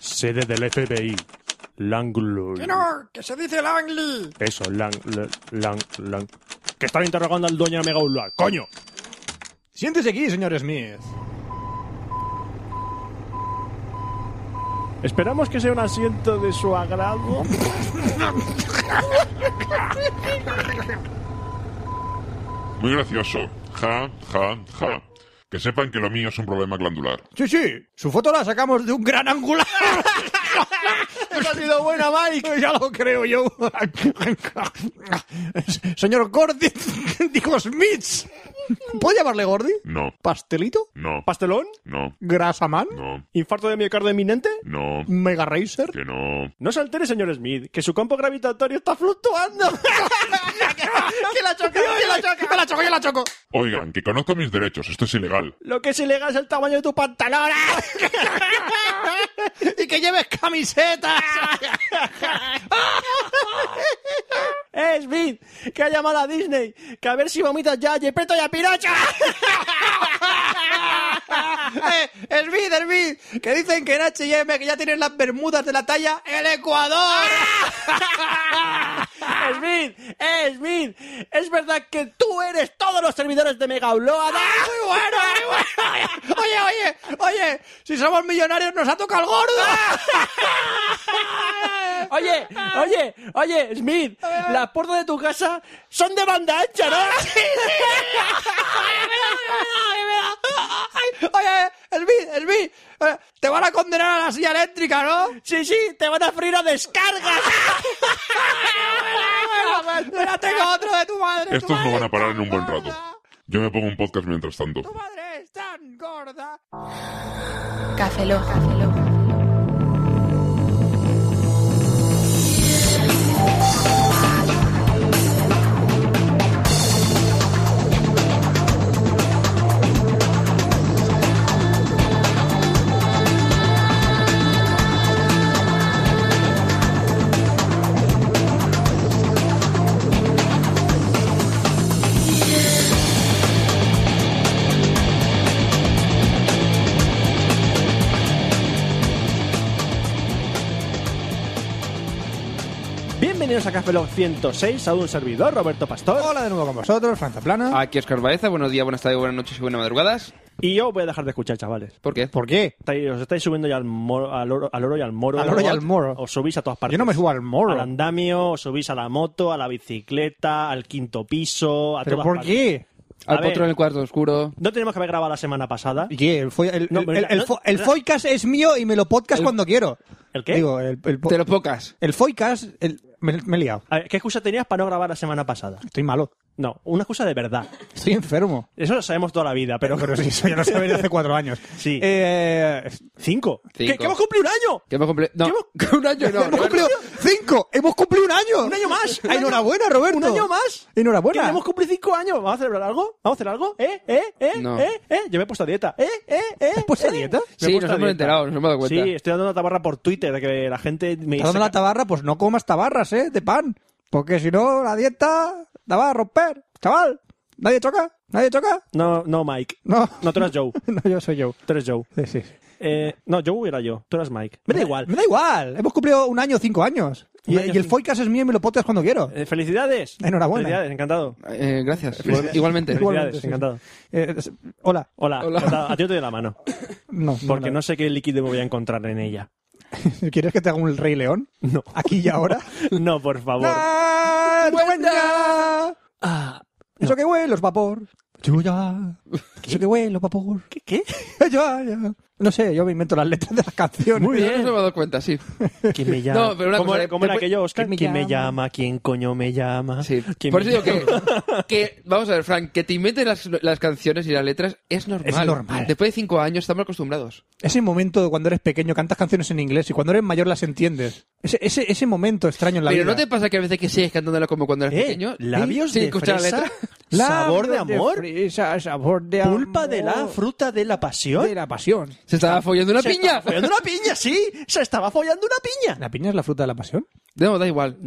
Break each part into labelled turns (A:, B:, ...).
A: sede del FBI, Langley.
B: Que no, que se dice Langley.
A: Eso, Lang, Lang, Lang, Lang. Que estaba interrogando al dueño de Mega Upload. ¡Coño!
C: Siéntese aquí, señor Smith.
A: Esperamos que sea un asiento de su agrado.
D: Muy gracioso. Ja, ja, ja. Que sepan que lo mío es un problema glandular.
C: Sí, sí, su foto la sacamos de un gran angular. Esa ha sido buena, Mike. Ya lo creo yo. Señor Gordy, dijo Smith. ¿Puedo llamarle Gordy?
D: No,
C: ¿Pastelito?
D: no,
A: ¿Pastelón?
D: no,
C: ¿Grasaman?
D: no,
A: ¿Infarto de miocardio inminente?
D: no,
C: ¿Mega Racer?
D: que no.
A: No se altere, señor Smith, que su campo gravitatorio está fluctuando.
C: ¡Que la choco! ¡Que la choco! ¡Que la choco! ¡Que la choco!
D: Oigan, que conozco mis derechos, esto es ilegal.
A: Lo que es ilegal es el tamaño de tu pantalón.
C: ¡Y que lleves camisetas!
A: ¡Eh, Smith! Que ha llamado a Disney. Que a ver si vomitas ya a Gepetto y a Pinocho.
C: ¡Eh, Smith, Smith! Que dicen que en H&M que ya tienen las bermudas de la talla El Ecuador.
A: ¡Smith! ¡Eh, Smith! ¿Es verdad que tú eres todos los servidores de Mega Upload?
C: ¡Ah, muy bueno, muy bueno! Oye, oye, oye, si somos millonarios nos ha tocado el gordo.
A: Oye, oye, oye, Smith, las puertas de tu casa son de banda ancha, ¿no?
C: Ah, Ay, Oye, Smith, Smith, eh, te van a condenar a la silla eléctrica, ¿no?
A: Sí, sí, te van a freír a descargas.
C: Mira, tengo otro de tu madre. tu
D: Estos no
C: madre
D: van a parar
C: está
D: en un buen rato.
C: gorda.
D: Yo me pongo un podcast mientras tanto.
C: Tu madre es tan gorda.
E: Café Lock. Café Lock.
A: Bienvenidos a Café Lock 106, a un servidor, Roberto Pastor.
C: Hola de nuevo con vosotros, Franza Plana.
F: Aquí Oscar Baeza, buenos días, buenas tardes, buenas noches y buenas madrugadas.
A: Y yo voy a dejar de escuchar, chavales.
F: ¿Por qué?
C: ¿Por qué?
A: Estáis- os estáis subiendo ya al, moro- al, oro, al oro y al moro.
C: Al oro y al moro.
A: Os subís a todas partes.
C: Yo no me subo al moro.
A: Al andamio, os subís a la moto, a la bicicleta, al quinto piso, a
C: ¿Pero
A: todas
C: por
A: partes.
C: qué?
A: A
F: Al
A: ver.
F: potro en el cuarto oscuro.
A: No tenemos que haber grabado la semana pasada.
C: ¿Y qué? El, fo- el,
A: No,
C: el-
A: pero
C: el- el
A: no-
C: fo- el
A: no-
C: foicast es mío y me lo podcast cuando quiero.
A: ¿El qué?
C: Digo, el, el, po-
F: Te lo pocas.
C: el foicast, el- me, me he liado.
A: A ver, ¿Qué excusa tenías para no grabar la semana pasada?
C: Estoy malo.
A: No, una excusa de verdad.
C: Estoy enfermo.
A: Eso lo sabemos toda la vida, pero...
C: Pero, pero sí, eso ya lo sabéis desde hace cuatro años.
A: Sí.
C: Eh,
A: ¿Cinco? ¿Qué-
F: Cinco.
A: ¿Que, hemos cumplido un año!
F: Que hemos cumplido. No,
A: ¿Qué
F: un año no.
C: hemos cumplido cinco. Hemos cumplido un año.
A: ¡Un año más!
C: Ah, Enhorabuena, Roberto.
A: ¡Un año más!
C: Enhorabuena.
A: ¿Que hemos cumplido cinco años! ¿Vamos a celebrar algo? ¿Vamos a hacer algo? ¿Eh? ¿Eh? ¿Eh?
F: No.
A: ¿Eh? ¿Eh? Yo me he puesto a dieta. ¿Eh? ¿Eh? ¿Eh?
C: has puesto a dieta?
A: Me he
F: Sí,
A: puesto
F: nos
A: a
F: hemos
A: dieta.
F: enterado, nos hemos dado cuenta.
A: Sí, estoy dando una tabarra por Twitter de que la gente me
C: ¿Estás dando la
A: saca-
C: tabarra? Pues no comas tabarras, ¿eh? De pan. Porque si no, la dieta la va a romper. Chaval, nadie choca. Nadie choca.
A: No, no, Mike.
C: No.
A: No, tú eras Joe.
C: No, yo soy yo.
A: Tú eres Joe.
C: Sí, sí.
A: Eh, no, Joe era yo. Tú eras Mike. Me da igual.
C: Me da igual. Hemos cumplido un año, cinco años. Y,
A: Un año,
C: y el
A: cinco.
C: foicast es mío y me lo podcast cuando quiero.
A: Eh, felicidades.
C: Enhorabuena.
A: Felicidades, encantado.
F: Eh, gracias. Igualmente.
C: Igual-
A: Felicidades,
C: sí.
A: encantado.
C: Eh, es- hola.
A: Hola,
F: Hola.
A: encantado. a ti no te doy la mano.
C: No,
A: Porque
C: no.
A: no sé qué líquido me voy a encontrar en ella.
C: ¿Quieres que te haga un Rey León?
A: No.
C: Aquí y ahora.
A: No, por favor.
C: ¡Ah, ¡Buena!
A: Ah,
C: Eso que huele, los vapor. Chuya. Eso que huele, los vapor.
A: ¿Qué? qué?
C: Ya, ya. No sé, yo me invento las letras de las canciones.
A: Muy
F: Nos
A: bien.
F: hemos dado cuenta, sí.
A: ¿Quién me llama?
F: No, pero una
A: ¿Cómo,
F: cosa,
A: era,
F: eh,
A: cómo era
F: después-
A: aquello, Oscar?
C: ¿Quién me
A: ¿Quién me
C: llama?
A: llama? ¿Quién coño me llama?
F: Sí.
A: ¿Quién
F: Por
A: me
F: eso digo que,
A: llama?
F: que, vamos a ver, Frank, que te inventes las, las canciones y las letras es normal.
C: Es normal.
F: Después de cinco años estamos acostumbrados.
C: Ese momento de cuando eres pequeño cantas canciones en inglés y cuando eres mayor las entiendes. Ese, ese, ese momento extraño en la
F: Pero
C: vida.
F: ¿no te pasa que a veces que sigues cantándola como cuando eras
A: Eh,
F: pequeño?
A: labios
F: sin
A: de
F: escuchar
A: fresa,
F: la letra?
A: ¿Sabor de
C: Labios
A: amor?
C: fresa, sabor de
A: Pulpa de la
C: amor,
A: fruta de la pasión.
C: De la pasión.
F: Se estaba follando una
A: Se
F: piña.
A: estaba follando una piña, sí. Se estaba follando una piña.
C: ¿La piña es la fruta de la pasión?
F: No, da igual.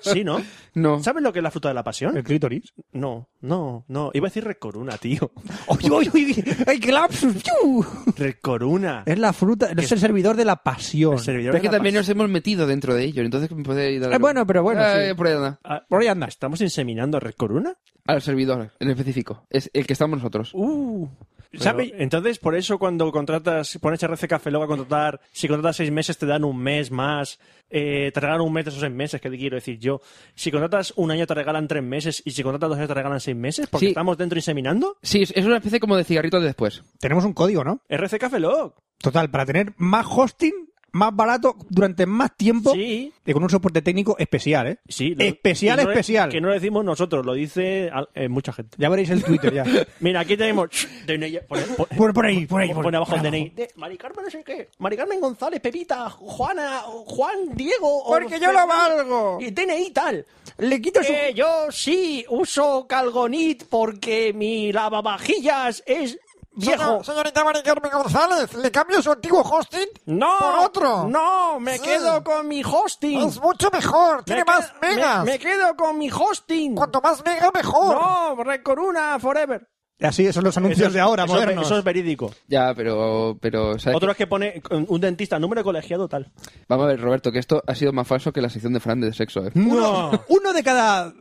A: Sí, ¿no?
F: No. Eh.
A: ¿Sabes lo que es la fruta de la
C: ¿El
A: pasión?
C: clítoris?
A: No, no, no. Iba a decir recoruna, tío. ¡Oy, oy, oy!
C: ¡Ay, qué lapsus! ¡Yu!
A: Recoruna.
F: Eh.
C: Es la fruta, es el servidor de la pasión.
A: El servidor
F: Pero es
A: de
F: que
A: la
F: también
A: pasión.
F: nos hemos metido dentro de ellos, entonces me puede ir a la-
C: Eh, bueno, pero bueno,
F: Ah,
C: sí.
F: por ahí anda.
A: Ah,
C: Por ahí anda.
A: ¿Estamos inseminando a recoruna?
F: Al servidor, en específico. Es el que estamos nosotros.
A: Uh. ¿Sabe? Entonces, por eso cuando contratas, pones RC Café Lock a contratar, si contratas seis meses te dan un mes más, eh, te regalan un mes de esos seis meses, que te quiero decir yo. Si contratas un año te regalan tres meses y si contratas dos años te regalan seis meses, porque
F: Sí.
A: estamos dentro inseminando.
F: Sí, es es una especie como de cigarrito de después.
C: Tenemos un código, ¿no?
A: RC Café Lock.
C: Total, para tener más hosting, más barato, durante más tiempo.
A: Sí.
C: Y con un soporte técnico especial, ¿eh?
A: Sí, lo-
C: especial,
A: y no lo-
C: especial.
A: que no lo decimos nosotros, lo dice al- eh, mucha gente.
C: Ya veréis el Twitter, ya.
A: Mira, aquí tenemos. DNI, pon, pon-
C: Por, por ahí, por ahí.
A: pon abajo el
C: por
A: DNI. De Mari Carmen, no sé qué. Mari Carmen González, Pepita, Juana, Juan, Diego. o
C: Porque yo lo
A: Fernando,
C: valgo.
A: Y DNI tal.
C: Le quito su...
A: Que Eh, yo sí uso Calgonit porque mi lavavajillas es viejo.
B: Señor- Señorita Mari Carmen González, ¿le cambio su antiguo hosting
A: No,
B: por otro?
A: no, me
B: Sí.
A: quedo con mi hosting.
G: Pues,
B: Es mucho mejor, tiene
A: Me
B: más
A: quedo- me-
B: megas.
A: Me, quedo con mi hosting.
B: Cuanto más mega, mejor.
A: No, Recoruna Forever.
C: Así son los anuncios de ahora,
A: eso,
C: modernos.
A: eso es verídico.
F: Ya, pero. pero ¿sabes
A: Otro es que pone eh, un dentista, número colegiado tal.
F: qué? Vamos a ver, Roberto, que esto ha sido más falso que la sección de Fran de sexo, ¿eh?
C: Uno, uno de cada...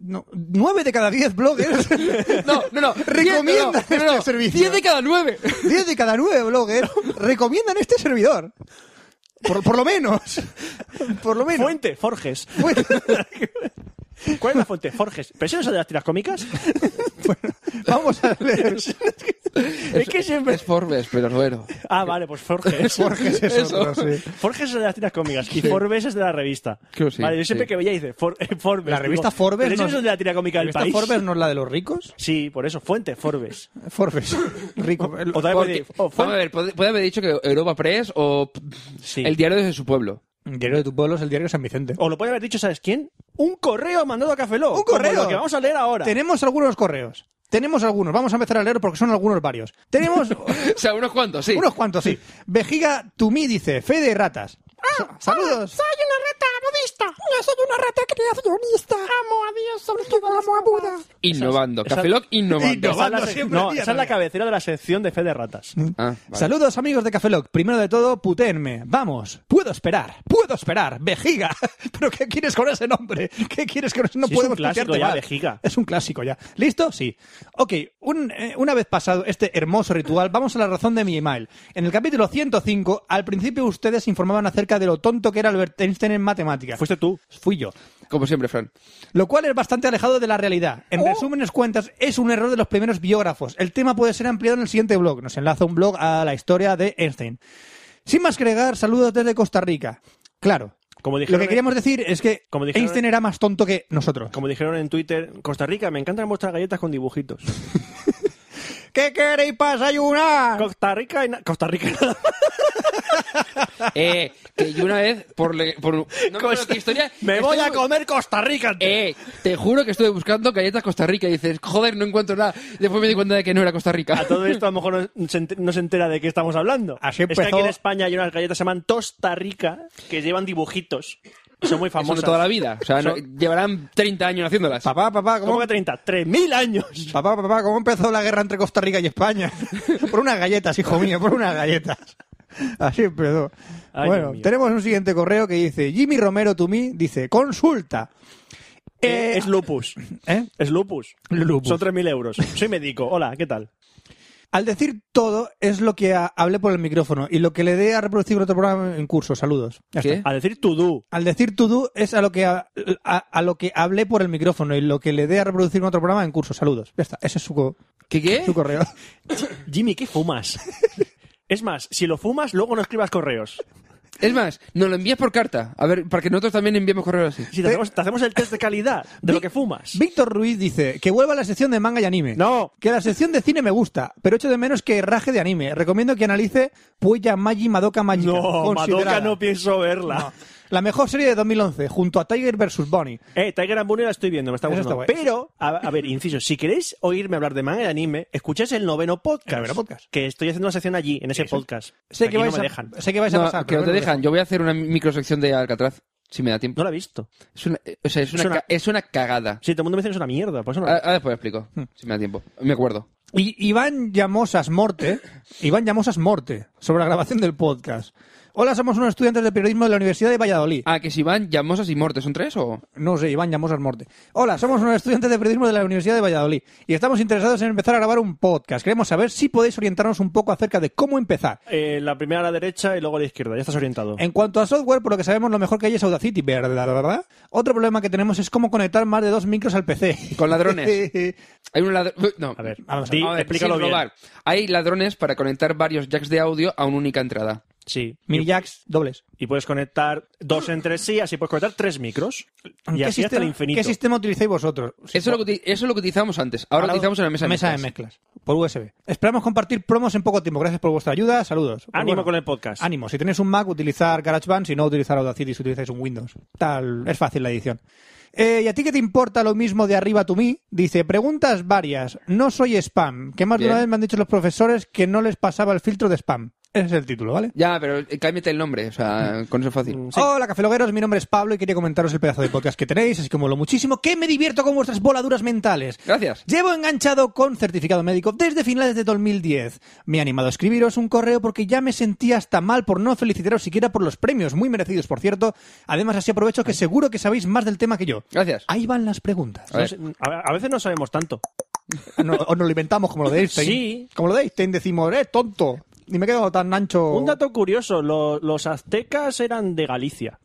C: no, nueve de cada diez bloggers.
F: No, no, no.
C: Recomienda
F: Diez, no, no, no, no.
C: este servicio.
F: Diez de cada nueve.
C: Diez de cada nueve bloggers recomiendan este servidor. Por, por lo menos. Por lo menos.
A: Fuente, Forges. ¿Cuál es la fuente? Forges. ¿Pero eso no es de las tiras cómicas?
C: Bueno, vamos a leer.
A: es que siempre...
F: Es Forbes, pero bueno.
A: Ah, vale, pues Forges.
C: Borges es
F: Eso.
C: otro, sí.
A: Forges es de las tiras cómicas y Forbes es de la revista.
F: Creo sí,
A: vale, yo siempre
F: sí.
A: que veía dice For- eh, Forbes.
C: La revista
A: Digo,
C: Forbes
A: ¿Pero eso
C: no-
A: es de la tira cómica del
C: ¿Esta
A: país?
C: Forbes no es la de los ricos?
A: Sí, por eso, fuente, Forbes.
C: Forbes. Rico. El-
A: O también puede
F: Porque-
A: decir, oh,
F: vamos a
A: fuente.
F: ver, puede, puede haber dicho que Europa Press o
A: Sí.
F: el diario de su pueblo.
C: El diario de tu pueblo es el diario San Vicente.
A: O lo puede haber dicho, ¿sabes quién? Un correo mandado a Cafeló.
C: ¡Un correo!
A: Lo que vamos a leer ahora.
C: Tenemos algunos correos. Tenemos algunos. Vamos a empezar a leer porque son algunos varios. Tenemos
F: O sea, unos cuantos, sí.
C: unos cuantos, sí. Vejiga Tumí dice, fe de ratas. Sa- Saludos.
H: Ah, Soy una rata budista. Yo soy una rata creacionista. Amo a Dios sobre todo. Amo a Buda.
F: Innovando.
A: Esas-
F: Café Lock innovando.
A: Esa es la
C: Innovando
A: se-
C: siempre,
A: no, esa
C: tía,
A: es la
C: también.
A: cabecera de la sección de fe de ratas.
F: Ah, vale.
C: Saludos amigos de Cafeloc. Primero de todo, putéenme. Vamos. Puedo esperar. Puedo esperar. Vejiga. ¿Pero qué quieres con ese nombre? ¿Qué quieres con ese No
A: Sí, es
C: puedo
A: un clásico
C: putearte
A: ya,
C: más.
A: Vejiga.
C: Es un clásico ya. ¿Listo? Sí. Ok, un, eh, una vez pasado este hermoso ritual, vamos a la razón de mi email. En el capítulo 105, al principio ustedes informaban acerca de lo tonto que era Albert Einstein en matemáticas.
A: Fuiste tú.
C: Fui yo.
F: Como siempre, Fran.
C: Lo cual es bastante alejado de la realidad.
A: Oh.
C: En resúmenes cuentas, es un error de los primeros biógrafos. El tema puede ser ampliado en el siguiente blog. Nos enlaza un blog a la historia de Einstein. Sin más que agregar, saludos desde Costa Rica. Claro.
A: Como
C: lo
A: dijeron-
C: que queríamos decir es que
A: Como dijeron-
C: Einstein era más tonto que nosotros.
A: Como dijeron en Twitter, Costa Rica, me encantan vuestras galletas con dibujitos.
C: ¿Qué queréis para desayunar?
A: Costa Rica y na- Costa Rica y nada más.
F: Eh, que yo una vez, por, le- por no me acuerdo
A: Costa-
F: qué historia...
A: Me voy
F: estuve-
A: a comer Costa Rica. tío.
F: Eh, te juro que estuve buscando galletas Costa Rica y dices, joder, no encuentro nada. Después me di cuenta de que no era Costa Rica.
A: A todo esto a lo mejor no se ent- no se entera de qué estamos hablando.
C: Así
A: Es que
C: empezó-
A: aquí en España hay unas galletas que se llaman Tosta Rica que llevan dibujitos. Son muy
F: Eso de
A: famosas.
F: toda la vida. O sea, no- llevarán 30 años haciéndolas.
C: Papá, papá, ¿cómo,
A: ¿Cómo que 30? ¡3.000 años!
C: papá, papá, ¿cómo empezó la guerra entre Costa Rica y España? por unas galletas, hijo mío, por unas galletas. Así empezó.
A: Ay,
C: bueno,
A: Dios mío.
C: tenemos un siguiente correo que dice Jimmy Romero Tumí, dice, consulta. Eh,
A: es lupus.
C: ¿eh?
A: Es lupus.
C: Lupus.
A: Son 3.000 euros. Soy médico. Hola, ¿qué tal?
C: Al decir todo es lo que ha- hablé por el micrófono y lo que le dé a reproducir otro programa en curso. Saludos. Ya
F: ¿Qué?
C: está.
A: A decir to do.
C: Al decir to do es a lo que ha- a, a lo que hablé por el micrófono y lo que le dé a reproducir en otro programa en curso. Saludos. Ya está. Ese es su, co-
F: ¿Qué qué?
C: su correo.
A: Jimmy, ¿qué fumas? es más, si lo fumas, luego no escribas correos.
F: Es más, nos lo envías por carta. A ver, para que nosotros también enviemos correos así.
A: Si te hacemos, te hacemos el test de calidad de lo que fumas.
C: Víctor Ruiz dice que vuelva a la sección de manga y anime.
A: No.
C: Que la sección de cine me gusta, pero echo de menos que raje de anime. Recomiendo que analice Puella Magi Madoka Magica.
A: No,
C: Considerada.
A: Madoka no pienso verla.
C: La mejor serie de 2011, junto a Tiger vs. Bunny.
A: Eh, Tiger and Bunny la estoy viendo, me está
C: Eso
A: gustando.
C: está guay.
A: Pero, a, a ver, inciso, si queréis oírme hablar de manga y anime, escucháis el noveno podcast.
C: El noveno podcast.
A: Que estoy haciendo una sección allí, en ese podcast.
C: Sé
A: Aquí
C: que, vais
A: no me
C: a,
A: dejan.
C: sé que vais a
F: No,
C: pasar.
F: que
C: pero
F: no te
C: me
F: dejan. Yo voy a hacer una microsección de Alcatraz, si me da tiempo.
A: No la he visto.
F: Es una, eh, o sea, es una,
A: Es una-
F: ca- es una cagada.
A: Sí, todo el mundo me dice que es una Hmm. mierda, por eso no la-
F: Ah, ah, después explico, si me da tiempo. Me acuerdo.
C: Y Iván Llamosas Morte, Iván Llamosas Morte, sobre la grabación del podcast. Hola, somos unos estudiantes de periodismo de la Universidad de Valladolid.
F: Ah, que si van llamosas y mortes, ¿son tres o...?
C: No sé, Iván Llamosas Morte. Hola, somos unos estudiantes de periodismo de la Universidad de Valladolid y estamos interesados en empezar a grabar un podcast. Queremos saber si podéis orientarnos un poco acerca de cómo empezar.
A: Eh, la primera a la derecha y luego a la izquierda, ya estás orientado.
C: En cuanto a software, por lo que sabemos, lo mejor que hay es Audacity, ¿verdad? ¿verdad? Otro problema que tenemos es cómo conectar más de dos micros al PC.
F: Con ladrones. Hay un ladrón... No.
A: A ver,
C: Vamos a
A: di-
F: A ver,
A: explícalo
F: sin
A: bien.
F: robar. Hay ladrones para conectar varios jacks de audio a una única entrada.
A: Sí.
C: Mini jacks dobles.
A: Y puedes conectar dos entre sí, así puedes conectar tres micros. Y así
C: ¿Qué
A: hasta el
C: sistema-
A: infinito.
C: ¿Qué sistema utilizáis vosotros?
F: Eso es, lo que, uti- eso es lo que utilizamos antes. Ahora, utilizamos una mesa de
C: mesa
F: mezclas.
C: de mezclas por USB. Esperamos compartir promos en poco tiempo. Gracias por vuestra ayuda. Saludos. Pero
A: Ánimo
C: bueno,
A: con el podcast.
C: Ánimo. Si tenéis un Mac, utilizar GarageBand. Si no, utilizar Audacity si utilizáis un Windows. Tal, es fácil la edición. Eh, ¿Y a ti qué te importa lo mismo de arriba to mí? Dice, preguntas varias. No soy spam. Que más de una
F: Bien.
C: vez me han dicho los profesores que no les pasaba el filtro de spam. Ese es el título, ¿vale?
F: Ya, pero eh, cámbiate el nombre, o
A: Mm.
F: sea, con eso es fácil.
C: Hola, cafelogueros, mi nombre es Pablo y quería comentaros el pedazo de podcast que tenéis, así como lo muchísimo que me divierto con vuestras voladuras mentales.
F: Gracias.
C: Llevo enganchado con certificado médico desde finales de 2010. Me he animado a escribiros un correo porque ya me sentía hasta mal por no felicitaros siquiera por los premios, muy merecidos, por cierto. Además, así aprovecho que seguro que sabéis más del tema que yo.
F: Gracias.
A: Ah.
C: Ahí van las preguntas.
F: A ver.
A: No sé, a- a veces no sabemos tanto.
C: No, o nos lo inventamos como lo de Einstein.
A: Sí.
C: Como lo de Einstein decimos, eh, tonto. Y me he quedado tan ancho.
A: Un dato curioso, lo- los aztecas eran de Galicia.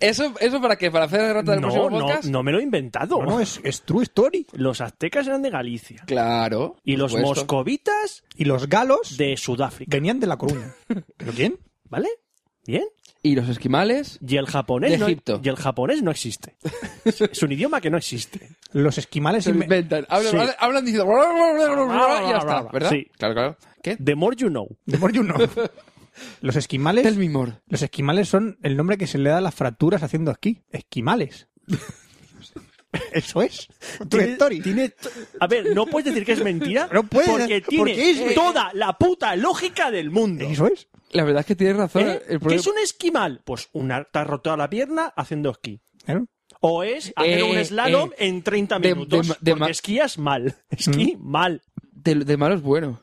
F: ¿Eso, ¿Eso para qué? ¿Para hacer de rata del
A: No,
F: próximo
A: no,
F: podcast?
A: no me lo he inventado.
C: No, no, es, es true story.
A: Los aztecas eran de Galicia.
F: Claro.
A: Y
F: por
A: los
F: supuesto.
A: moscovitas
C: Y los galos
A: de Sudáfrica.
C: venían de La Coruña. ¿Pero quién?
A: ¿Vale? Bien.
F: Y los esquimales.
A: Y el japonés,
F: De
A: no,
F: Egipto.
A: y el japonés no existe. es un idioma que no existe.
C: Los esquimales
F: Se lo
C: inven-
F: inventan. Hablan,
A: Sí.
F: hablan- hablan diciendo. Y ya está, ¿verdad?
A: Sí.
F: Claro, claro. ¿Qué?
A: The more you know.
C: de Moryu no. Los
F: Tell
C: esquimales.
F: me more.
C: Los esquimales son el nombre que se le da a las fracturas haciendo esquí. Esquimales. Eso es. True
A: Tiene-
C: story.
A: tiene t- a ver, no puedes decir que es mentira
C: No puedes,
A: porque tiene
C: porque es-
A: toda la puta lógica del mundo.
C: Eso es.
F: La verdad es que tienes razón.
A: ¿Eh?
F: El
A: ¿Qué
F: problema-
A: es un esquimal? Pues una, te has roto la pierna haciendo esquí.
C: Claro.
A: O es hacer
F: Eh,
A: un slalom
F: eh.
A: en 30
F: De- de
A: minutos.
F: ma- de
A: porque
F: ma- Mm.
A: esquías mal. Esquí mal.
F: de, de malo es bueno.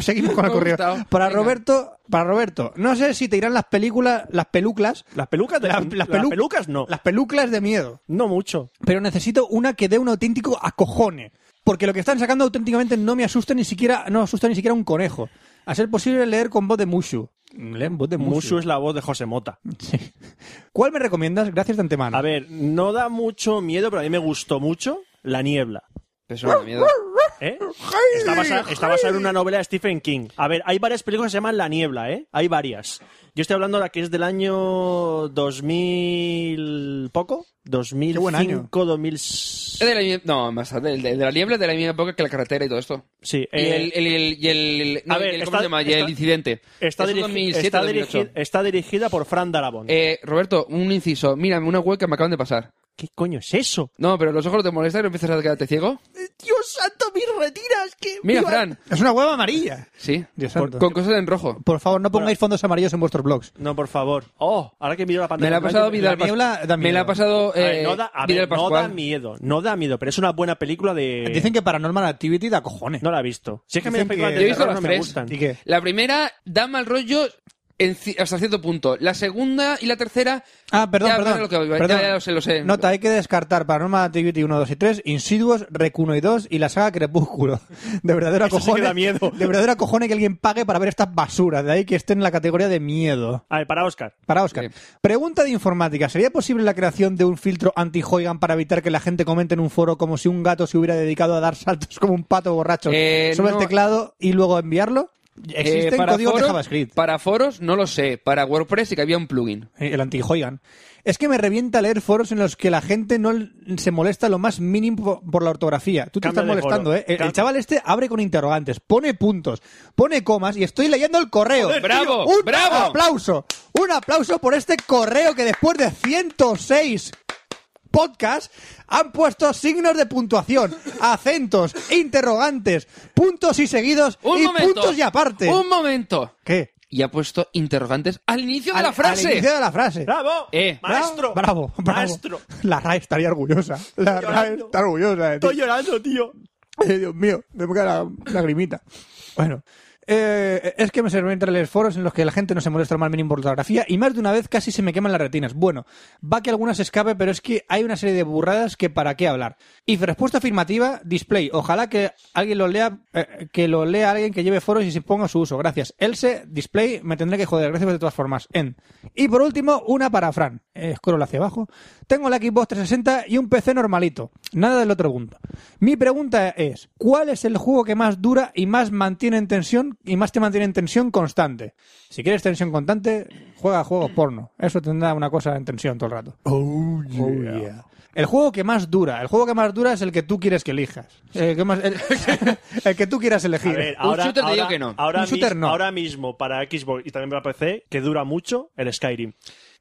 C: Seguimos con el
F: Me ha
C: correo.
F: gustado.
C: Para
F: Venga.
C: Roberto, para Roberto, no sé si te irán las películas, las peluclas.
A: Las pelucas, de-
C: La-
A: las,
C: pelu-
A: pelucas no.
C: Las peluclas de miedo.
A: No mucho.
C: Pero necesito una que dé un auténtico acojone. Porque lo que están sacando auténticamente no me asusta ni siquiera, no asusta ni siquiera un conejo. A ser posible leer con voz de Mushu. Leer en voz de
A: Mushu es la voz de José Mota.
C: Sí. ¿Cuál me recomiendas? Gracias de antemano.
A: A ver, no da mucho miedo, pero a mí me gustó mucho La Niebla.
F: Es una mierda.
A: ¿eh? Está basada, está basada en una novela de Stephen King. A ver, hay varias películas que se llaman La Niebla, ¿eh? Hay varias. Yo estoy hablando de la que es del año 2000... ¿Poco? 2005,
C: buen año.
A: 2006...
F: Es de la mi- no, más tarde, el de, el de la niebla es de la misma época que la carretera y todo esto.
A: Sí,
F: y
A: eh,
F: el, el, el- y el- no,
A: a
F: y
A: ver,
F: el-
A: está-
F: ¿cómo se llama? Y
A: está-
F: el incidente.
A: Está,
F: Eso es
A: dirigi-
F: 2007,
A: está,
F: 2008.
A: dirigi- eh, está dirigida por Fran Darabont.
F: Eh, Roberto, un inciso. Mira, una web que me acaban de pasar.
A: ¿Qué coño es eso?
F: No, pero los ojos te molestan y empiezas a quedarte ciego.
C: Eh,
A: ¡Dios santo, mis retiras! Que...
F: Mira, Fran.
C: Es una hueva amarilla.
F: Sí.
C: Dios
F: Por-
C: santo.
F: con cosas en rojo.
C: Por favor, no pongáis fondos amarillos en vuestros blogs.
A: No, por favor. Oh, ahora que miro la pantalla...
F: Me la ha pasado Vidal
C: la niebla
F: Pas-
C: da
F: Me la
C: miedo.
F: ha pasado
A: A ver,
F: eh,
A: no, da, a ver,
F: Vidal
A: no da
F: Pascual.
A: miedo, no da miedo, pero es una buena película de...
C: Eh, Dicen que Paranormal Activity da cojones.
A: No la he visto. Si es que a mí las
C: Dicen
A: películas
C: que-
A: de
F: Yo he visto
A: terror no
F: las
A: me
F: tres.
A: gustan.
C: ¿Y qué?
F: La primera da mal rollo en ci- hasta cierto punto. La segunda y la tercera.
C: Ah, perdón,
F: ya,
C: perdón.
F: lo que- ya,
C: perdón.
F: ya lo sé, lo sé.
C: Nota, hay que descartar Paranormal Activity 1, 2 y 3, Insidious, Rec 1 y 2 y la saga Crepúsculo. De verdadero
A: Eso sí
C: cojones.
A: que da miedo.
C: De verdadero cojones que alguien pague para ver estas basuras. De ahí que esté en la categoría de miedo.
A: A ver, para Oscar.
C: Para Oscar.
F: Sí.
C: Pregunta de informática. ¿Sería posible la creación de un filtro anti-Hoygan para evitar que la gente comente en un foro como si un gato se hubiera dedicado a dar saltos como un pato borracho
F: Eh,
C: sobre
F: no. Eh,
C: el teclado y luego enviarlo? Existen códigos de
F: foros-
C: JavaScript.
F: Para foros, no lo sé. Para WordPress sí que había un plugin.
C: Eh, El anti-Hoigan. Es que me revienta leer foros en los que la gente no l- se molesta lo más mínimo po- por la ortografía. Tú te
A: Cambia
C: estás
A: de
C: molestando,
A: foro.
C: ¿eh? El, el
A: Cam-
C: chaval este abre con interrogantes, pone puntos, pone comas y estoy leyendo el correo.
F: ¡Bravo!
C: ¡Un
F: ¡Bravo!
C: aplauso! ¡Un aplauso por este correo que después de 106 podcasts han puesto signos de puntuación, acentos, interrogantes, puntos y seguidos
F: ¡Un
C: y
F: momento!
C: puntos y aparte.
F: ¡Un momento!
C: ¿Qué?
F: Y ha puesto interrogantes al inicio de
C: Al-
F: la
C: al
F: frase.
C: inicio de la frase.
A: ¡Bravo!
F: Eh,
A: ¡Maestro!
C: Bravo, bravo.
A: ¡Maestro!
C: La RAE estaría orgullosa. La RAE
A: llorando.
C: está orgullosa de ti.
A: Estoy llorando, tío.
C: Eh, Dios mío, me cae la lagrimita. Bueno, eh, es que me sirve entre los foros en los que la gente no se molesta mal mínimo por la fotografía y más de una vez casi se me queman las retinas. Bueno, va que algunas escape, pero es que hay una serie de burradas que para qué hablar. Y respuesta afirmativa, display. Ojalá que alguien lo lea, eh, que lo lea alguien que lleve foros y se ponga a su uso. Gracias. Else, display, me tendré que joder. Gracias de todas formas. End. Y por último, una para Fran. Eh, scroll hacia abajo. Tengo la Xbox 360 y un PC normalito. Nada del otro mundo. Mi pregunta es, ¿cuál es el juego que más dura y más mantiene en tensión y más te mantiene en tensión constante? Si quieres tensión constante, juega a juegos porno. Eso tendrá una cosa en tensión todo el rato. Oh, yeah. El juego que más dura, el juego que más dura es el que tú quieres que elijas. El que, más- el- el que tú quieras
A: A
C: elegir.
A: ver,
F: Un
A: ahora,
F: shooter te digo
A: ahora-
F: que no.
A: Ahora,
C: Un shooter
A: mis-
C: no.
A: ahora mismo para Xbox y también para PC, que dura mucho, el Skyrim.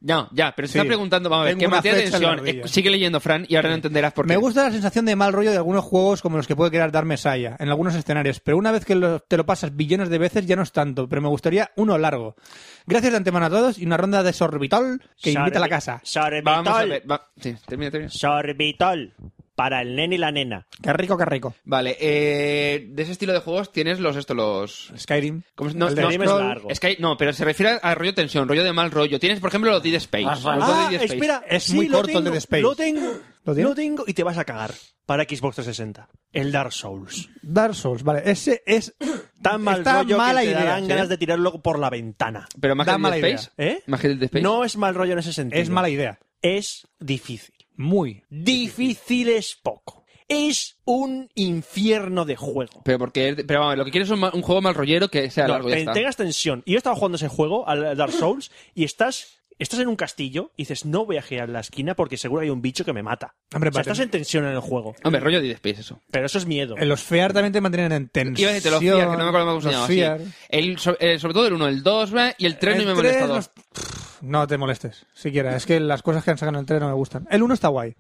F: No, ya, pero se
C: Sí.
F: está preguntando, vamos a ver,
C: Tengo
F: que
C: una
F: mantiene
C: flecha en la
F: tensión.
C: rodilla.
F: Eh, Sigue leyendo, Fran, y ahora no entenderás por qué.
C: Me gusta la sensación de mal rollo de algunos juegos como los que puede crear Dark Saya en algunos escenarios, pero una vez que lo- te lo pasas billones de veces ya no es tanto, pero me gustaría uno largo. Gracias de antemano a todos y una ronda de sorbital que invita a la
A: Sorbi-
C: casa.
A: Sorbital.
F: Vamos a ver. va- Sí, termina, termina.
A: Sorbital. Para el nene y la nena.
C: Qué rico, qué rico.
F: Vale, eh, de ese estilo de juegos tienes los esto, los...
C: Skyrim.
F: ¿cómo se- no,
A: El
F: no,
A: Skyrim es
F: scroll-
A: largo.
F: Sky- no, pero se refiere a rollo tensión, rollo de mal rollo. Tienes, por ejemplo, los Dead Space. Los dos
A: Ah,
F: Dead Space.
A: espera,
C: Es
A: sí,
C: muy
A: lo
C: corto el
A: tengo,
C: Dead Space.
A: Lo tengo,
C: ¿Lo
A: lo,
C: tienes?
A: tengo y te vas a cagar. Para Xbox 360. El Dark Souls.
C: Dark Souls, vale. Ese es
A: Tan mal
C: Está
A: rollo
C: mala
A: que te
C: idea, ¿eh?
A: darán
C: ¿sí?
A: ganas de tirarlo por la ventana.
F: Pero más
C: Da
F: que el Dead
C: mala idea.
F: Space.
A: ¿Eh?
F: Más que el Dead Space.
A: No es mal rollo en ese sentido.
C: es mala idea.
A: Es difícil.
C: Muy.
A: Difícil es poco. Es un infierno de juego.
F: Pero porque, pero vamos, lo que quieres es un, ma- un juego mal rollero que sea
A: No,
F: largo, ya
A: te
F: está.
A: entregas tensión. Y yo estaba jugando ese juego, al Dark Souls, y estás, estás en un castillo y dices, no voy a girar la esquina porque seguro hay un bicho que me mata.
C: Hombre,
A: O sea,
C: para
A: estás
C: tener-
A: en tensión en el juego.
F: Hombre, rollo Dead Space, eso.
A: Pero eso es miedo.
C: Eh, Los FEAR también te mantienen en tensión.
F: Iba a decirte los FIAR, que no me acuerdo cómo se
C: Los
F: llamaba.
C: FIAR.
F: sí. El, so- eh, sobre todo el 1, el 2 y el 3 no
C: El
F: me
C: tres,
F: molesta dos.
C: los- Pff, No te molestes, siquiera. Es que las cosas que han sacado en el 3 no me gustan. El 1 está guay.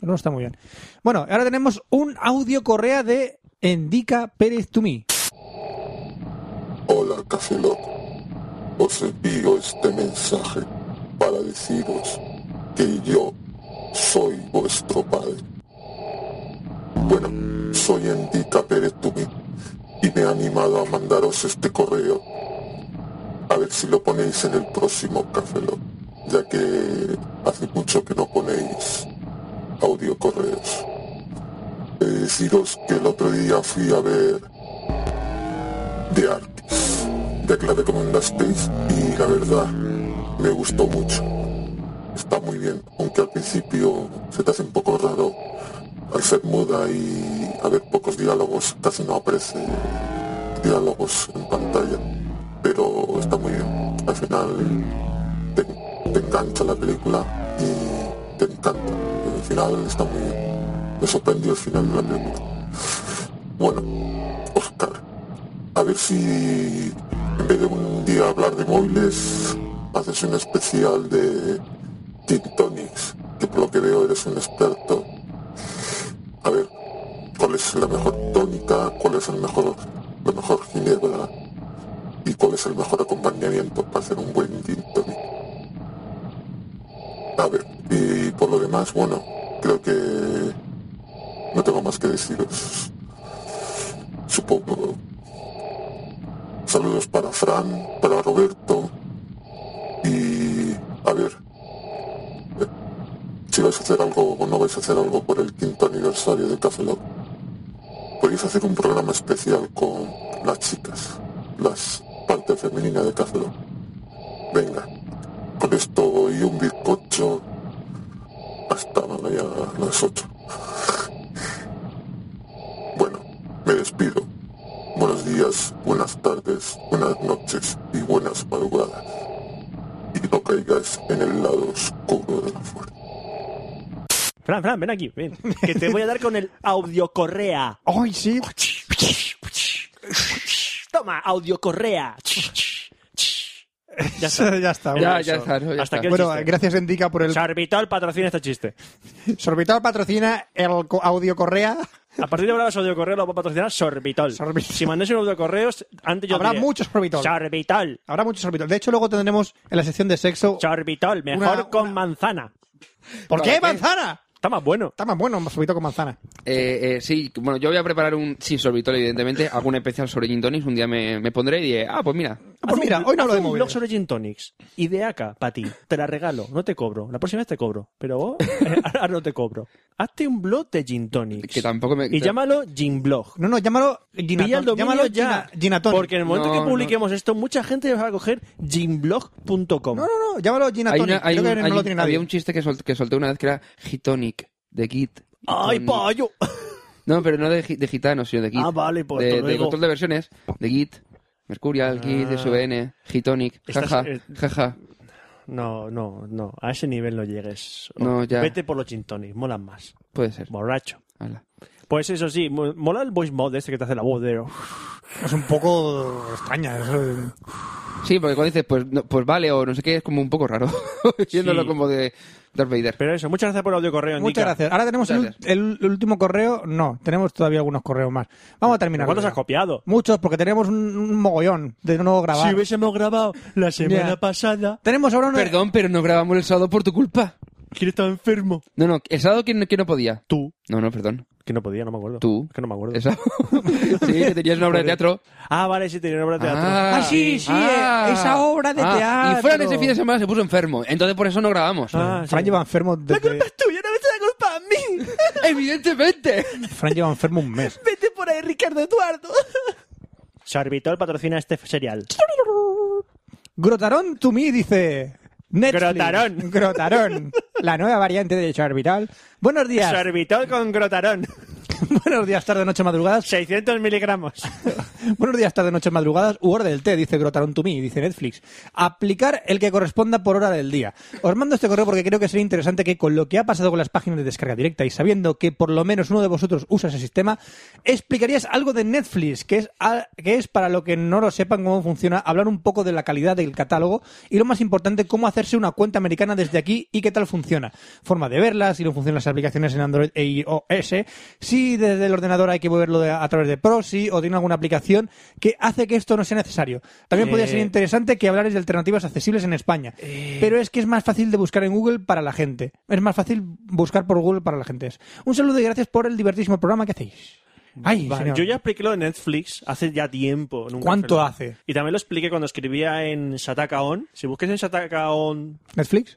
C: El 1 está muy bien. Bueno, ahora tenemos un audio correa de Endica Pérez Tumí.
I: Hola Cafelot, os envío este mensaje para deciros que yo soy vuestro padre. Bueno, soy Endica Pérez Tumi y me he animado a mandaros este correo. A ver si lo ponéis en el próximo Cafelot, ya que hace mucho que no ponéis audio correos. Eh, deciros que el otro día fui a ver de arte, ya que la recomendasteis y la verdad me gustó mucho. Está muy bien, aunque al principio se te hace un poco raro al ser muda y haber pocos diálogos, casi no aparece diálogos en pantalla, pero está muy bien. Al final te, te engancha la película y te encanta. El final está muy bien. Me sorprendió el final de la película. Bueno, Oscar, a ver si en vez de un día hablar de móviles, haces un especial de Gin Tonics, que por lo que veo eres un experto. A ver, cuál es la mejor tónica, cuál es el mejor, la mejor ginebra y cuál es el mejor acompañamiento para hacer un buen Gin Tonic. A ver, y por lo demás, bueno, creo que no tengo más que deciros. Supongo, Saludos para Fran, para Roberto. Y a ver, eh, si vais a hacer algo o no vais a hacer algo por el quinto aniversario de Café Lock, podéis hacer un programa especial con las chicas, las parte femenina de Café Lock. Venga, con esto y un bizcocho, hasta mañana a las 8. Bueno, me despido. Buenos días. días, buenas tardes, buenas noches y buenas madrugadas. Y no caigas en el lado oscuro de la fuerza.
A: Fran, Fran, ven aquí, ven. Que te voy a dar con el audiocorrea.
C: ¡Ay, sí!
A: Toma, audiocorrea. Ya está.
C: ya está.
F: Ya,
C: Bueno,
F: ya está. no, ya
A: Hasta
F: está.
A: que-
C: Bueno,
A: chiste.
C: gracias, Endica, por el.
A: Sorbitol patrocina este chiste.
C: Sorbital patrocina el co- audio correa.
A: A partir de ahora los audiocorreos los va a patrocinar Sorbitol.
C: Sorbitol.
A: Si mandáis un audiocorreos, antes yo
C: Habrá
A: diría,
C: mucho Sorbitol.
A: Sorbitol.
C: Habrá muchos sorbital. De hecho, luego tendremos en la sección de sexo.
A: Sorbitol, mejor
C: Una-
A: con
C: una-
A: manzana.
C: ¿Por qué
F: ¿Para qué?
C: manzana?
A: Está más bueno.
C: Está más bueno un sorbito con manzana.
F: Eh, eh, sí, bueno, yo voy a preparar un sin sorbitol, evidentemente, algún especial sobre gin tonics, un día me, me pondré y diré, ah, pues mira,
C: Ah, Pues
A: Haz
C: mira,
A: un-
C: hoy no
A: haz
C: hablo de
A: un blog
C: móviles.
A: sobre Gin Tonics. Ideaca, para ti. Te la regalo. No te cobro. La próxima vez te cobro. Pero vos, eh, ahora no te cobro. Hazte un blog de Gin Tonics.
F: que tampoco me...
A: Y llámalo Gin Blog.
C: No, no, llámalo
A: Pilla el
C: Ginatón.
A: dominio
C: Llámalo
A: ya.
C: Gina- Ginatón.
A: Porque en el momento
F: No,
A: que publiquemos esto, mucha gente va a coger ginblog.com.
C: No, no, no, llámalo
F: Hay
C: Ginatón.
F: una- hay
C: Creo
F: un-
C: que
F: hay
C: no lo
F: un-
C: tiene
F: había
C: nadie.
F: un chiste que, sol- que solté una vez que era Gitonic, de Git.
A: ¡Ay,
F: Gitonic.
A: pollo!
F: No, pero no de, gi- de gitano, sino de Git.
A: Ah, vale, pues te
F: De,
A: lo
F: de
A: digo.
F: control de versiones, de Git, Mercurial, Git, SVN, Gitonic,
A: Ah. Estás,
F: jaja,
A: eh,
F: jaja.
A: No, no, no. A ese nivel no llegues.
F: No, ya.
A: Vete por los gin tonics. Molan más.
F: Puede ser.
A: Borracho.
F: Hala.
A: Pues eso sí, mo- mola el voice mod este que te hace la voz de...
C: Es un poco extraña. es- eh,
F: Sí, porque cuando dices, pues, no- pues vale, o no sé qué, es como un poco raro. Viéndolo
A: Sí.
F: como de Darth Vader.
A: Pero eso, muchas gracias por el audio correo,
C: Muchas
A: Nica.
C: gracias. Ahora tenemos el,
F: Muchas
C: el- el último correo. No, tenemos todavía algunos correos más. Vamos a terminar.
A: ¿Cuántos
C: ya.
A: has copiado?
C: Muchos, porque tenemos un, un mogollón de no grabar.
A: Si hubiésemos grabado la semana
C: Ya.
A: pasada,
C: Tenemos ahora una...
F: Perdón, pero no grabamos el sábado por tu culpa.
A: ¿quién estaba enfermo?
F: No, no, el sábado que no, que no podía.
A: Tú.
F: No, no, perdón.
A: Que no podía, no me acuerdo.
F: Tú.
A: Es Que no me acuerdo.
F: El sábado. sí, que tenías una obra de teatro. ah.
A: Ah, vale, sí, tenía una obra de teatro.
C: Ah, sí, sí, eh, esa obra de
F: Y fuera de
C: teatro.
F: ese fin de semana se puso enfermo. Entonces por eso no grabamos.
A: Ah, sí.
C: Fran lleva enfermo desde-
A: tuya, no me eches la culpa a mí.
F: Evidentemente.
C: Fran lleva enfermo un mes.
A: Vete por ahí, Ricardo Eduardo. Sorbitol patrocina este serial.
C: Grotarón to me dice... Netflix.
A: Grotarón.
C: Grotarón. La nueva variante de Charvital. Buenos días.
A: Sorbitol con grotarón.
C: Buenos días, tarde, noche, madrugadas.
A: 600 miligramos.
C: Buenos días, tarde, noche, madrugadas. U hora del té, dice Grotarón to me, dice Netflix. Aplicar el que corresponda por hora del día. Os mando este correo porque creo que sería interesante que con lo que ha pasado con las páginas de descarga directa y sabiendo que por lo menos uno de vosotros usa ese sistema, explicarías algo de Netflix, que es, a- que es para lo que no lo sepan cómo funciona, hablar un poco de la calidad del catálogo y lo más importante, cómo hacerse una cuenta americana desde aquí y qué tal funciona. Forma de verla, si no funcionan las aplicaciones en Android e iOS, si desde el ordenador hay que moverlo de- a través de Proxy o tiene alguna aplicación que hace que esto no sea necesario. También
A: Eh, Eh.
C: podría ser interesante que hablares de alternativas accesibles en España, pero es que es más fácil de buscar en Google para la gente. Es más fácil buscar por Google para la gente. Un saludo y gracias por el divertísimo programa que hacéis. Ay,
A: Vale,
C: señor.
A: Yo ya expliqué lo de Netflix hace ya tiempo. en un
C: ¿Cuánto
A: café.
C: hace?
A: Y también lo expliqué cuando escribía en Sataka On. Si busques en satakaon.com,
C: Netflix.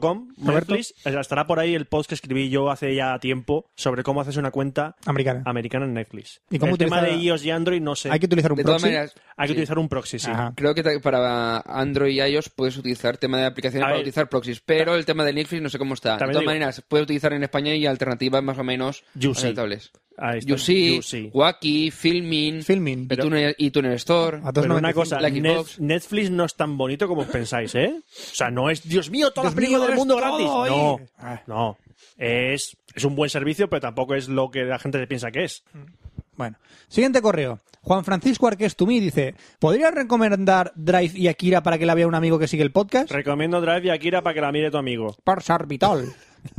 C: Roberto.
A: Netflix, estará por ahí el post que escribí yo hace ya tiempo sobre cómo haces una cuenta
C: Americana.
A: americana en Netflix.
C: ¿Y cómo
A: el tema de
C: utilizar-
A: iOS y Android no sé.
C: Hay que utilizar un
F: De todas
C: proxy. Ah,
F: maneras,
A: Hay que
F: sí.
A: utilizar un proxy, sí.
C: Ajá.
F: Creo que ta- para Android y iOS puedes utilizar tema de aplicaciones
A: A
F: para
A: ver.
F: utilizar proxies, pero el tema de Netflix no sé cómo está.
A: También
F: de todas
A: digo-
F: maneras, puedes utilizar en España y alternativas más o menos
A: Yusi.
F: aceptables.
A: Ahí está,
F: Yusi,
A: Yusi.
F: Wacky, Filmin,
C: Filmin.
F: y
C: Pero-
F: Tuner- y Tuner Store.
C: A dos
A: Pero una
C: 95.
A: cosa,
F: La
A: Net-
F: Xbox.
A: Netflix no es tan bonito como os pensáis, ¿eh? O sea, no es, Dios mío, todas las
C: Dios
A: películas
C: mío,
A: del mundo
C: es
A: gratis.
C: todo,
A: No,
C: oye. Ah.
A: no. Es, es un buen servicio, pero tampoco es lo que la gente piensa que es.
C: Bueno, siguiente correo. Juan Francisco Arqués Tumí dice: ¿Podrías recomendar Drive y Akira para que la vea un amigo que sigue el podcast?
A: Recomiendo Drive y Akira para que la mire tu amigo.
C: Por Sarbital.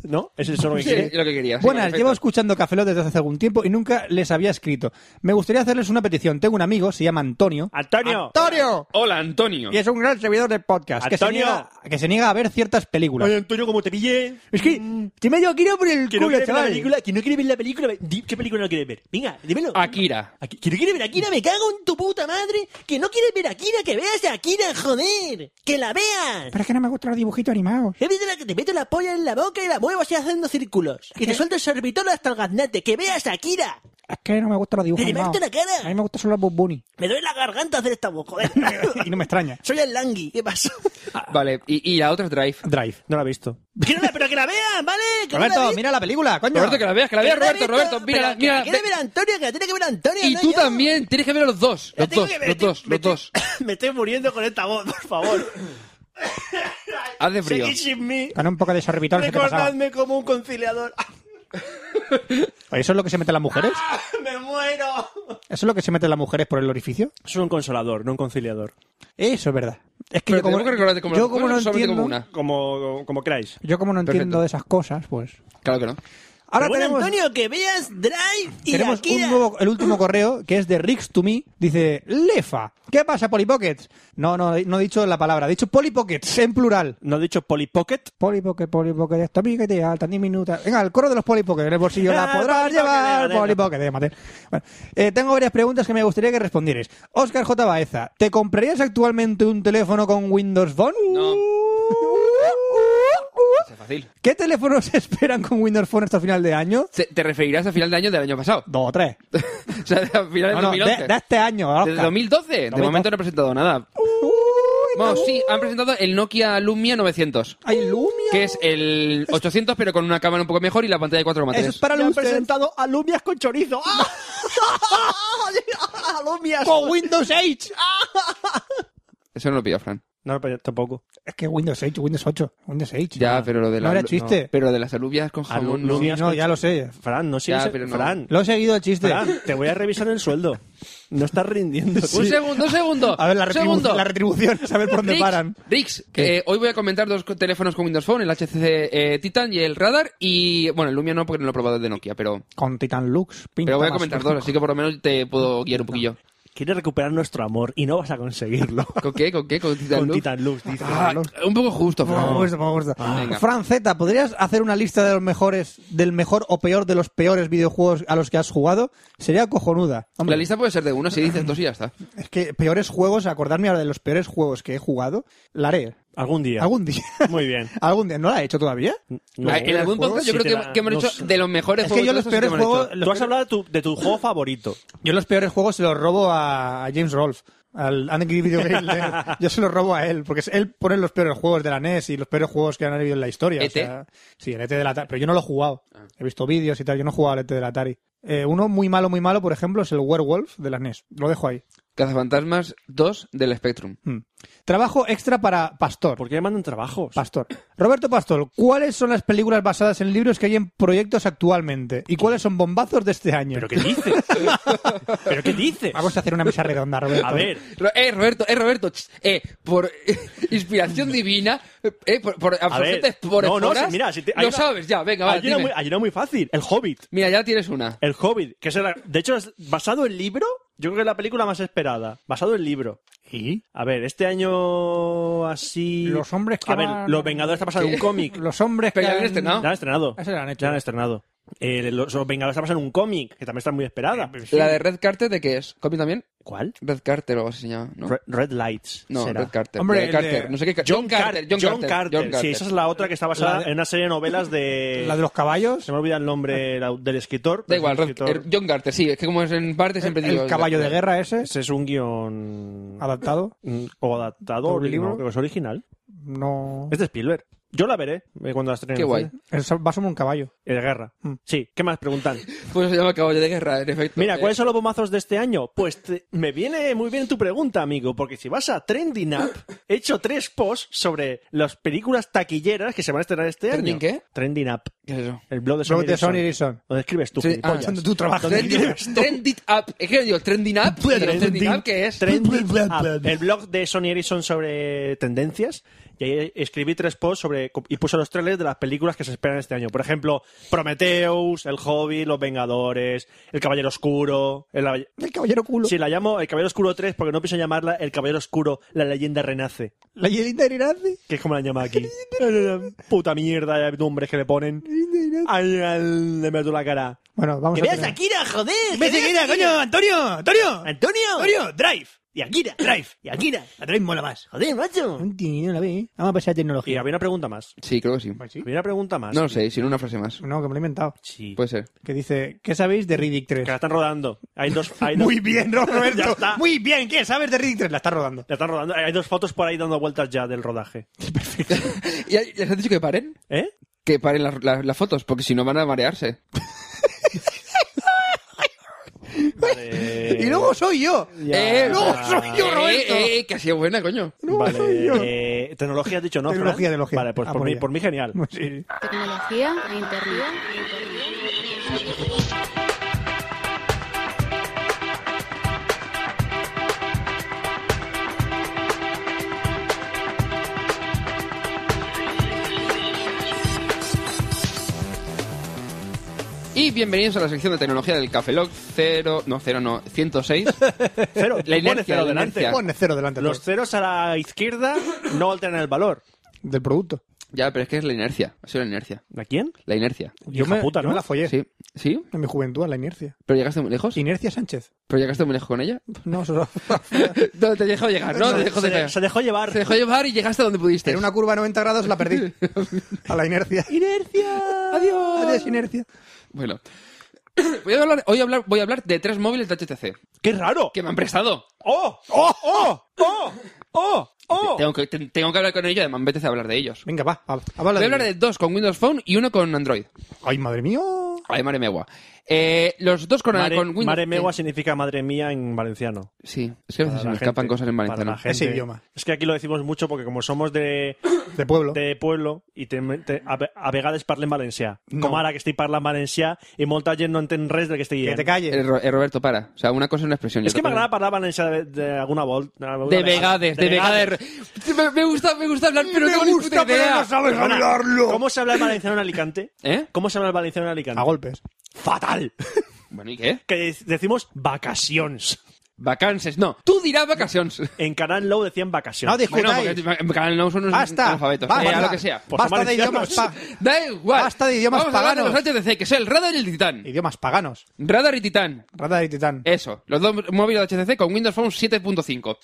A: ¿No? ¿Es eso lo que
F: Sí,
A: quiere?
F: es lo que quería. sí,
C: Buenas,
F: perfecto.
C: llevo escuchando Cafelot desde hace algún tiempo y nunca les había escrito. Me gustaría hacerles una petición. Tengo un amigo, se llama Antonio.
A: ¡Antonio!
C: ¡Antonio!
F: Hola, Antonio.
C: Y es un gran servidor del podcast. Que se,
A: ¡Antonio!
C: niega, que se niega a ver ciertas películas.
A: Oye, Antonio, como te pillé. Mm,
C: es que te me dio Akira por el
A: Que no
C: culo,
A: quiere ver la
C: chaval.
A: película, que no quiere ver la película. Di- ¿Qué película no quieres ver? Venga, dímelo.
F: Akira.
A: Aquí- Que no quiere ver Akira, me cago en tu puta madre. Que no quieres ver Akira, que veas a Akira, joder. Que la veas.
C: Pero es que no me gustan los dibujitos animados.
A: He visto la que te meto la polla en la boca y la muevo así haciendo círculos. Que te suelto el sorbitol hasta el gaznate. ¡Que veas, Akira!
C: Es que no me gustan los dibujos
J: Me divierte
C: animados.
J: la cara.
C: A mí me gusta solo los Bunny.
J: Me duele la garganta hacer esta voz, joder.
C: y no me extraña.
J: Soy el Langui, ¿qué pasa? Ah.
F: Vale, y, y la otra es Drive.
C: Drive.
A: No la he visto.
J: Que no la- pero que la vean, ¿vale? Que no la
C: Roberto,
J: vi-
C: mira la película, coño.
F: Roberto, que la veas, que la
J: que
F: veas,
J: no la he
F: Roberto,
J: visto,
F: Roberto, mira, mira.
J: pero Que la quiere ver Antonio, que la tiene que ver Antonio.
F: Y
J: no
F: tú
J: yo.
F: también, tienes que ver a los dos.
J: La
F: Los
J: tengo
F: dos,
J: que ver,
F: los
J: tío.
F: dos,
J: Me
F: los dos.
J: estoy- Me estoy muriendo con esta voz, por favor.
F: Haz de frío.
J: Seguid sin mí.
C: Con un poco de sorbitol se te pasaba.
J: Recordadme como un conciliador.
C: ¿Eso es lo que se meten las mujeres?
F: ¡Ah!
J: ¡Me muero!
C: ¿Eso es lo que se meten las mujeres por el orificio?
A: Soy un consolador, no un conciliador.
C: Eso es verdad. Es que
F: Pero
C: yo como,
F: tenemos que recordarte como
C: yo
F: las
C: como
F: cosas,
C: no
F: solamente
C: entiendo,
F: como una.
A: Como, como queráis.
C: yo como no
F: Perfecto.
C: entiendo de esas cosas, pues...
F: Claro que no.
C: Ahora
J: Pero bueno,
C: tenemos,
J: Antonio, que veas Drive y
C: tenemos
J: Akira.
C: un nuevo- el último correo, que es de Rix to me. Dice, Lefa, ¿qué pasa, Polypockets? No, no, no he dicho la palabra, he dicho Polypockets en plural.
A: ¿No has dicho Polypocket?
C: Polipocket, Polipocket, esta amiga te alta, ni minuta. Venga, el coro de los Polipocket, en el bolsillo la
A: Ah,
C: podrás
A: Polly Pocket,
C: llevar.
A: venga, venga.
C: Polipocket, llámate. Bueno, eh, tengo varias preguntas que me gustaría que respondierais. Oscar J. Baeza, ¿te comprarías actualmente un teléfono con Windows Phone?
F: No. Es fácil.
C: ¿Qué teléfonos se esperan con Windows Phone hasta final de año?
F: Se- Te referirás a final de año del año pasado.
C: Dos o tres.
F: o sea, a final
C: No, no,
F: de
C: de,
F: 2011.
C: de este año, Oscar.
F: Desde 2012. De
C: 2012.
F: momento no he presentado nada. Vamos, sí, han presentado el Nokia Lumia 900.
C: ¡Ay, Lumia!
F: Que es el 800, pero con una cámara un poco mejor y la pantalla de 4,3.
C: Eso es para
J: Le han
C: luces.
J: presentado alumias con chorizo. ¡Ah!
A: ¡Ah!
J: alumias.
C: ¡Con Windows 8!
F: Eso no lo pidió Fran.
A: No, pero tampoco.
C: Es que Windows 8, Windows 8, Windows 8.
F: Ya, pero lo de
C: No
F: la.
C: era chiste.
F: Pero lo de las alubias con
A: Alu-
F: jamón. no.
A: Lumia.
C: Sí, no, ya lo sé.
A: Fran, no sigues.
F: Ya, pero no.
A: Fran,
C: Lo he seguido el chiste.
A: Fran, te voy a revisar el sueldo. No estás rindiendo.
F: Un
A: Sí.
F: segundo, un segundo.
C: A ver, la, retribu-
F: segundo.
C: la retribución, a ver por dónde
F: Rix,
C: paran.
F: Rix, eh, hoy voy a comentar dos co- teléfonos con Windows Phone, el HCC eh, Titan y el Radar. Y bueno, el Lumia no, porque no lo he probado el de Nokia, pero,
C: Con Titan Lux, pinta
F: pero voy a
C: más
F: comentar
C: lógico.
F: dos, así que por lo menos te puedo guiar un poquillo.
A: Quieres recuperar nuestro amor y no vas a conseguirlo.
F: ¿Con qué? ¿Con qué? ¿Con Titan
A: Con
F: Lux?
A: Titan Lux, dice.
F: Ah, un poco justo,
C: Me
F: Fran.
A: pues,
C: gusta, me gusta.
F: Ah, Venga.
C: Fran Z, ¿podrías hacer una lista de los mejores, del mejor o peor de los peores videojuegos a los que has jugado? Sería cojonuda. Hombre,
F: La lista puede ser de uno, si dices dos y ya está.
C: es que peores juegos, acordarme ahora de los peores juegos que he jugado, la haré.
A: Algún día.
C: Algún día.
A: Muy bien.
C: ¿Algún día? ¿No la he hecho todavía?
A: No.
F: Ah, en algún
A: Juegos
F: podcast yo
A: sí
F: creo
A: te
F: que,
A: la-
F: que hemos
A: no
F: hecho
A: sé.
F: de los mejores
C: Es que
F: juegos.
C: yo
F: de
C: los
F: estos que
C: peores
F: hemos hecho.
C: juegos... los
A: Tú has
C: peores-
A: hablado de tu, de tu juego favorito.
C: Yo los peores juegos se los robo a a James Rolfe, al Angry Video Game Nerd. Yo se los robo a él, porque es- él pone los peores juegos de la NES y los peores juegos que han habido en la historia. o
A: ¿E
F: ET.
C: sea, sí, el ET de la Atari. Pero yo no lo he jugado.
A: Ah.
C: He visto vídeos y tal, yo no he jugado al ET de la Atari. Eh, uno muy malo, muy malo, por ejemplo, es el Werewolf de la NES. Lo dejo ahí.
F: Cazafantasmas 2 del Spectrum.
A: Mm.
C: Hmm. Trabajo extra para Pastor.
A: ¿Por qué me mandan trabajos?
C: Pastor. Roberto Pastor, ¿cuáles son las películas basadas en libros que hay en proyectos actualmente? ¿Y cuáles son bombazos de este año?
A: ¿Pero qué dices? ¿Pero qué dices?
C: Vamos a hacer una mesa redonda, Roberto.
A: A ver,
F: Ro- Eh, Roberto, eh, Roberto, ch- eh, por eh, inspiración divina, eh, por, por absorbentes
A: ver,
F: por
A: no, no,
F: esporas,
A: si- mira, si te- hay
F: lo
A: una-
F: sabes ya, venga, va,
A: hay, una
F: dime.
A: muy, Eh, hay una muy fácil. El Hobbit.
F: Mira, ya tienes una.
A: El Hobbit, que será... De hecho, es basado en libro, yo creo que es la película más esperada. Basado en libro.
C: ¿Y?
A: A ver, este año así...
C: Los hombres que
A: A ver,
C: van-
A: Los Vengadores está basado en un cómic.
C: Los hombres
F: Pero ya
C: que
F: lo han
A: Ya este,
C: han-
F: estrenado.
A: la han estrenado.
C: Ese Ah. lo han hecho.
A: Ya la han estrenado. Eh, los, los Vengadores está basado en un cómic, que también está muy esperada.
F: La de Red Carter, ¿de qué es? ¿Copy también?
A: ¿Cuál?
F: Red Carter o algo así se llama, ¿no?
A: Re- Red Lights.
F: no,
A: será.
F: Red Carter.
C: Hombre,
F: Red
C: el de-
F: Carter, no sé qué. John
A: Car-
F: Carter, John, Carter, John Carter.
A: Sí, esa es la otra que está basada
C: La de-
A: en una serie de novelas de...
C: La de los caballos.
A: Se me olvida el nombre la- del escritor.
F: Da
A: pero
F: igual,
A: es un
F: Red-
A: escritor-
F: eh, John Carter, sí, es que como es en parte siempre digo...
C: El caballo de guerra ese,
A: Ese es un guión...
C: adaptado.
A: Mm, o adaptado
C: ¿Por un
A: no,
C: libro?
A: creo que es original.
C: No.
A: Es de Spielberg. Yo la veré eh, cuando la estrenen.
F: Qué
A: en
F: guay.
A: cine.
C: Es- Va sobre un caballo.
A: Eh, de guerra.
C: Mm.
A: Sí, ¿qué más preguntan?
F: Pues se llama caballo de guerra, en efecto.
A: Mira,
F: Eh,
A: ¿cuáles son los bombazos de este año? Pues te- me viene muy bien tu pregunta, amigo, porque si vas a Trending Up, he hecho tres posts sobre las películas taquilleras que se van a estrenar este
F: ¿Trending
A: año.
F: qué?
A: Trending Up.
F: ¿Qué es eso?
A: El blog de Sony
C: Sobre de
A: Edison.
C: Sony Edison.
A: Donde escribes tú,
F: Sí,
A: gilipollas.
F: ah,
C: tu trabajo.
A: ¿Dónde
F: Trending,
A: escribes tú?
F: Trending Up. Es que digo, Trending Up. y digo, Trending Up, ¿qué es?
A: Trending Up, Pues, ah, el blog de Sony Ericsson sobre tendencias. Y ahí escribí tres posts sobre y puse los trailers de las películas que se esperan este año. Por ejemplo, Prometheus, El Hobbit, Los Vengadores, El Caballero Oscuro. El,
C: El caballero culo.
A: si la llamo El Caballero Oscuro 3, porque no pienso llamarla El Caballero Oscuro, la leyenda renace.
C: La hielita de Irandi.
A: Que es como la llama aquí. Puta mierda de nombres que le ponen. Ay, al- le meto la cara.
C: Bueno, vamos
J: ¡Que
C: a
J: veas
C: terminar.
J: Akira, joder!
C: ¡Ve,
J: que veas
C: seguida,
J: Akira.
C: coño! ¡Antonio! ¡Antonio!
J: ¡Antonio!
C: ¡Antonio! ¡Drive!
J: y Akira Drive, y Akira, la Drive mola más. Joder, macho.
C: Un tío, la ve. ¿eh? Vamos a pasar a
A: Y
C: tecnología.
A: había una pregunta más.
F: Sí, creo que sí.
C: Pues sí.
A: Había una pregunta más.
F: No lo sé, Pues- sin una frase más.
C: No, que me lo he inventado.
A: Sí.
F: Puede ser.
C: Que dice, ¿qué sabéis de Riddick
A: Que
C: 3?
A: la están rodando. Hay dos. Hay dos
C: Muy bien, Roberto.
A: ya está.
C: Muy bien, ¿qué sabes de Riddick 3? La está rodando.
A: La están rodando. Hay dos fotos por ahí dando vueltas ya del rodaje.
F: ¿Y hay- les han dicho que paren?
A: ¿Eh?
F: Que paren las, las- las fotos, porque si no van a marearse.
A: Vale.
C: Y luego soy yo.
A: Eh, Ya.
F: ¡Eh!
C: ¡No, soy yo,
F: Eh,
C: Roberto!
F: eh, eh, que ha sido buena, coño.
A: Vale. eh, tecnología has dicho, ¿no? Fran?
C: Tecnología, tecnología.
A: Vale, pues
C: Ah,
A: por,
C: por
A: mí,
C: ella.
A: por mí genial.
C: Sí.
E: Tecnología e internet.
F: Y bienvenidos a la sección de tecnología del Café Lock 0, no 0, no, 106.
A: Cero.
F: La
A: La
F: inercia,
A: cero
F: la
A: delante.
F: inercia.
C: Pone cero delante
A: Los
C: todo,
A: ceros a la izquierda no alteran el valor.
C: del producto.
F: ya, pero es que es la inercia, ha sido la inercia.
A: ¿A quién?
F: La inercia.
A: Yo me, puta,
C: yo
A: ¿no?
C: me la follé
F: Sí, sí,
C: en mi juventud a la inercia.
F: pero llegaste muy lejos.
C: Inercia Sánchez.
F: ¿Pero llegaste muy lejos con ella?
C: No, solo...
F: No, te dejó llegar, no, te dejó
A: se,
F: llegar.
A: se dejó llevar.
F: Se dejó llevar y llegaste donde pudiste.
C: en una curva a 90 grados la perdí. A la inercia. ¡Inercia! ¡Adiós! ¡Adiós, inercia!
F: Bueno. Voy a, hablar, hoy hablar, voy a hablar de tres móviles de HTC
A: ¡Qué raro!
F: que me han prestado.
A: ¡Oh! ¡Oh! ¡Oh! ¡Oh! ¡Oh! ¡Oh!
F: Tengo, que, te- tengo que hablar con ellos, además me apetece hablar de ellos.
C: Venga, va, va,
A: Ah,
F: Voy a hablar de dos con Windows Phone y uno con Android.
C: ¡Ay, madre mía!
F: Ay, mare megua. Eh, los dos con,
A: Mare,
F: con Windows.
A: mare megua
F: eh,
A: significa madre mía en valenciano.
F: sí, es que a veces
A: Para
F: se
A: la
F: me escapan
A: gente,
F: cosas en
A: para
F: valenciano.
A: la gente.
C: Ese idioma.
A: Es que aquí lo decimos mucho porque como somos de,
C: De pueblo.
A: de pueblo y te, te, a, ve- a vegades parlen valencià.
C: No.
A: Com ara que estic parlant valencià i molta gent no entén res del que estic
C: Que
A: dient.
C: te
F: Eh,
C: calles.
F: Ro- eh, Roberto, para. O sea, una cosa es una expresión. y
A: És que
F: otra cosa-
A: m'agrada parlar valencià de, de alguna volta. alguna
F: De
A: vegada.
F: Vegades, de Vegades. Me, me gusta, me gusta hablar, pero no tengo ni puta idea.
A: Perdona, ¿Cómo se habla el valenciano en Alicante?
F: ¿Eh?
A: ¿Cómo se habla el valenciano en Alicante?
C: A golpes.
A: Fatal.
F: Bueno, ¿y qué?
A: Que dec- decimos vacacions.
F: Vacances, no. Tú dirás vacaciones.
A: En Canal Low decían vacaciones.
C: No discutáis.
F: Bueno, porque en Canal no son unos
C: ¡Basta!
F: analfabetos.
C: basta,
F: Eh, a lo que sea.
A: Pues
C: ¡Basta
A: son
C: de idiomas, pa-
F: Da igual.
C: Basta de idiomas
F: Vamos a hablar
C: paganos.
F: de los HTC, que es el Radar y el Titán.
C: idiomas paganos!
F: Radar y Titán.
C: Rata de titán.
F: Eso, los dos móviles de HTC con Windows Phone 7.5.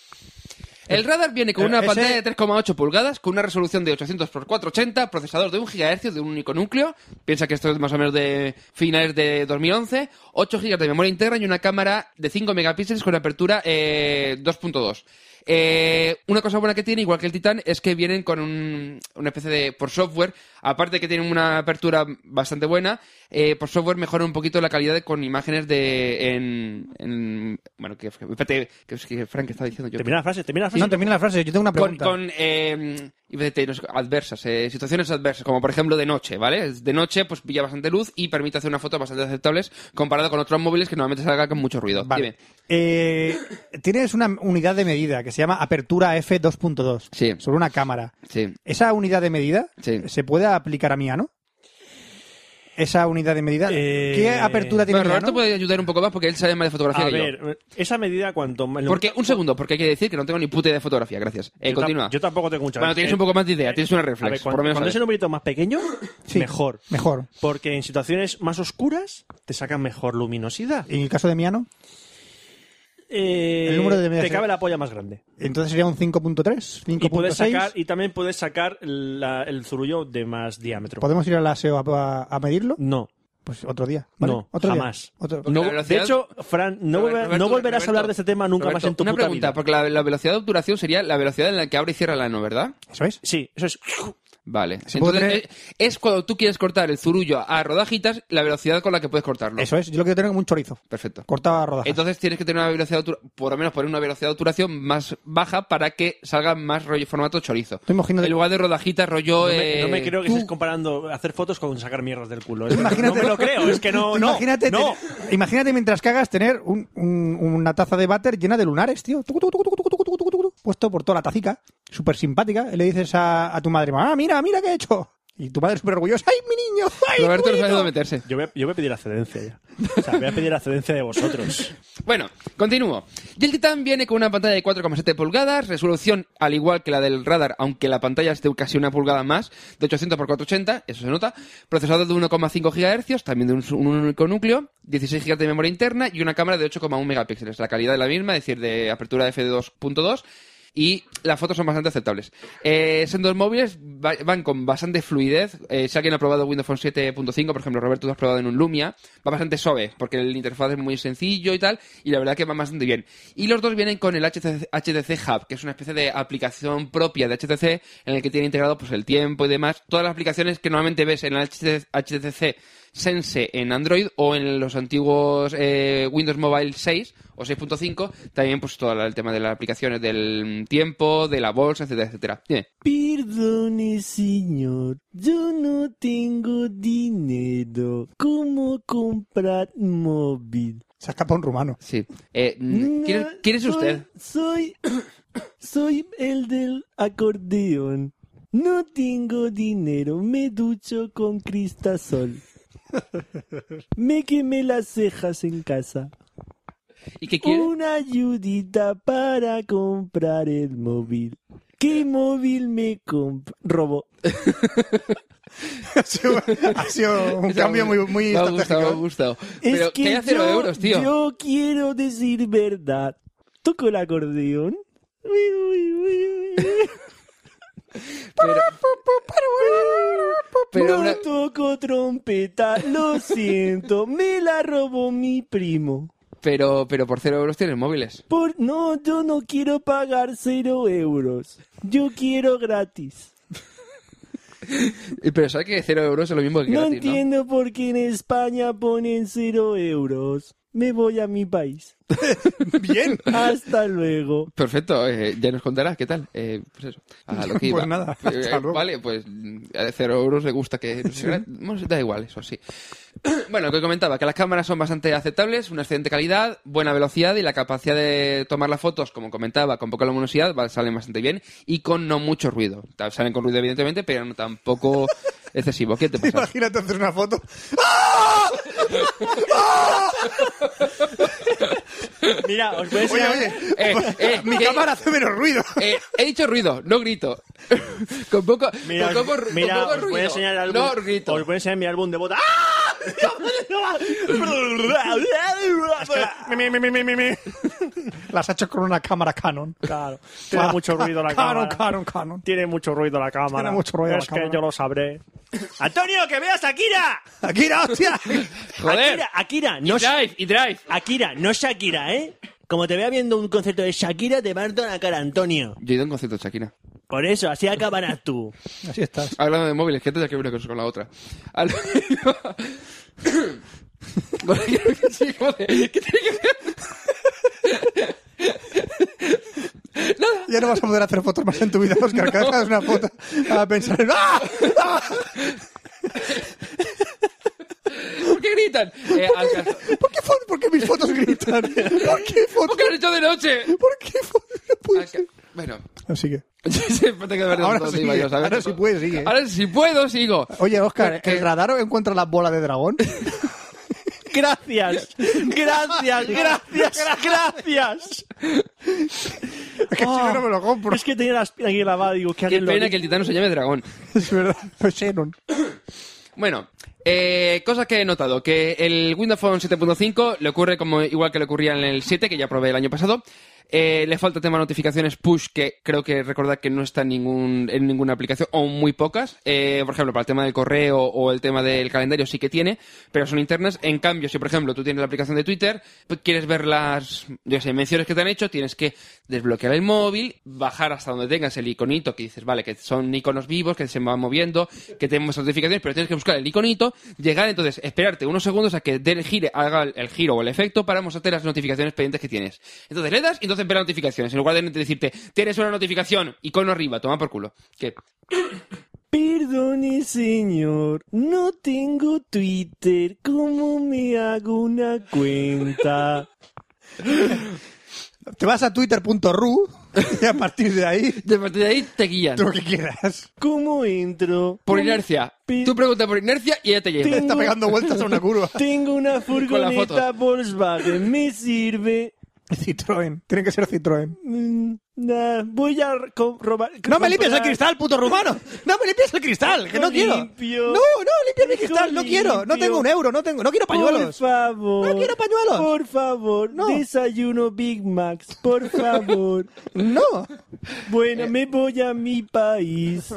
F: El radar viene con
C: Eh,
F: una
C: ese-
F: pantalla de 3,8 pulgadas, con una resolución de 800x480, procesador de 1 GHz de un único núcleo, piensa que esto es más o menos de finales de 2011, 8 GB de memoria interna y una cámara de 5 megapíxeles con apertura eh, 2.2. Eh, una cosa buena que tiene, igual que el Titan, es que vienen con un- una especie de. por software, aparte de que tienen una apertura bastante buena, eh, por software mejora un poquito la calidad de- con imágenes de. en. en- bueno, que. espérate, que, es que Frank está diciendo yo.
A: Termina la frase, termina la frase.
C: No, termina la frase. Yo tengo una
F: Con,
C: pregunta.
F: con eh, iba a decir, no sé, adversas, eh, situaciones adversas, como por ejemplo de noche, ¿vale? De noche, pues pilla bastante luz y permite hacer una foto bastante aceptables comparado con otros móviles que normalmente salgan con mucho ruido.
C: Vale.
F: Dime.
C: Eh, tienes una unidad de medida que se llama apertura F 2.2
F: Sí.
C: sobre una cámara.
F: Sí.
C: ¿Esa unidad de medida
F: Sí.
C: se puede aplicar a Miano? Esa unidad de medida.
A: Eh,
C: ¿Qué apertura tiene
F: Bueno, Roberto
C: Miano?
F: puede ayudar un poco más porque él sabe más de fotografía
A: A
F: que yo.
A: ver, esa medida cuanto...
F: Porque, un segundo, porque hay que decir que no tengo ni puta idea de fotografía, gracias. Eh,
A: Yo tam-
F: continúa.
A: Yo tampoco tengo mucha
F: bueno, tienes
A: Eh,
F: un poco más de idea, tienes una
A: A ver,
F: reflex, por
A: cuando,
F: lo menos
A: cuando es
F: sabes.
A: un numerito más pequeño,
C: Sí.
A: mejor.
C: Mejor.
A: Porque en situaciones más oscuras te sacan mejor luminosidad.
C: En el caso de Miano,
A: Eh,
C: El número de medidas
A: te
C: es-
A: cabe la polla más grande.
C: entonces sería un 5.3,
A: Y, puedes
C: 5.6.
A: sacar, y también puedes sacar la- el zurullo de más diámetro.
C: ¿Podemos ir al aseo a, a- a medirlo?
A: No.
C: Pues otro día. ¿vale?
A: No,
C: otro
A: jamás.
C: Día. Otro-
F: No,
A: No, de
F: velocidad-
A: hecho, Fran, no,
F: Robert-
A: volver- no
F: Roberto,
A: volverás
F: Roberto,
A: a hablar de este tema nunca
F: Roberto,
A: más en tu
F: Una
A: puta
F: pregunta,
A: vida.
F: porque la, la velocidad de obturación sería la velocidad en la que abre y cierra el ano, ¿verdad?
C: Eso es.
A: Sí, eso es.
F: Vale.
C: Se
F: Entonces,
C: puede-
F: eh, es cuando tú quieres cortar el zurullo a rodajitas, la velocidad con la que puedes cortarlo.
C: Eso es. Yo lo quiero tener como un chorizo.
F: Perfecto.
C: Cortaba rodajas.
F: Entonces tienes que tener una velocidad, de obtura- por lo menos poner una velocidad de obturación más baja para que salga más rollo formato chorizo.
C: Tú imagínate-
F: En lugar de rodajitas, rollo.
A: No me,
J: Pues
A: no me
F: eh,
A: creo que
C: tú-
A: estés comparando hacer fotos con sacar mierdas del culo. Es que no me lo creo, es que no.
C: Tú
A: no,
C: imagínate,
A: no.
C: tener- imagínate mientras cagas tener un- un- una taza de váter llena de lunares, tío. Tucu, tucu, tucu, tucu, tucu, tucu, tucu, tucu, puesto por toda la tacica. Súper simpática. Y le dices a, a tu madre, ah, mira, mira qué he hecho. Y tu madre súper orgullosa. ¡Ay, mi niño! ¡Ay,
F: Roberto no
C: bueno!
F: sabe dónde meterse.
A: Yo voy, a, yo voy a pedir ascendencia ya. O sea, voy a pedir ascendencia de vosotros.
F: Bueno, continúo. Y el Titan viene con una pantalla de 4,7 pulgadas, resolución al igual que la del radar, aunque la pantalla es de casi una pulgada más, de 800 x 480, eso se nota. Procesador de 1,5 GHz, también de un, su- un único núcleo, 16 GB de memoria interna y una cámara de 8,1 megapíxeles. La calidad es la misma, es decir, de apertura f2.2. Y las fotos son bastante aceptables. Eh, sendos móviles va- van con bastante fluidez. Eh, si alguien ha probado Windows Phone 7.5, por ejemplo, Roberto, tú has probado en un Lumia, va bastante suave, porque el interfaz es muy sencillo y tal, y la verdad que va bastante bien. Y los dos vienen con el HTC, HTC Hub, que es una especie de aplicación propia de HTC, en el que tiene integrado pues el tiempo y demás. Todas las aplicaciones que normalmente ves en el HTC, Sense en Android o en los antiguos eh, Windows Mobile 6 o 6.5, también pues todo el tema de las aplicaciones del tiempo, de la bolsa, etcétera, etcétera. Dime.
J: Perdone, señor, yo no tengo dinero. ¿Cómo comprar móvil?
C: Se ha escapado un rumano.
F: Sí. Eh, mm, ¿quién, es- quién es usted?
J: Soy, soy el del acordeón. No tengo dinero, me ducho con cristasol. Me quemé las cejas en casa.
F: ¿Y qué quiere?
J: Una ayudita para comprar el móvil.
F: Eh.
J: ¿Qué móvil me compro? Robo.
C: ha, sido, ha sido un cambio muy, muy
F: Me ha gustado, me ha
C: estratégico.
F: gustado. Pero que hay a cero euros, tío.
J: yo quiero decir verdad. Toco el acordeón. Uy, uy, uy, uy.
F: Pero, pero
J: no
F: una-
J: toco trompeta, lo siento, me la robó mi primo.
F: pero, pero por cero euros tienes móviles.
J: Por no, yo no quiero pagar cero euros, yo quiero gratis.
F: Eh, Pero sabes que cero euros es lo mismo que
J: no
F: gratis, ¿no?
J: entiendo por qué en España ponen cero euros. Me voy a mi país.
C: Bien.
J: Hasta luego.
F: Perfecto, eh, ya nos contarás qué tal. Eh, pues eso, a lo que iba.
C: Pues nada,
F: Eh,
C: hasta luego.
F: Vale, pues mm, a cero euros le gusta que... no sé, gra- bueno, da igual, eso sí. Bueno, lo que comentaba, que las cámaras son bastante aceptables, una excelente calidad, buena velocidad y la capacidad de tomar las fotos, como comentaba, con poca luminosidad, va- salen bastante bien y con no mucho ruido. Ta- Salen con ruido, evidentemente, pero no tampoco excesivo. ¿Qué te pasa?
C: Imagínate hacer una foto.
A: Mira, os voy a
C: Oye,
A: enseñar...
C: oye.
F: Eh, eh,
C: mi
F: ¿qué?
C: cámara hace menos ruido.
F: Eh, he dicho ruido, no grito. con poco,
A: Mira,
F: con poco, ru- con
A: mira,
F: poco
A: os voy a
F: ruido.
A: enseñar el álbum.
F: No grito.
A: Os voy a enseñar mi álbum de boda. ¡Ah! Mi, mi, mi, mi, mi, mi.
C: Las ha hecho con una cámara Canon.
A: Claro, tiene mucho ruido la
C: Canon,
A: cámara.
C: Canon, Canon.
A: Tiene mucho ruido la cámara.
C: Tiene mucho ruido
A: es
C: la
A: que
C: cámara.
A: yo lo sabré. Antonio, que veas Akira.
C: Akira, hostia.
F: Joder.
A: Akira, Akira, no Sha-
F: drive, y drive.
A: Akira, no Shakira, ¿eh? Como te vea viendo un concierto de Shakira, te parto la cara, Antonio.
F: Yo he ido a un concierto de Shakira.
A: Por eso, así acabarás tú.
C: Así estás.
F: Hablando de móviles, que tendría que ver una cosa con la otra. Al- Bueno, creo que sí, joder. ¿Qué tiene
C: Ya no vas a poder hacer fotos más en tu vida, Oscar. Cada vez que hagas una foto a pensar en... ¡Ah! ¡Ah!
F: que- ¿Por qué gritan? Eh, Alcázar.
C: ¿Por qué, fo- por qué mis fotos gritan? ¿Por qué
F: ¿Por
C: fotos?
F: qué lo han hecho de noche?
C: ¿Por qué fotos? No puede
F: Alca-
C: ser.
F: Bueno.
C: Así que...
F: ahora
C: Ahora sí, ahora sí puedes, sigue.
F: Ahora sí puedo, sigo.
C: Oye, Oscar,
F: Pero,
C: ¿el
F: eh,
C: radar encuentra la bola de dragón?
A: Gracias, gracias, gracias, gracias.
C: Es que si no, no me lo compro.
A: Es que tenía la espina aquí grabada, digo, que
F: Qué
A: alguien lo
F: pena
A: diga.
F: que el titano se llame dragón.
C: Es verdad. Fue Xenon.
F: Bueno, eh, cosas que he notado. Que el Windows Phone 7.5 le ocurre como igual que le ocurría en el 7, que ya probé el año pasado. Eh, le falta el tema notificaciones push, que creo que recordad que no está en, ningún, en ninguna aplicación, o muy pocas. Eh, por ejemplo, para el tema del correo o el tema del calendario sí que tiene, pero son internas. En cambio, si por ejemplo tú tienes la aplicación de Twitter, pues quieres ver las, yo sé, menciones que te han hecho, tienes que desbloquear el móvil, bajar hasta donde tengas el iconito, que dices, vale, que son iconos vivos, que se van moviendo, que tenemos notificaciones, pero tienes que buscar el iconito, llegar entonces, esperarte unos segundos a que dé el gire, haga el, el giro o el efecto para mostrarte las notificaciones pendientes que tienes. Entonces le das y entonces ve las notificaciones, en lugar de decirte, tienes una notificación, icono arriba, toma por culo. Que
J: Perdone, señor, no tengo Twitter. ¿Cómo me hago una cuenta?
C: Te vas a twitter.ru y a partir de ahí,
F: De partir de ahí te guían.
C: lo que quieras.
A: ¿Cómo entro?
F: Por inercia.
A: Pi-
F: Tú preguntas por inercia y ella te lleva.
A: Tengo-
C: Está pegando vueltas a una curva.
A: Tengo una furgoneta
F: foto.
A: Volkswagen, me sirve.
C: Citroën. Tiene que ser Citroën.
A: Mm, nah, voy a co- robar.
C: ¡No me limpies el
A: comprar-
C: cristal, puto rumano! ¡No me limpies el cristal! ¡Que no
A: Hijo
C: quiero!
A: limpio.
C: ¡No, no! ¡Limpias mi
A: Hijo
C: cristal! ¡No quiero! ¡No
A: limpio.
C: tengo un euro! ¡No tengo! ¡No quiero
A: Por
C: pañuelos!
A: favor.
C: No quiero pañuelos.
A: Por favor.
C: No.
A: Desayuno Big Macs, por favor.
C: ¡No!
A: bueno, me voy a mi país.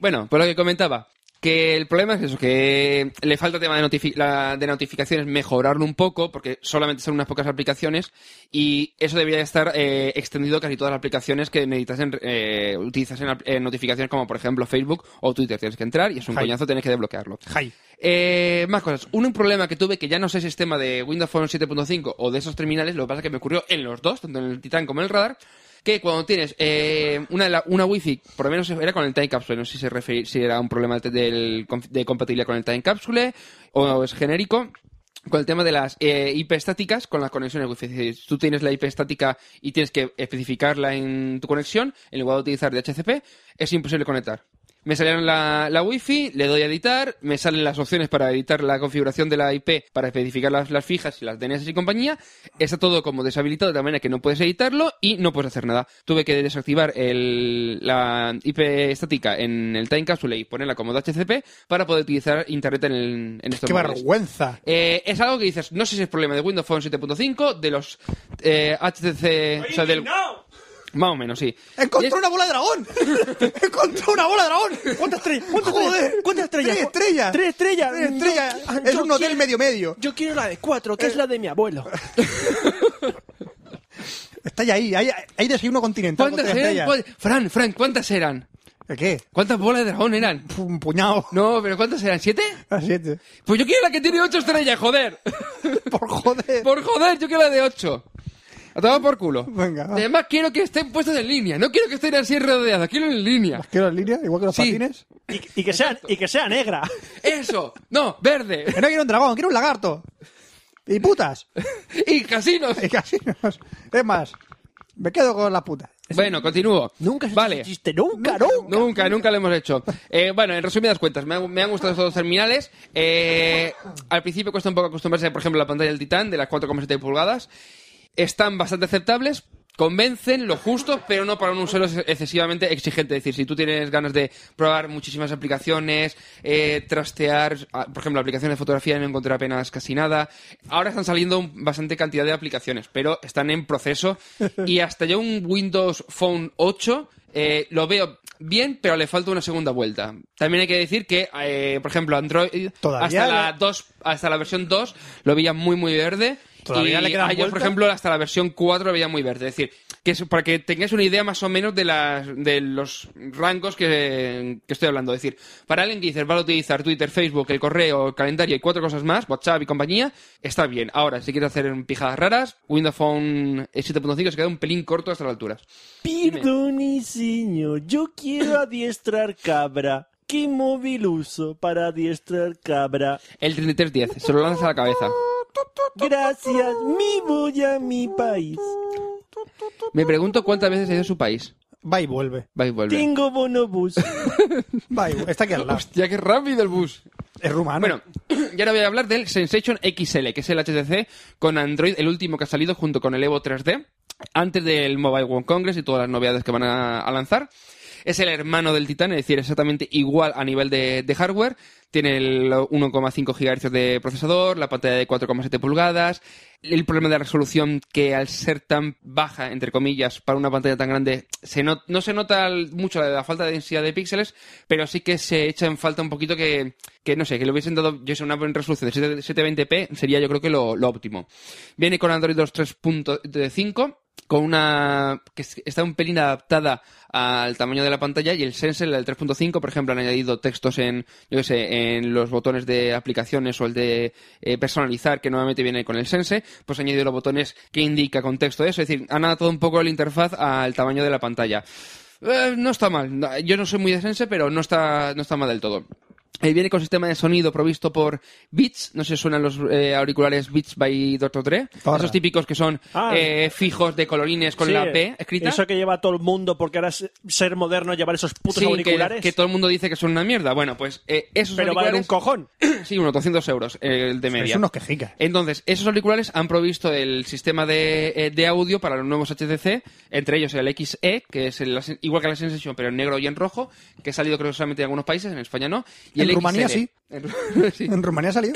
F: Bueno, pues lo que comentaba. Que el problema es eso, que le falta tema de, notifi- la- de notificaciones, mejorarlo un poco, porque solamente son unas pocas aplicaciones, y eso debería estar eh, extendido a casi todas las aplicaciones que necesitasen, eh, utilizasen ap- eh, notificaciones como, por ejemplo, Facebook o Twitter. Tienes que entrar y es un
C: Ay.
F: coñazo, tienes que desbloquearlo.
C: ¡Jai!
F: Eh, más cosas. Un, un problema que tuve, que ya no sé si es tema de Windows Phone 7.5 o de esos terminales, lo que pasa es que me ocurrió en los dos, tanto en el Titan como en el Radar, que cuando tienes eh, una, de la- una Wi-Fi, por lo menos era con el Time Capsule, no sé si, se refi- si era un problema de, del conf- de compatibilidad con el Time Capsule o es genérico. Con el tema de las eh, IP estáticas con las conexiones Wi-Fi. Es decir, tú tienes la IP estática y tienes que especificarla en tu conexión, en lugar de utilizar DHCP, es imposible conectar. Me salieron la, la wifi, le doy a editar, me salen las opciones para editar la configuración de la IP, para especificar las, las fijas y las DNS y compañía. Está todo como deshabilitado de la manera que no puedes editarlo y no puedes hacer nada. Tuve que desactivar el- la IP estática en el Time Capsule y ponerla como DHCP para poder utilizar Internet en, el, en estos
C: ¡Qué
F: móviles.
C: vergüenza!
F: Eh, es algo que dices, no sé si es problema de Windows Phone 7.5, de los eh, HTC... o sea, del- Más o menos, sí. Y es-
C: ¡Encontró una bola de dragón! ¡Encontró una bola de dragón!
A: ¿Cuántas estrellas? ¿Cuántas
C: Joder.
A: estrellas? ¿Cuántas estrellas?
C: Tres estrellas.
A: Tres estrellas.
C: Tres estrellas. Es
A: yo
C: un hotel
A: quiero-
C: medio-medio.
A: Yo quiero la de cuatro, que es la de mi abuelo.
C: Eh. Está ya ahí. Hay, hay desayuno continental. con
F: ¿Cuántas
C: tres
F: eran?
C: estrellas.
F: ¿Cuál- Fran, Fran, ¿cuántas eran?
C: ¿Qué?
F: ¿Cuántas bolas de dragón eran?
C: Un puñado.
F: No, pero ¿cuántas eran? ¿Siete?
C: A siete.
F: Pues yo quiero la que tiene ocho estrellas, joder.
C: Por joder.
F: Por joder, yo quiero la de ocho. A tomar por culo.
C: Venga, va.
F: Además, quiero que estén puestos en línea. No quiero que estén así rodeadas, quiero en línea.
C: Quiero las líneas, igual que los
F: Sí.
C: patines.
A: Y, y que sea, y que sea negra.
F: Eso. No, verde.
C: Que no quiero un dragón, quiero un lagarto. Y putas.
F: Y casinos.
C: Y casinos. Es más, me quedo con las putas.
F: Bueno, continúo.
A: Nunca se
F: Vale.
A: chiste, nunca, nunca.
F: Nunca, nunca lo hemos hecho. Eh, bueno, en resumidas cuentas, me han, me han gustado estos dos terminales. Eh, al principio cuesta un poco acostumbrarse, por ejemplo, a la pantalla del Titán de las 4,7 pulgadas. Están bastante aceptables, convencen lo justo, pero no para un usuario ex- excesivamente exigente. Es decir, si tú tienes ganas de probar muchísimas aplicaciones, eh, trastear, ah, por ejemplo, aplicaciones de fotografía, no encontré apenas casi nada. Ahora están saliendo un- bastante cantidad de aplicaciones, pero están en proceso. Y hasta yo un Windows Phone 8 eh, lo veo bien, pero le falta una segunda vuelta. También hay que decir que, eh, por ejemplo, Android
C: Todavía
F: hasta
C: le-
F: la 2, hasta la versión 2 lo veía muy muy verde.
C: Todavía
F: y
C: le quedan
F: a ellos, por
C: vueltas.
F: ejemplo, hasta la versión 4 lo veía muy verde. Es decir, que es- para que tengáis una idea más o menos de las de los rangos que, que estoy hablando. Es decir, para alguien que dice, vale utilizar Twitter, Facebook, el correo, el calendario y cuatro cosas más, WhatsApp y compañía, está bien. Ahora, si quieres hacer pijadas raras, Windows Phone 7.5 se queda un pelín corto hasta las alturas.
A: Perdone, señor, yo quiero adiestrar cabra. ¿Qué móvil uso para adiestrar cabra?
F: El 3310, se lo lanzas a la cabeza.
A: Gracias, me voy a mi país.
F: Me pregunto cuántas veces ha ido a su país.
C: Va y vuelve.
F: Va y vuelve.
A: Tengo bonobús.
C: Va y vuelve. Está aquí al lado.
F: Ya que rápido el bus.
C: Es rumano.
F: Bueno, y ahora voy a hablar del Sensation XL, que es el HTC con Android, el último que ha salido junto con el Evo 3D, antes del Mobile World Congress y todas las novedades que van a, a lanzar. Es el hermano del Titan, es decir, exactamente igual a nivel de, de hardware. Tiene el 1,5 GHz de procesador, la pantalla de 4,7 pulgadas. El problema de la resolución que al ser tan baja, entre comillas, para una pantalla tan grande, se no, no se nota el- mucho la, la falta de densidad de píxeles, pero sí que se echa en falta un poquito que, que no sé, que le hubiesen dado, yo sé, una buena resolución de 720 p sería yo creo que lo, lo óptimo. Viene con Android 2.3.5 con una que es- está un pelín adaptada al tamaño de la pantalla y el sensor el 3.5 por ejemplo han añadido textos en yo qué sé en los botones de aplicaciones o el de eh, personalizar que nuevamente viene con el sense pues han añadido los botones que indica contexto eso es decir han adaptado un poco la interfaz al tamaño de la pantalla Eh, no está mal No, yo no soy muy de sense pero no está no está mal del todo Eh, viene con sistema de sonido provisto por Beats, no sé si suenan los eh, auriculares Beats by Dr. Dre,
C: Ahora.
F: esos típicos que son
A: Ah.
F: eh, fijos de colorines con
A: Sí,
F: la P escrita.
A: Eso que lleva todo el mundo, porque ahora es ser moderno llevar esos putos
F: Sí, que-
A: auriculares.
F: Que, todo el mundo dice que son una mierda. Bueno, pues eh, esos
A: pero valen un
F: auriculares...
A: cojón.
F: sí, unos 200 euros eh, el de media.
C: Es unos quejicas.
F: Entonces, esos auriculares han provisto el sistema de, eh, de audio para los nuevos HTC, entre ellos el XE, que es el- igual que la Sensation, pero en negro y en rojo, que ha salido creo que solamente en algunos países, en España no. Y
C: En
F: el
C: Rumanía
F: XL.
C: sí.
F: En Ru- sí.
C: ¿En Rumanía salió?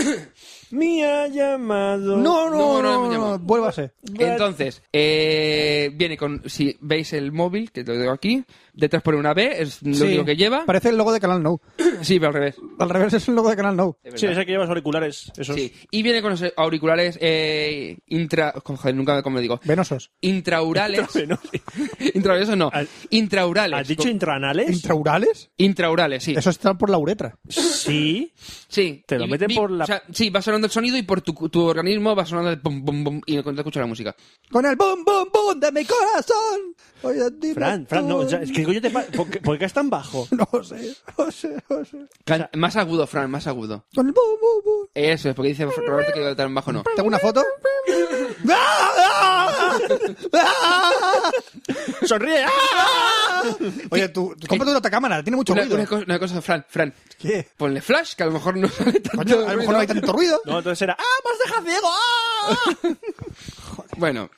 A: Me ha llamado.
C: No,
F: No,
C: no,
F: no,
C: no,
F: no,
C: no,
F: no.
C: vuélvase.
F: Entonces, eh, viene con, si veis el móvil, que lo digo aquí, detrás pone una B, es lo
C: Sí.
F: único que lleva.
C: Parece el logo de Canal No.
F: Sí, pero al revés.
C: Al revés es el logo de Canal No.
F: es
A: Sí,
F: verdad.
A: ese que llevas auriculares. Esos.
F: Sí. Y viene con los auriculares eh, intra... Joder, nunca me como digo.
C: Venosos.
F: Intraurales.
A: ¿no?
F: Intraurales o no.
A: Al-
F: Intraurales.
A: ¿Has dicho
F: Con-
A: intranales?
C: ¿Intraurales?
F: Intraurales, sí.
C: Eso está por la uretra.
A: sí.
F: Sí.
A: Te lo
F: Y-
A: meten
F: y-
A: por la-
F: o sea, sí, va sonando el sonido y por tu, tu organismo va sonando el bum, bum, bum y cuando escuchas la música.
C: Con el boom, boom, boom de mi corazón. Oye, dime
A: Fran, Fran, no.
C: tú.
A: ya, es que coño te pa- ¿Por qué, por qué es tan bajo?
C: No sé, no sé, no sé.
F: Can- Más agudo, Fran, más agudo.
C: Con el boom, boom, boom.
F: Eso es, porque dice Roberto que tan bajo no.
C: ¿Tengo una foto? ¡Ah! ¡Ah!
A: ¡Sonríe! ¡Ah!
C: Oye, tú, tú cómprate otra cámara, tiene mucho
F: Una,
C: ruido.
F: una cosa, una cosa, Fran, Fran.
C: ¿Qué?
F: Ponle flash, que a lo mejor no sale tanto
C: Coño, a lo
F: ruido.
C: mejor no hay tanto ruido.
A: No, entonces era. ¡Ah, más deja ciego! ¡Ah!
F: Bueno,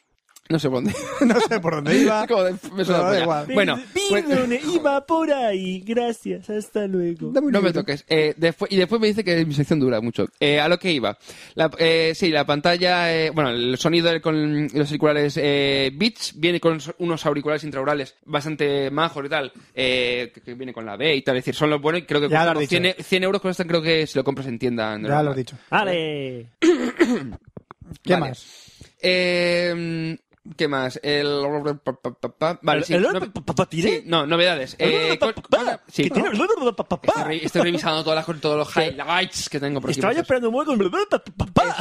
F: no sé por dónde.
C: No sé por dónde iba.
F: Como de- me suda
C: Pero da
F: la polla.
C: igual.
F: Bueno, pues-
J: Perdone, iba por ahí. Gracias, hasta luego.
C: Dame un
F: No me
C: minuto.
F: toques. Eh, después, y después me dice que mi sección dura mucho. Eh, a lo que iba. La- eh, sí, la pantalla, eh, bueno, el sonido con los auriculares eh, Beats viene con so- unos auriculares intraurales bastante majos y tal, eh, que, que viene con la B y tal. Es decir, son los buenos y creo que
C: Ya lo
F: cuestan
C: has dicho.
F: unos 100, e- 100 euros cuestan, creo que si lo compras en tienda. en
C: Ya
F: normal.
C: lo has dicho.
A: ¡Ale!
C: ¿Qué
F: Vale.
C: más?
F: Eh, ¿Qué más? El... pa, pa, pa, pa. Vale,
A: ¿El-
F: sí.
A: el-
F: no-
A: pa, pa, pa, tire?
F: sí, no, novedades.
A: El-
F: Eh,
A: pa,
F: co-
A: pa, pa,
F: cosa- sí.
A: que tiene- pa, pa, pa.
F: Estoy, re- estoy revisando todas las, cosas, todos los highlights que tengo por aquí.
A: Estaba yo
F: muchachos.
A: esperando un hueco. pa, pa, pa, pa.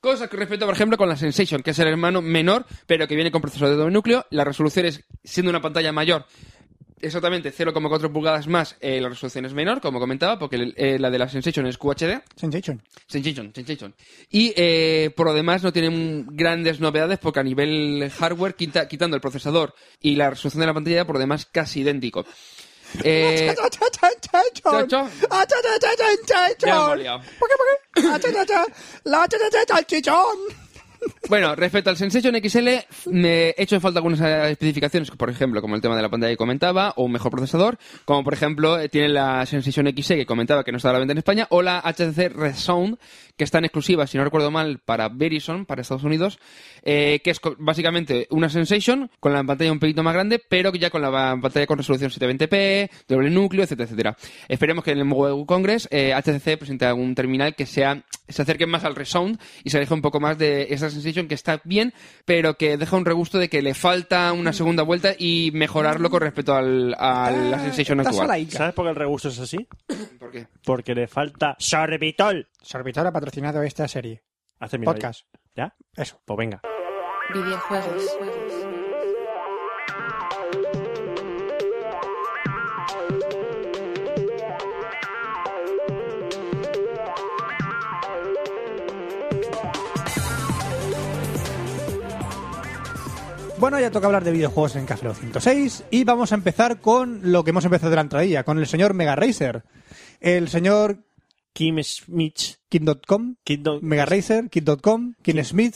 F: Cosa que respecto, por ejemplo, con la Sensation, que es el hermano menor, pero que viene con procesador de doble núcleo. La resolución es, siendo una pantalla mayor, exactamente 0,4 pulgadas más, eh, la resolución es menor, como comentaba, porque el- eh, la de la Sensation es QHD.
C: Sensation.
F: Sensation, Sensation. Y eh, por lo demás no tienen grandes novedades porque a nivel hardware, quita- quitando el procesador y la resolución de la pantalla, por lo demás casi idéntico. Eh,
C: Sensation.
F: ¿Chacho? Ya lo hemos liado.
C: ¿Por qué, por qué? Achachacha. La achachacha, el chichón.
F: Bueno, respecto al Sensation XL, me he hecho en falta algunas eh, especificaciones, por ejemplo, como el tema de la pantalla que comentaba, o un mejor procesador, como por ejemplo eh, tiene la Sensation XE que comentaba que no está a la venta en España, o la HTC Resound, que están exclusivas, si no recuerdo mal, para Verizon, para Estados Unidos, eh, que es co- básicamente una Sensation con la pantalla un poquito más grande, pero que ya con la ba- pantalla con resolución 720p, doble núcleo, etcétera, etcétera. Esperemos que en el Mobile Congress eh, HTC presente algún terminal que sea se acerque más al Resound y se aleje un poco más de esa Sensation que está bien, pero que deja un regusto de que le falta
C: Mm.
F: una segunda vuelta y mejorarlo con respecto al,
C: Ah,
F: a la Sensation
C: Estás a la
F: actual.
C: Ica.
A: ¿Sabes por qué el regusto es así?
F: ¿Por qué?
A: Porque le falta sorbitol.
C: Sorbitora ha patrocinado esta serie.
A: Has terminado
C: Podcast.
A: ¿Ya?
C: Eso.
A: Pues venga.
E: videojuegos,
C: Bueno, ya toca hablar de videojuegos en Café Lock 106 y vamos a empezar con lo que hemos empezado de la entradilla, con el señor Mega Racer. El señor
A: Kim Smith.
C: King.com,
A: Kingdom-
C: Mega Racer, King.com, King Smith,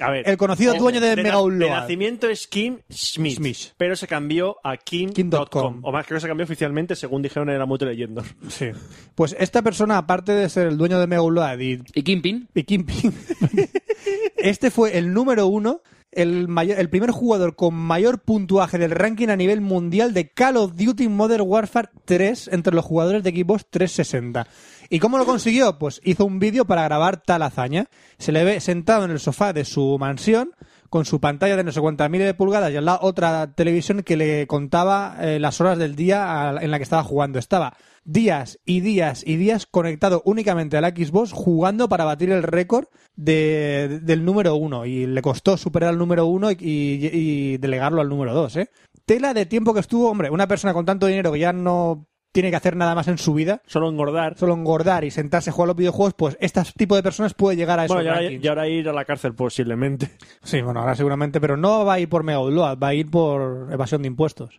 A: A ver.
C: el conocido
F: Eh,
C: dueño de,
A: na-
C: Mega
A: De
C: Unload.
A: nacimiento es Kim Smith,
C: Smith.
A: Pero se cambió a Kim.com.
C: Kim.com.
A: O más, creo que se cambió oficialmente, según dijeron en la mutua leyendo.
C: Sí. Pues esta persona, aparte de ser el dueño de Mega Unload y,
F: ¿Y Kimpin?
C: y King Ping, este fue el número uno, el, mayor, el primer jugador con mayor puntuaje del ranking a nivel mundial de Call of Duty Modern Warfare 3 entre los jugadores de equipos 360. ¿Y cómo lo consiguió? Pues hizo un vídeo para grabar tal hazaña. Se le ve sentado en el sofá de su mansión con su pantalla de no sé cuántas miles de pulgadas y al lado otra televisión que le contaba eh, las horas del día al- en la que estaba jugando. Estaba días y días y días conectado únicamente a la Xbox jugando para batir el récord de- del número uno y le costó superar al número uno y, y- y delegarlo al número dos. ¿eh? Tela de tiempo que estuvo, hombre, una persona con tanto dinero que ya no tiene que hacer nada más en su vida,
A: Solo engordar.
C: solo engordar y sentarse a jugar a los videojuegos, pues este tipo de personas puede llegar a esos
A: Bueno, y ahora,
C: rankings.
A: y ahora ir a la cárcel posiblemente.
C: Sí, bueno, ahora seguramente, pero no va a ir por mega upload, va a ir por evasión de impuestos,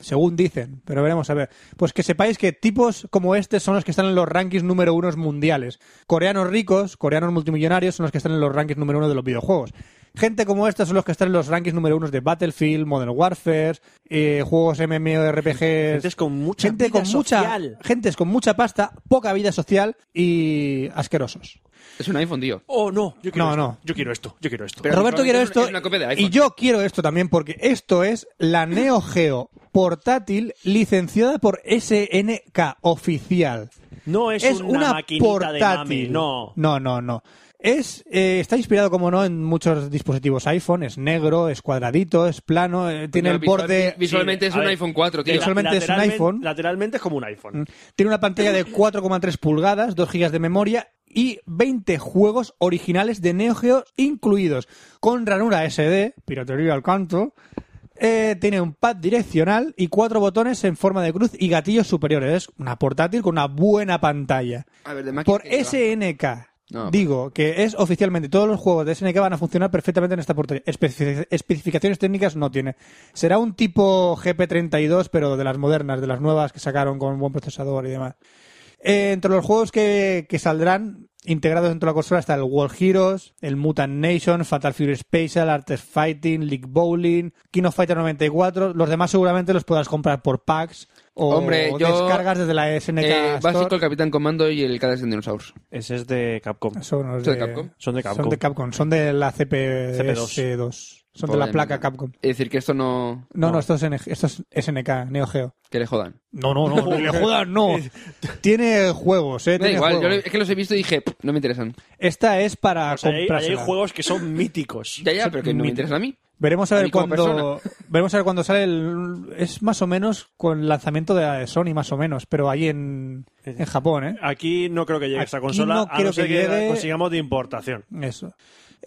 C: según dicen, pero veremos a ver. Pues que sepáis que tipos como este son los que están en los rankings número uno mundiales. Coreanos ricos, coreanos multimillonarios son los que están en los rankings número uno de los videojuegos. Gente como esta son los que están en los rankings número uno de Battlefield, Modern Warfare, eh, juegos MMORPGs
A: Gentes con mucha
C: gente
A: vida
C: con
A: social.
C: mucha gentes con mucha pasta, poca vida social y asquerosos.
F: Es un iPhone, tío.
A: Oh, no. Yo quiero
C: No,
A: esto,
C: no.
A: Yo quiero esto. Yo quiero esto.
F: Pero
C: Roberto quiero
F: es una-
C: esto
F: es una copia de iPhone.
C: y yo quiero esto también porque esto es la Neo Geo portátil licenciada por SNK oficial.
A: no es,
C: es
A: una,
C: una,
A: maquinita
C: portátil.
A: de mami. No.
C: no, no, no. Es, eh, está inspirado, como no, en muchos dispositivos iPhone. Es negro, es cuadradito, es plano, eh, tiene
F: Coño,
C: el
F: Pues visual-
C: borde...
F: Visualmente
A: Sí,
F: es
A: a
F: un
A: ver.
F: iPhone 4, tío.
C: Visual- Visualmente es un
A: Lateralmen-
C: iPhone.
A: Lateralmente es como un iPhone.
C: Tiene una pantalla de 4,3 pulgadas, 2 GB de memoria y 20 juegos originales de Neo Geo incluidos, con ranura SD, piratería al canto. Eh, tiene un pad direccional y cuatro botones en forma de cruz y gatillos superiores. Es una portátil con una buena pantalla.
F: A ver, de máquina
C: Por
F: que lleva.
C: SNK.
F: No,
C: Digo que es oficialmente todos los juegos de SNK van a funcionar perfectamente en esta portería. Especific- especificaciones técnicas no tiene. Será un tipo GP32, pero de las modernas, de las nuevas que sacaron con buen procesador y demás. Eh, entre los juegos que, que saldrán integrados dentro de la consola está el World Heroes, el Mutant Nation, Fatal Fury Spatial, Artes Fighting, League Bowling, King of Fighter 94. Los demás seguramente los podrás comprar por packs o
F: Hombre, yo-
C: descargas desde la SNK.
F: Eh, básico,
C: Store.
F: el Capitán Comando y el Cadillac Dinosaurs.
A: Ese es de Capcom.
C: Son los
F: ¿Esto de
C: de-
F: Capcom?
A: Son de Capcom. E
C: Son de Capcom, son de la
A: CP2.
C: CP2. 2 Son de
F: Joder,
C: la placa
F: mira.
C: Capcom.
F: Es decir, que esto no...
C: No, no, esto es, NG esto es SNK, Neo Geo.
F: Que le jodan.
C: No, no, no, no le jodas, no. Tiene juegos, eh.
F: Da
C: tiene
F: igual, yo
C: juegos.
F: le- es que los he visto y dije, "Pff, no me interesan.
C: Esta es para
A: O sea, hay, hay
C: comprársela.
A: juegos que son míticos.
F: Ya, ya, pero que no me interesan a mí.
C: Veremos a
F: a
C: ver
F: mí como
C: cuándo veremos a ver cuándo sale el es más o menos con el lanzamiento de la de Sony más o menos, pero ahí en, en Japón, eh.
A: Aquí no creo que llegue
C: Aquí
A: esta consola.
C: no
A: a
C: creo
A: ser
C: que llegue.
A: consigamos de importación.
C: Eso.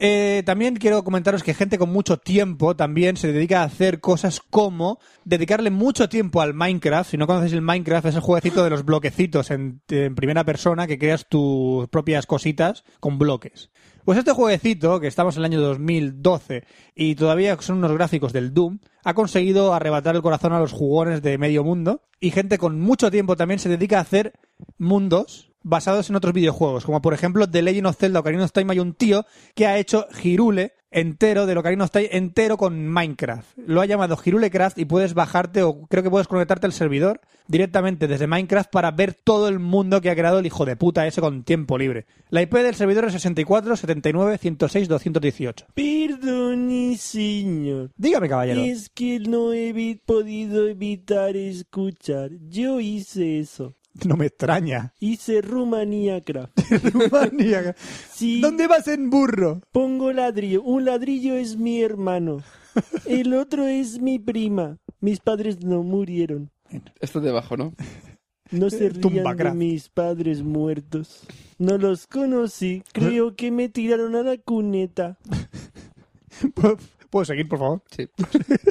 C: Eh, también quiero comentaros que gente con mucho tiempo también se dedica a hacer cosas como dedicarle mucho tiempo al Minecraft. Si no conocéis el Minecraft, es el jueguecito de los bloquecitos en, en primera persona que creas tus propias cositas con bloques. Pues este jueguecito, que estamos en el año 2012 y todavía son unos gráficos del Doom, ha conseguido arrebatar el corazón a los jugones de medio mundo y gente con mucho tiempo también se dedica a hacer mundos basados en otros videojuegos, como por ejemplo The Legend of Zelda Ocarina of Time hay un tío que ha hecho Girule entero de Ocarina of Time entero con Minecraft. Lo ha llamado Girulecraft y puedes bajarte o creo que puedes conectarte al servidor directamente desde Minecraft para ver todo el mundo que ha creado el hijo de puta ese con tiempo libre. La IP del servidor es 64 79 106 218.
J: Perdone, señor.
C: Dígame, caballero.
J: Es que no he vi- podido evitar escuchar. Yo hice eso.
C: No me extraña.
J: Hice Rumanía Craft.
C: Rumanía.
J: Sí,
C: ¿Dónde vas en burro?
J: pongo ladrillo. Un ladrillo es mi hermano. El otro es mi prima. Mis padres no murieron.
F: Esto debajo, ¿no?
J: No se
C: Eh,
J: rían de
C: Tumbacraft.
J: mis padres muertos. No los conocí. Creo que me tiraron a la cuneta.
C: ¿Puedo- ¿Puedo seguir, por favor?
F: Sí.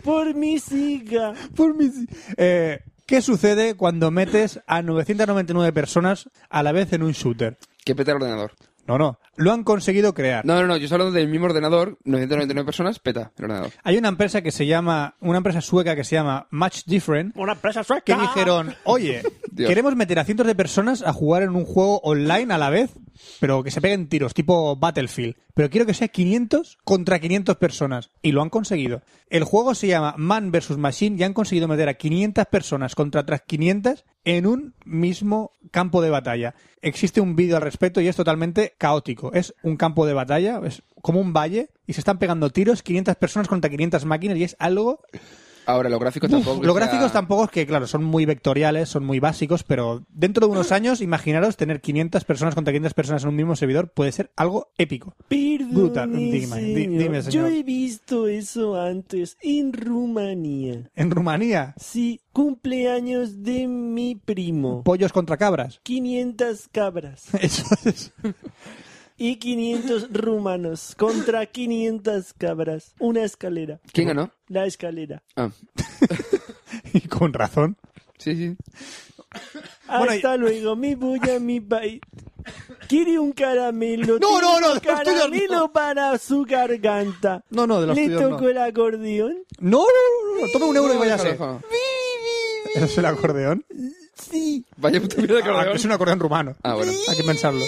J: Por mi siga.
C: Por mis- Eh, ¿Qué sucede cuando metes a 999 personas a la vez en un shooter?
F: Que peta el ordenador.
C: No, no. Lo han conseguido crear.
F: No, no, no, yo estoy hablando del mismo ordenador, 999 personas, peta el ordenador.
C: Hay una empresa que se llama, una empresa sueca que se llama Match Different,
A: Una empresa sueca.
C: que dijeron, oye,
F: Dios.
C: queremos meter a cientos de personas a jugar en un juego online a la vez, pero que se peguen tiros, tipo Battlefield. Pero quiero que sea 500 contra 500 personas. Y lo han conseguido. El juego se llama Man vs. Machine y han conseguido meter a 500 personas contra otras 500 en un mismo campo de batalla. Existe un vídeo al respecto y es totalmente caótico. Es un campo de batalla, es como un valle, y se están pegando tiros 500 personas contra 500 máquinas y es algo
F: Ahora, los gráficos
C: Uf,
F: tampoco.
C: los
F: o sea,
C: gráficos tampoco es que, claro, son muy vectoriales, son muy básicos, pero dentro de unos años, imaginaros tener 500 personas contra 500 personas en un mismo servidor, puede ser algo épico.
J: Perdón,
C: Brutal, dime, di- dime,
J: Yo
C: señor.
J: he visto eso antes en Rumanía.
C: En Rumanía,
J: Sí, cumpleaños de mi primo.
C: pollos contra cabras.
J: 500 cabras
C: Eso es.
J: y 500 rumanos contra 500 cabras. Una escalera.
F: ¿Quién ganó?
J: La escalera.
F: Ah,
C: Y con razón.
F: sí, sí.
C: Bueno, y-
J: Hasta luego, mi bulla, mi país. Quiere un caramelo.
C: No, no,
J: tiene
C: no,
J: un
C: de los tuyos
J: caramelo
C: no.
J: para su garganta.
C: No, no, de los
J: Le
C: tuyos no.
J: tocó el acordeón.
C: No, no, no, no, tome un euro y
F: No,
C: váyase.
F: déjalo, déjalo.
C: ¿Eso es el acordeón?
J: Sí.
F: Vaya puta mierda que lo
C: Ah, es un acordeón rumano.
F: Ah, bueno.
C: Hay que pensarlo.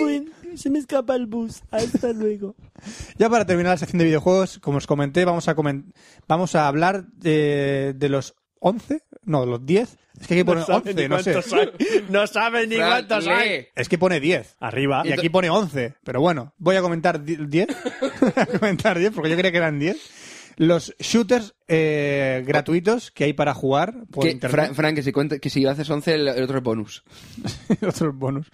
J: Bueno, se me escapa el bus. Hasta luego.
C: Ya para terminar la sección de videojuegos, como os comenté, vamos a comen- vamos a hablar de, de los 11, no, los 10. Es que aquí pone
A: No sabe
C: 11,
A: ni
C: no sé.
A: cuántos hay. No saben ni
F: Fran,
A: cuántos hay.
F: lee.
C: Es que pone 10.
A: Arriba.
C: Ah, Y aquí pone 11, pero bueno, voy a comentar di- 10. voy a comentar 10 porque yo creía que eran 10. Los shooters eh, gratuitos que hay para jugar por
F: Que,
C: internet.
F: Fran, Fran, que si, cuenta, que si haces 11, el, el otro es bonus.
C: Otros bonus.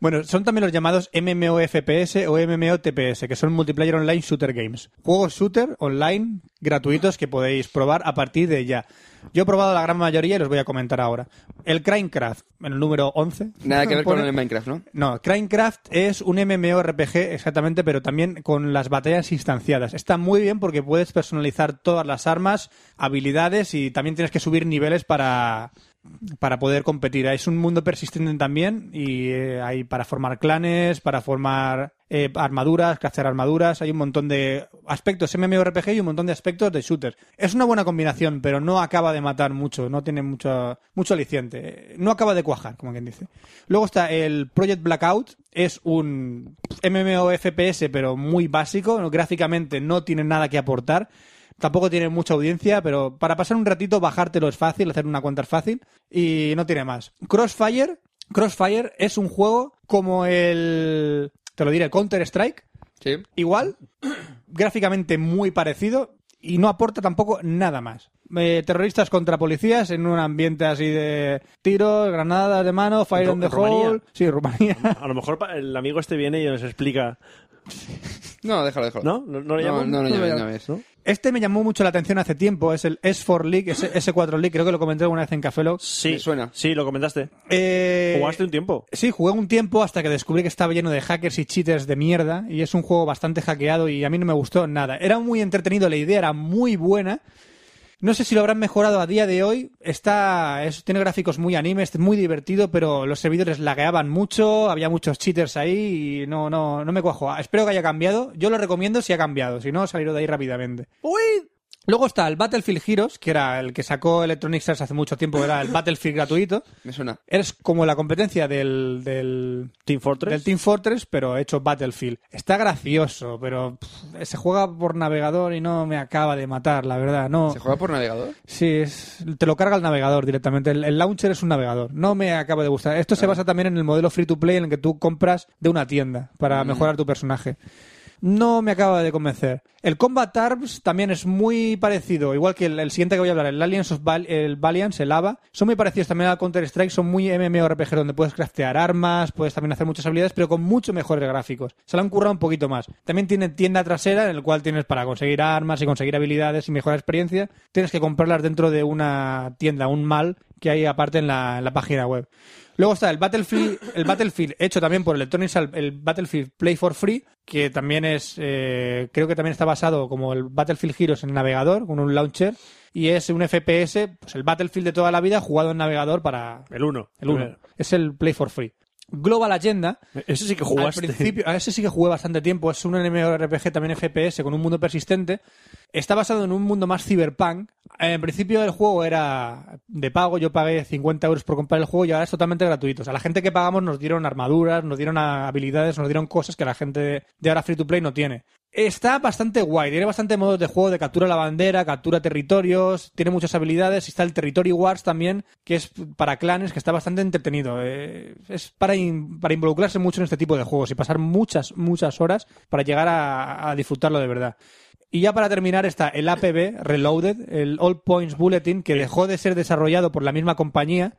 C: Bueno, son también los llamados MMOFPS o MMOTPS, que son Multiplayer Online Shooter Games. Juegos shooter online gratuitos que podéis probar a partir de ya. Yo he probado la gran mayoría y los voy a comentar ahora. El Crinecraft, en el número 11.
F: Nada que ver con
C: pone-
F: el Minecraft, ¿no?
C: no, Crinecraft es un MMORPG exactamente, pero también con las batallas instanciadas. Está muy bien porque puedes personalizar todas las armas, habilidades y también tienes que subir niveles para, para poder competir. Es un mundo persistente también y eh, hay para formar clanes, para formar eh, armaduras, craftear armaduras. Hay un montón de aspectos MMORPG y un montón de aspectos de shooter. Es una buena combinación, pero no acaba de matar mucho, no tiene mucho, mucho aliciente. Eh, No acaba de cuajar, como quien dice. Luego está el Project Blackout, es un MMOFPS, pero muy básico. ¿no? Gráficamente no tiene nada que aportar. Tampoco tiene mucha audiencia, pero para pasar un ratito, bajártelo es fácil, hacer una cuenta es fácil. Y no tiene más. Crossfire. Crossfire es un juego como el. Te lo diré, Counter-Strike.
F: Sí.
C: Igual, gráficamente muy parecido y no aporta tampoco nada más. Eh, terroristas contra policías en un ambiente así de tiros, granadas de mano, fire
A: Ru-
C: on the
A: Rumanía.
C: hole. Sí, Rumanía.
A: A lo mejor pa- el amigo este viene y nos explica.
F: No, déjalo, déjalo.
A: ¿No? ¿No, no le
F: Oh. No,
A: llaman?
F: no lo
A: le
F: llames,
A: llaman,
F: no ves.
A: ¿no?
C: Este me llamó mucho la atención hace tiempo, es el S4 League, S- S4 League, creo que lo comenté alguna vez en Café Lock.
A: Sí.
F: Me suena.
A: Sí, lo comentaste.
C: Eh,
A: Jugaste un tiempo.
C: Sí, jugué un tiempo hasta que descubrí que estaba lleno de hackers y cheaters de mierda y es un juego bastante hackeado y a mí no me gustó nada. Era muy entretenido, la idea era muy buena. No sé si lo habrán mejorado a día de hoy. Está, es- tiene gráficos muy animes, es muy divertido, pero los servidores lagueaban mucho, había muchos cheaters ahí y no, no, no me cuajo. Ah, Espero que haya cambiado. Yo lo recomiendo si ha cambiado, si no, saliré de ahí rápidamente. Luego está el Battlefield Heroes, que era el que sacó Electronic Arts hace mucho tiempo, era el Battlefield gratuito.
F: Me suena.
C: Eres como la competencia del, del,
A: Team Fortress.
C: del Team Fortress, pero hecho Battlefield. Está gracioso, pero pff, se juega por navegador y no me acaba de matar, la verdad. No,
F: ¿Se juega por navegador?
C: sí, es, te lo carga el navegador directamente. El, el launcher es un navegador. No me acaba de gustar. Esto se basa también en el modelo free to play en el que tú compras de una tienda para mejorar tu personaje. No me acaba de convencer. El Combat Arms también es muy parecido, igual que el, el siguiente que voy a hablar, el Alliance of Val- el Valiance, el AVA. Son muy parecidos también al Counter-Strike, son muy MMORPG donde puedes craftear armas, puedes también hacer muchas habilidades, pero con mucho mejores gráficos. Se lo han currado un poquito más. También tiene tienda trasera en el cual tienes para conseguir armas y conseguir habilidades y mejorar experiencia. Tienes que comprarlas dentro de una tienda, un mal que hay aparte en la, en la página web. Luego está el Battlefield, el Battlefield hecho también por Electronic Arts, el Battlefield Play for Free, que también es, eh, creo que también está basado como el Battlefield Heroes en navegador, con un launcher, y es un FPS, pues el Battlefield de toda la vida jugado en navegador para
A: El 1.
C: el 1. Es el Play for Free. Global Agenda,
A: Ese sí que
C: al
A: jugaste.
C: principio, a ese sí que jugué bastante tiempo. Es un MMORPG también FPS con un mundo persistente. Está basado en un mundo más cyberpunk. En principio el juego era de pago. Yo pagué 50 euros por comprar el juego y ahora es totalmente gratuito. O sea, la gente que pagamos nos dieron armaduras, nos dieron ah, habilidades, nos dieron cosas que la gente de ahora free to play no tiene. Está bastante guay, tiene bastante modos de juego de captura la bandera, captura territorios, tiene muchas habilidades, y está el Territory Wars también, que es para clanes, que está bastante entretenido. Eh, es para, in- para involucrarse mucho en este tipo de juegos y pasar muchas, muchas horas para llegar a- a disfrutarlo de verdad. Y ya para terminar está el APB Reloaded, el All Points Bulletin, que dejó de ser desarrollado por la misma compañía.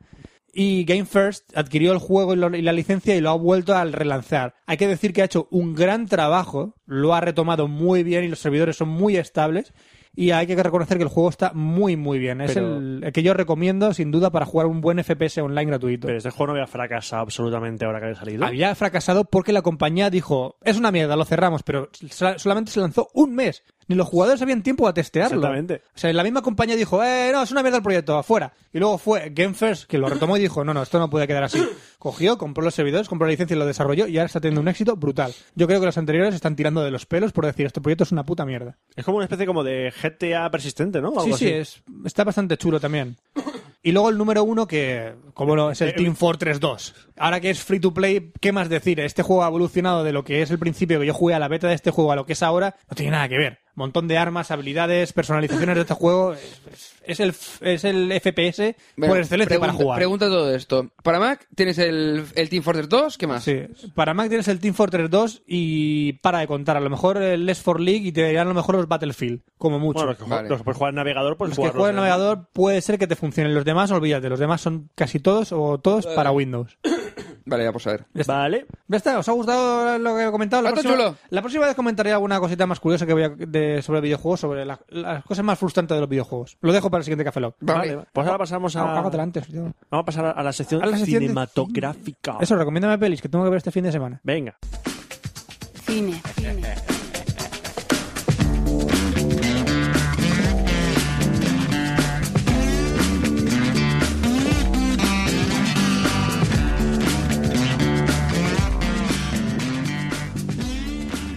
C: Y Game First adquirió el juego y, lo- y la licencia y lo ha vuelto a relanzar. Hay que decir que ha hecho un gran trabajo, lo ha retomado muy bien y los servidores son muy estables. Y hay que reconocer que el juego está muy, muy bien. Es
A: Pero-
C: el, el que yo recomiendo, sin duda, para jugar un buen FPS online gratuito.
A: Pero este juego no había fracasado absolutamente ahora que había salido.
C: Había fracasado porque la compañía dijo, es una mierda, lo cerramos, pero sol- solamente se lanzó un mes. ni los jugadores habían tiempo a testearlo.
A: Exactamente.
C: O sea, la misma compañía dijo, eh, no, es una mierda el proyecto, afuera. Y luego fue Game First que lo retomó y dijo, no, no, esto no puede quedar así. Cogió, compró los servidores, compró la licencia y lo desarrolló y ahora está teniendo un éxito brutal. Yo creo que los anteriores están tirando de los pelos por decir, este proyecto es una puta mierda.
A: Es como una especie como de GTA persistente, ¿no? Algo
C: sí, sí,
A: así.
C: es, está bastante chulo también. Y luego el número uno, que, como no, es el Team Fortress 2. Ahora que es free to play, ¿qué más decir? Este juego ha evolucionado de lo que es el principio, que yo jugué a la beta de este juego, a lo que es ahora, no tiene nada que ver. Montón de armas, habilidades, personalizaciones de este juego. Es, es- es el, f- es el FPS por
F: Bueno,
C: excelencia Pues para
F: pregunta-
C: jugar.
F: Pregunta todo esto. Para Mac tienes el, el Team Fortress 2, ¿qué más?
C: Sí. Para Mac tienes el Team Fortress 2 y para de contar. A lo mejor el Less for League y te dirán a lo mejor los Battlefield, como mucho.
A: Bueno, los que, ju-
F: Vale.
A: los que puedes jugar en navegador, pues
C: los que
A: jugarlos
C: juegan en
A: en-
C: navegador puede ser que te funcionen. Los demás, olvídate. Los demás son casi todos o todos para Windows.
F: Vale, ya pues por saber.
A: Vale.
C: Ya está, ¿os ha gustado lo que he comentado? La
F: Gato
C: próxima,
F: chulo.
C: la próxima vez comentaré alguna cosita más curiosa que voy a- de- sobre videojuegos, sobre la- las cosas más frustrantes de los videojuegos. Lo dejo para el siguiente Café Lock.
F: Vale.
A: Vale, Pues ahora pasamos
C: Ah,
A: a.
C: hágatela antes, tío.
A: Vamos a pasar a la sección,
C: A la sección de
A: cinematográfica.
C: Ah. Eso, recomiéndame pelis que tengo que ver este fin de semana.
A: Venga.
E: Cine. Cine.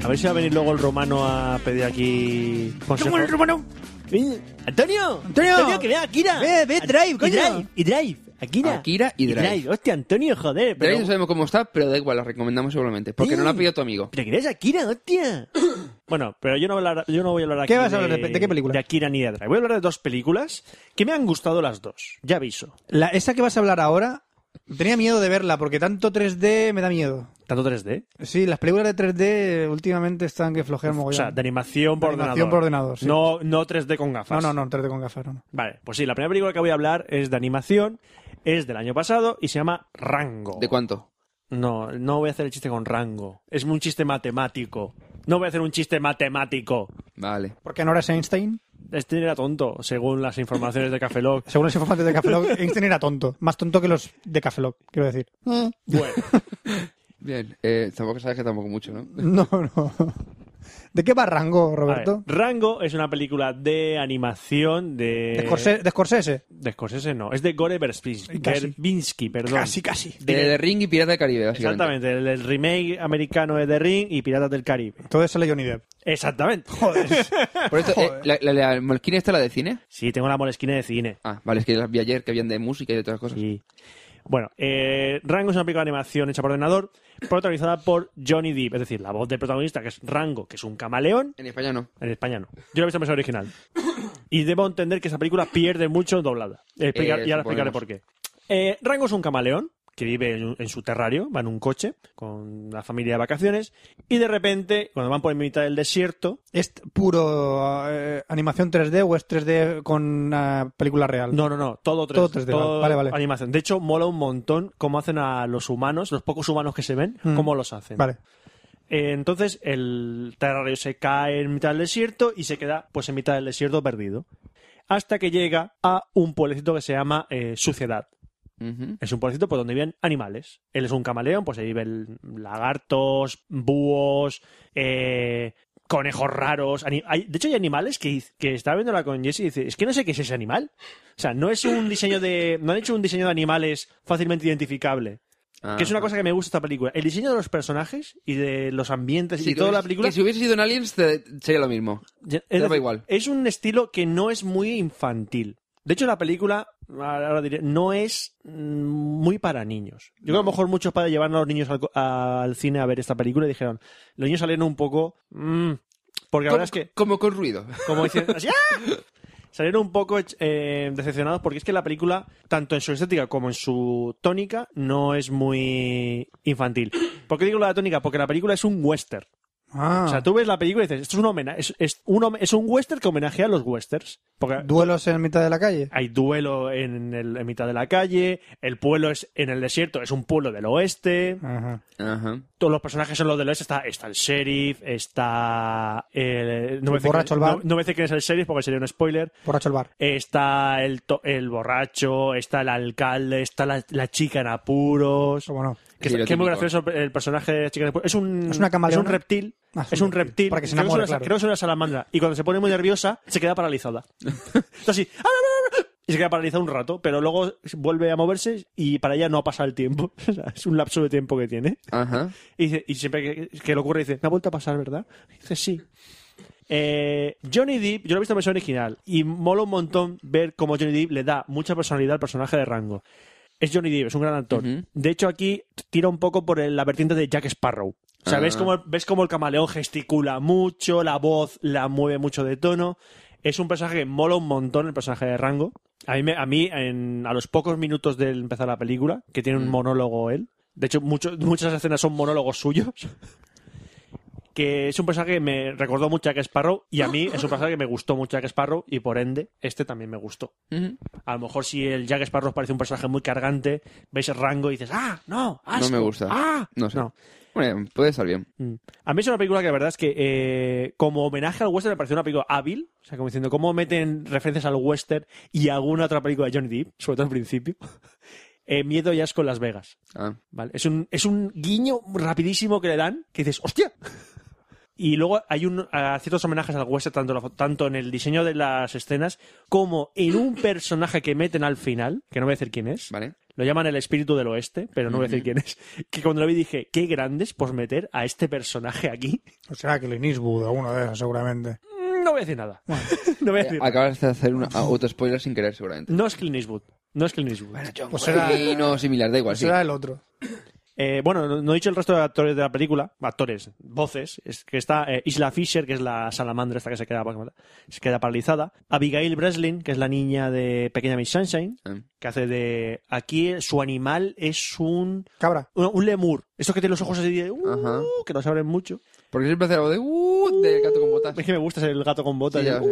A: A ver si va a venir luego el romano a pedir aquí consejo.
C: romano!
A: Eh, ¡Antonio!
C: Antonio.
A: que vea Akira!
C: Ve, ve Drive,
A: Y
C: coño.
A: Drive, y Drive. Akira.
F: Akira y Drive.
A: Hostia, Antonio, joder.
F: De ahí
A: Pero,
F: no sabemos cómo está, pero da igual, la recomendamos seguramente. Porque no la ha pillado tu amigo.
A: pero que eres Akira, hostia. bueno, pero yo no, hablar- yo no voy a hablar aquí
C: ¿Qué vas a hablar de pe- de qué película?
A: De Akira ni de Drive. Voy a hablar de dos películas que me han gustado las dos. Ya aviso.
C: La, esa que vas a hablar ahora, tenía miedo de verla porque tanto 3D me da miedo.
A: Tanto 3D.
C: Sí, las películas de 3D últimamente están que flojean
A: O
C: mogollón.
A: sea, de animación por
C: De
A: ordenador.
C: animación por ordenador, sí.
A: no, no 3D con gafas.
C: no, no, no, 3D con gafas, no.
A: Vale, pues sí, la primera película que voy a hablar es de animación, es del año pasado y se llama Rango.
F: ¿De cuánto?
A: No, no voy a hacer el chiste con Rango. Es un chiste matemático. No voy a hacer un chiste matemático.
F: Vale.
C: Porque no eres Einstein.
A: Este era tonto, según las informaciones de Café Lock.
C: Según los informantes de Café Lock, Einstein era tonto. Más tonto que los de Café Lock, quiero decir.
A: Bueno,
F: Bien. Eh, tampoco sabes que tampoco mucho, ¿no?
C: No, no. ¿De qué va Rango,
A: a ver,
C: Roberto?
A: Rango es una película de animación de...
C: De, Scorsese, de Scorsese.
A: de Scorsese no, es de Gore Verbinski,
C: Casi.
A: Verbinski, perdón.
C: Casi, casi.
F: De The Ring y Pirata del Caribe, básicamente.
A: Exactamente, el, el remake americano de The Ring y Piratas del Caribe.
C: Todo eso le Johnny Depp.
A: Exactamente. Joder.
F: Por esto, eh, la, la, la Moleskine está la de cine?
A: Sí, tengo la molesquina de cine.
F: Ah, vale, es que las vi ayer, que habían de música y de otras cosas.
A: Sí. Bueno, eh, Rango es una película de animación hecha por ordenador, protagonizada por Johnny Depp, es decir, la voz del protagonista, que es Rango, que es un camaleón,
F: En España no.
A: en España no. Yo lo he visto en versión original. Y debo entender que esa película pierde mucho doblada. Explica-
F: Eh,
A: y ahora explicaré
F: suponemos.
A: por qué. Eh, Rango es un camaleón que vive en, en su terrario, va en un coche con la familia de vacaciones, y de repente, cuando van por la mitad del desierto,
C: ¿Es puro eh, animación 3D o es 3D con una película real?
A: No, no, no, todo 3D.
C: Todo 3D, vale, vale.
A: Animación. De hecho, mola un montón cómo hacen a los humanos, los pocos humanos que se ven,
C: Mm.
A: cómo los hacen.
C: Vale.
A: Eh, entonces, el terrario se cae en mitad del desierto y se queda, pues, en mitad del desierto perdido. Hasta que llega a un pueblecito que se llama eh, Suciedad.
F: Ujú.
A: Es un pueblecito por donde viven animales. Él es un camaleón, pues ahí viven lagartos, búhos, eh, conejos raros. ani- hay- de hecho, hay animales que, que estaba viéndola con Jesse y dice, es que no sé qué es ese animal. O sea, no es un diseño de. No han hecho un diseño de animales fácilmente identificable.
F: Ah.
A: Que es una cosa que me gusta de esta película. El diseño de los personajes y de los ambientes
F: Sí,
A: y
F: que
A: toda
F: hubiese-
A: la película.
F: Que si hubiese sido en Aliens, te- sería lo mismo.
A: Ya-
F: Te
A: Es,
F: daba
A: decir,
F: igual.
A: es un estilo que no es muy infantil. De hecho, la película, ahora diré, no es mm, muy para niños. Yo creo que a lo mejor muchos padres llevaron a los niños al, co- al cine a ver esta película y dijeron, los niños salieron un poco... mm, porque la
F: Como,
A: verdad es que,
F: como con ruido.
A: como dicen, así, "¡Ah!", salieron un poco eh, decepcionados porque es que la película, tanto en su estética como en su tónica, no es muy infantil. ¿Por qué digo la tónica? Porque la película es un western.
C: Ah,
A: O sea, tú ves la película y dices, esto es un homenaje, es, es un, home- es un western que homenajea a los westerns. Porque
C: duelos en mitad de la calle.
A: hay duelo en, el- en mitad de la calle, el pueblo es en el desierto, es un pueblo del oeste,
C: Ajá.
F: Ajá.
A: todos los personajes son los del oeste, está, está el sheriff, está... El,
C: El
A: voy a decir
C: borracho
A: quién-
C: al bar.
A: no- no voy a decir quién es el sheriff porque sería un spoiler.
C: Borracho el bar.
A: Está el, to- el borracho, está el alcalde, está la, la chica en apuros.
C: Eso, bueno.
A: Que,
F: Sí,
A: está-
F: lo
A: que es muy
F: típico.
A: gracioso el personaje de Chica Después. Es un,
C: Es una camaleona.
A: es un reptil.
C: Ah,
A: es un reptil.
C: Para que se
A: Creo es
C: enamore,
A: una-
C: claro.
A: Creo que es una salamandra. Y cuando se pone muy nerviosa, se queda paralizada. Está así. "Ah, no, no, no", Y se queda paralizada un rato, pero luego vuelve a moverse y para ella no ha pasado el tiempo. O sea, es un lapso de tiempo que tiene.
F: Ajá.
A: Y, dice- y siempre que, que le ocurre dice, me ha vuelto a pasar, ¿verdad? Y dice, sí. Eh, Johnny Depp, yo lo he visto en versión original y mola un montón ver cómo Johnny Depp le da mucha personalidad al personaje de Rango. Es Johnny Depp, es un gran actor.
F: Ujú.
A: De hecho, aquí tira un poco por el- la vertiente de Jack Sparrow. O sea,
F: Ah.
A: ves, cómo, ves cómo el camaleón gesticula mucho, la voz la mueve mucho de tono. Es un personaje que mola un montón, el personaje de Rango. A mí, me- a, mí en- a los pocos minutos de empezar la película, que tiene un monólogo él. De hecho, mucho- muchas escenas son monólogos suyos. Que es un personaje que me recordó mucho a Jack Sparrow. Y a mí es un personaje que me gustó mucho a Jack Sparrow. Y por ende, este también me gustó.
F: Ujú.
A: A lo mejor si el Jack Sparrow os parece un personaje muy cargante, veis el rango y dices, ¡ah, no! asco,
F: No me gusta.
A: ¡Ah!
F: No sé. Bueno, puede estar bien.
A: Mm. A mí es una película que la verdad es que eh, como homenaje al western me pareció una película hábil, o sea, como diciendo cómo meten referencias al western y alguna otra película de Johnny Depp, sobre todo al principio. Eh, miedo y asco en Las Vegas.
F: Ah.
A: ¿vale? Es, un, es un guiño rapidísimo que le dan que dices, ¡hostia! Y luego hay un, a ciertos homenajes al western, tanto, en la fo- tanto en el diseño de las escenas como en un personaje que meten al final, que no voy a decir quién es.
F: Vale.
A: Lo llaman el espíritu del oeste, pero no voy a decir quién es. Que cuando lo vi dije, qué grandes por meter a este personaje aquí.
C: O sea, pues que Clint Eastwood o uno de esos, seguramente.
A: No voy a decir nada. No voy a decir nada.
F: Acabas de hacer una, a- otro spoiler sin querer, seguramente.
A: No es Clint Eastwood. No es Clint Eastwood.
C: Pues será,
F: Y no similar, da igual,
C: pues
F: sí.
C: será el otro.
A: Eh, bueno, no, no he dicho el resto de actores de la película, actores, voces, es que está eh, Isla Fisher, que es la salamandra esta que se queda, se queda paralizada, Abigail Breslin, que es la niña de Pequeña Miss Sunshine,
F: Ah.
A: que hace de... Aquí su animal es un...
C: Cabra.
A: Un, un lemur. Estos que tienen los ojos así de... uh,
F: Ajá.
A: que nos abren mucho.
F: Porque siempre hace algo de... Uh, del gato con botas.
A: Es que me gusta ser el gato con botas.
F: Sí, ya
A: de-
F: lo sé.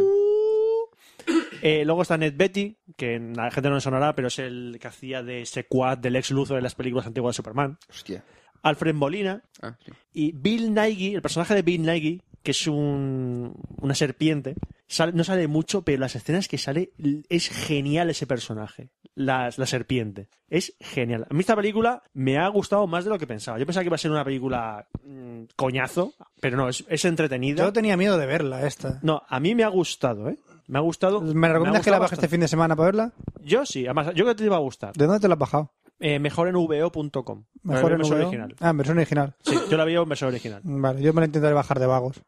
A: Eh, luego está Ned Betty, que a la gente no le sonará, pero es el que hacía de secuaz del ex Luthor en las películas antiguas de Superman.
F: Hostia.
A: Alfred Molina,
F: Ah, sí.
A: y Bill Nighy, el personaje de Bill Nighy, que es un, una serpiente, sale- no sale mucho, pero las escenas que sale l- es genial ese personaje, la, la serpiente. Es genial. A mí esta película me ha gustado más de lo que pensaba. Yo pensaba que iba a ser una película mm, coñazo, pero no, es, es entretenida.
C: Yo tenía miedo de verla, esta.
A: No, a mí me ha gustado, ¿eh? Me ha gustado.
C: ¿Me recomiendas que la bajes
A: bajes
C: este fin de semana para verla?
A: Yo sí, además, yo creo que te iba a gustar.
C: ¿De dónde te la has bajado?
A: Eh, mejor en veo.com.
C: Mejor en
A: versión
C: VO.
A: original.
C: Ah, en versión original.
A: Sí, yo la vi en versión original.
C: Vale, yo me la intentaré bajar de vagos.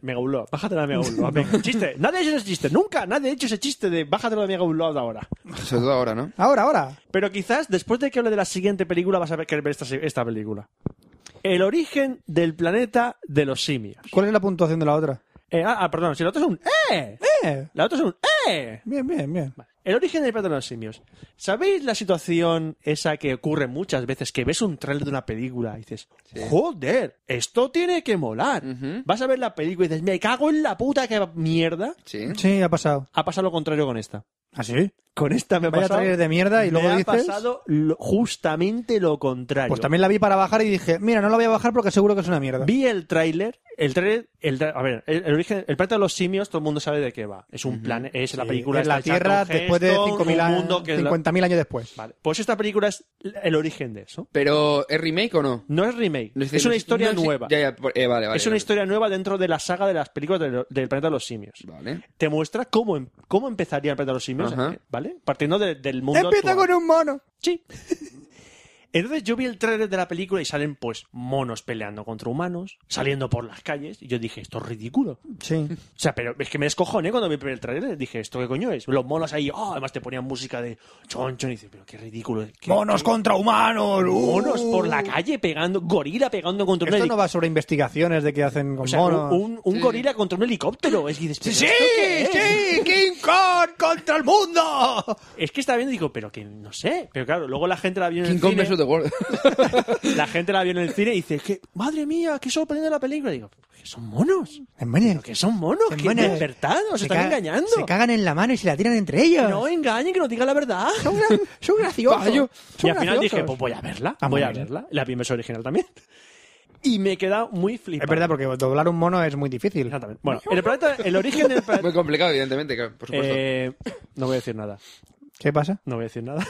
A: Mega Upload, bájatela de Mega Upload. Venga, chiste. Nadie ha hecho ese chiste, nunca. Nadie ha hecho ese chiste de bájatelo de Mega Upload ahora.
F: Sobre todo ahora, ¿no?
C: Ahora, ahora.
A: Pero quizás después de que hable de la siguiente película vas a ver- querer ver esta, esta película. El origen del planeta de los simios.
C: ¿Cuál es la puntuación de la otra?
A: Eh, ah, ah, perdón, si la otra es un ¡eh!
C: Eh,
A: La otra es un ¡eh!
C: bien, bien, bien.
A: El origen del planeta de los simios. ¿Sabéis la situación esa que ocurre muchas veces? Que ves un trailer de una película y dices, joder, esto tiene que molar.
F: Ujú.
A: Vas a ver la película y dices, me cago en la puta que mierda.
F: Sí.
C: Sí, ha pasado.
A: ha pasado lo contrario con esta.
C: ¿Ah, sí?
A: Con esta me ha
C: Vaya
A: pasado.
C: trailer de mierda y luego
A: me ha
C: dices-
A: pasado lo- justamente lo contrario.
C: Pues también la vi para bajar y dije, mira, no la voy a bajar porque seguro que es una mierda.
A: vi el tráiler, el tráiler, el tra- a ver, el, el origen, el planeta de los simios, todo el mundo sabe de qué va. Es un plan, es la
C: Sí,
A: película
C: en la
A: está hecha
C: Tierra
A: con
C: después de
A: gestos,
C: 5.000
A: un
C: años-
A: mundo que es la-
C: 50.000 años después.
A: Vale, pues esta película es el origen de eso.
F: Pero, ¿es remake o no?
A: No es remake,
F: No,
A: es,
F: decir,
A: una
F: no-
A: historia
F: no es-
A: nueva.
F: Ya, ya, por- eh, vale, vale.
A: es una
F: vale.
A: historia nueva dentro de la saga de las películas de lo- del planeta de los simios.
F: Vale.
A: Te muestra cómo, em- cómo empezaría el planeta de los simios, eh,
F: Ajá.
A: ¿vale? Partiendo de- del mundo actual.
C: un mono.
A: Sí. Entonces yo vi el trailer de la película y salen pues monos peleando contra humanos, saliendo por las calles, y yo dije, esto es ridículo.
C: Sí.
A: O sea, pero es que me descojoné cuando vi el primer trailer, dije, ¿esto qué coño es? Los monos ahí, ah, además te ponían música de chon chon, y dices, pero qué ridículo. es, qué-
C: Monos contra
A: Ah,
C: humanos.
A: qué-
C: ¡uh!
A: monos por la calle pegando, gorila pegando contra un
C: Esto no
A: helicóptero.
C: va sobre investigaciones de qué hacen con
A: O sea,
C: monos.
A: un, un- un gorila contra un helicóptero. Es, que dices, ¿pero esto qué es?
C: King Kong contra el mundo.
A: Es que estaba viendo y digo, pero que no sé. Pero claro, luego la gente la vio en
F: King
A: el
F: Kong
A: cine.
F: vs. The World.
A: La gente la vio en el cine y dice, que, madre mía, qué sorprendente la película. Y digo, que son monos.
C: En Manes.
A: Pero que son monos,
C: En
A: que
C: Manes.
A: despertad, os
C: Se
A: están
C: ca-
A: engañando.
C: Se cagan en la mano y se la tiran entre ellos.
A: No engañen, que no digan la verdad.
C: Son, gra- son graciosos.
F: Payo.
A: Y
C: Son
A: al final dije,
C: graciosos.
A: pues voy a verla,
C: Ah,
A: voy a
C: muy bien.
A: verla. La vi en versión original también. Y me he quedado muy flipado.
C: Es verdad, porque doblar un mono es muy difícil.
A: Exactamente. Bueno, el, planeta, el origen del
F: Muy
A: planeta...
F: complicado, evidentemente, claro, por supuesto.
A: Eh, no voy a decir nada.
C: ¿Qué pasa?
A: No voy a decir nada.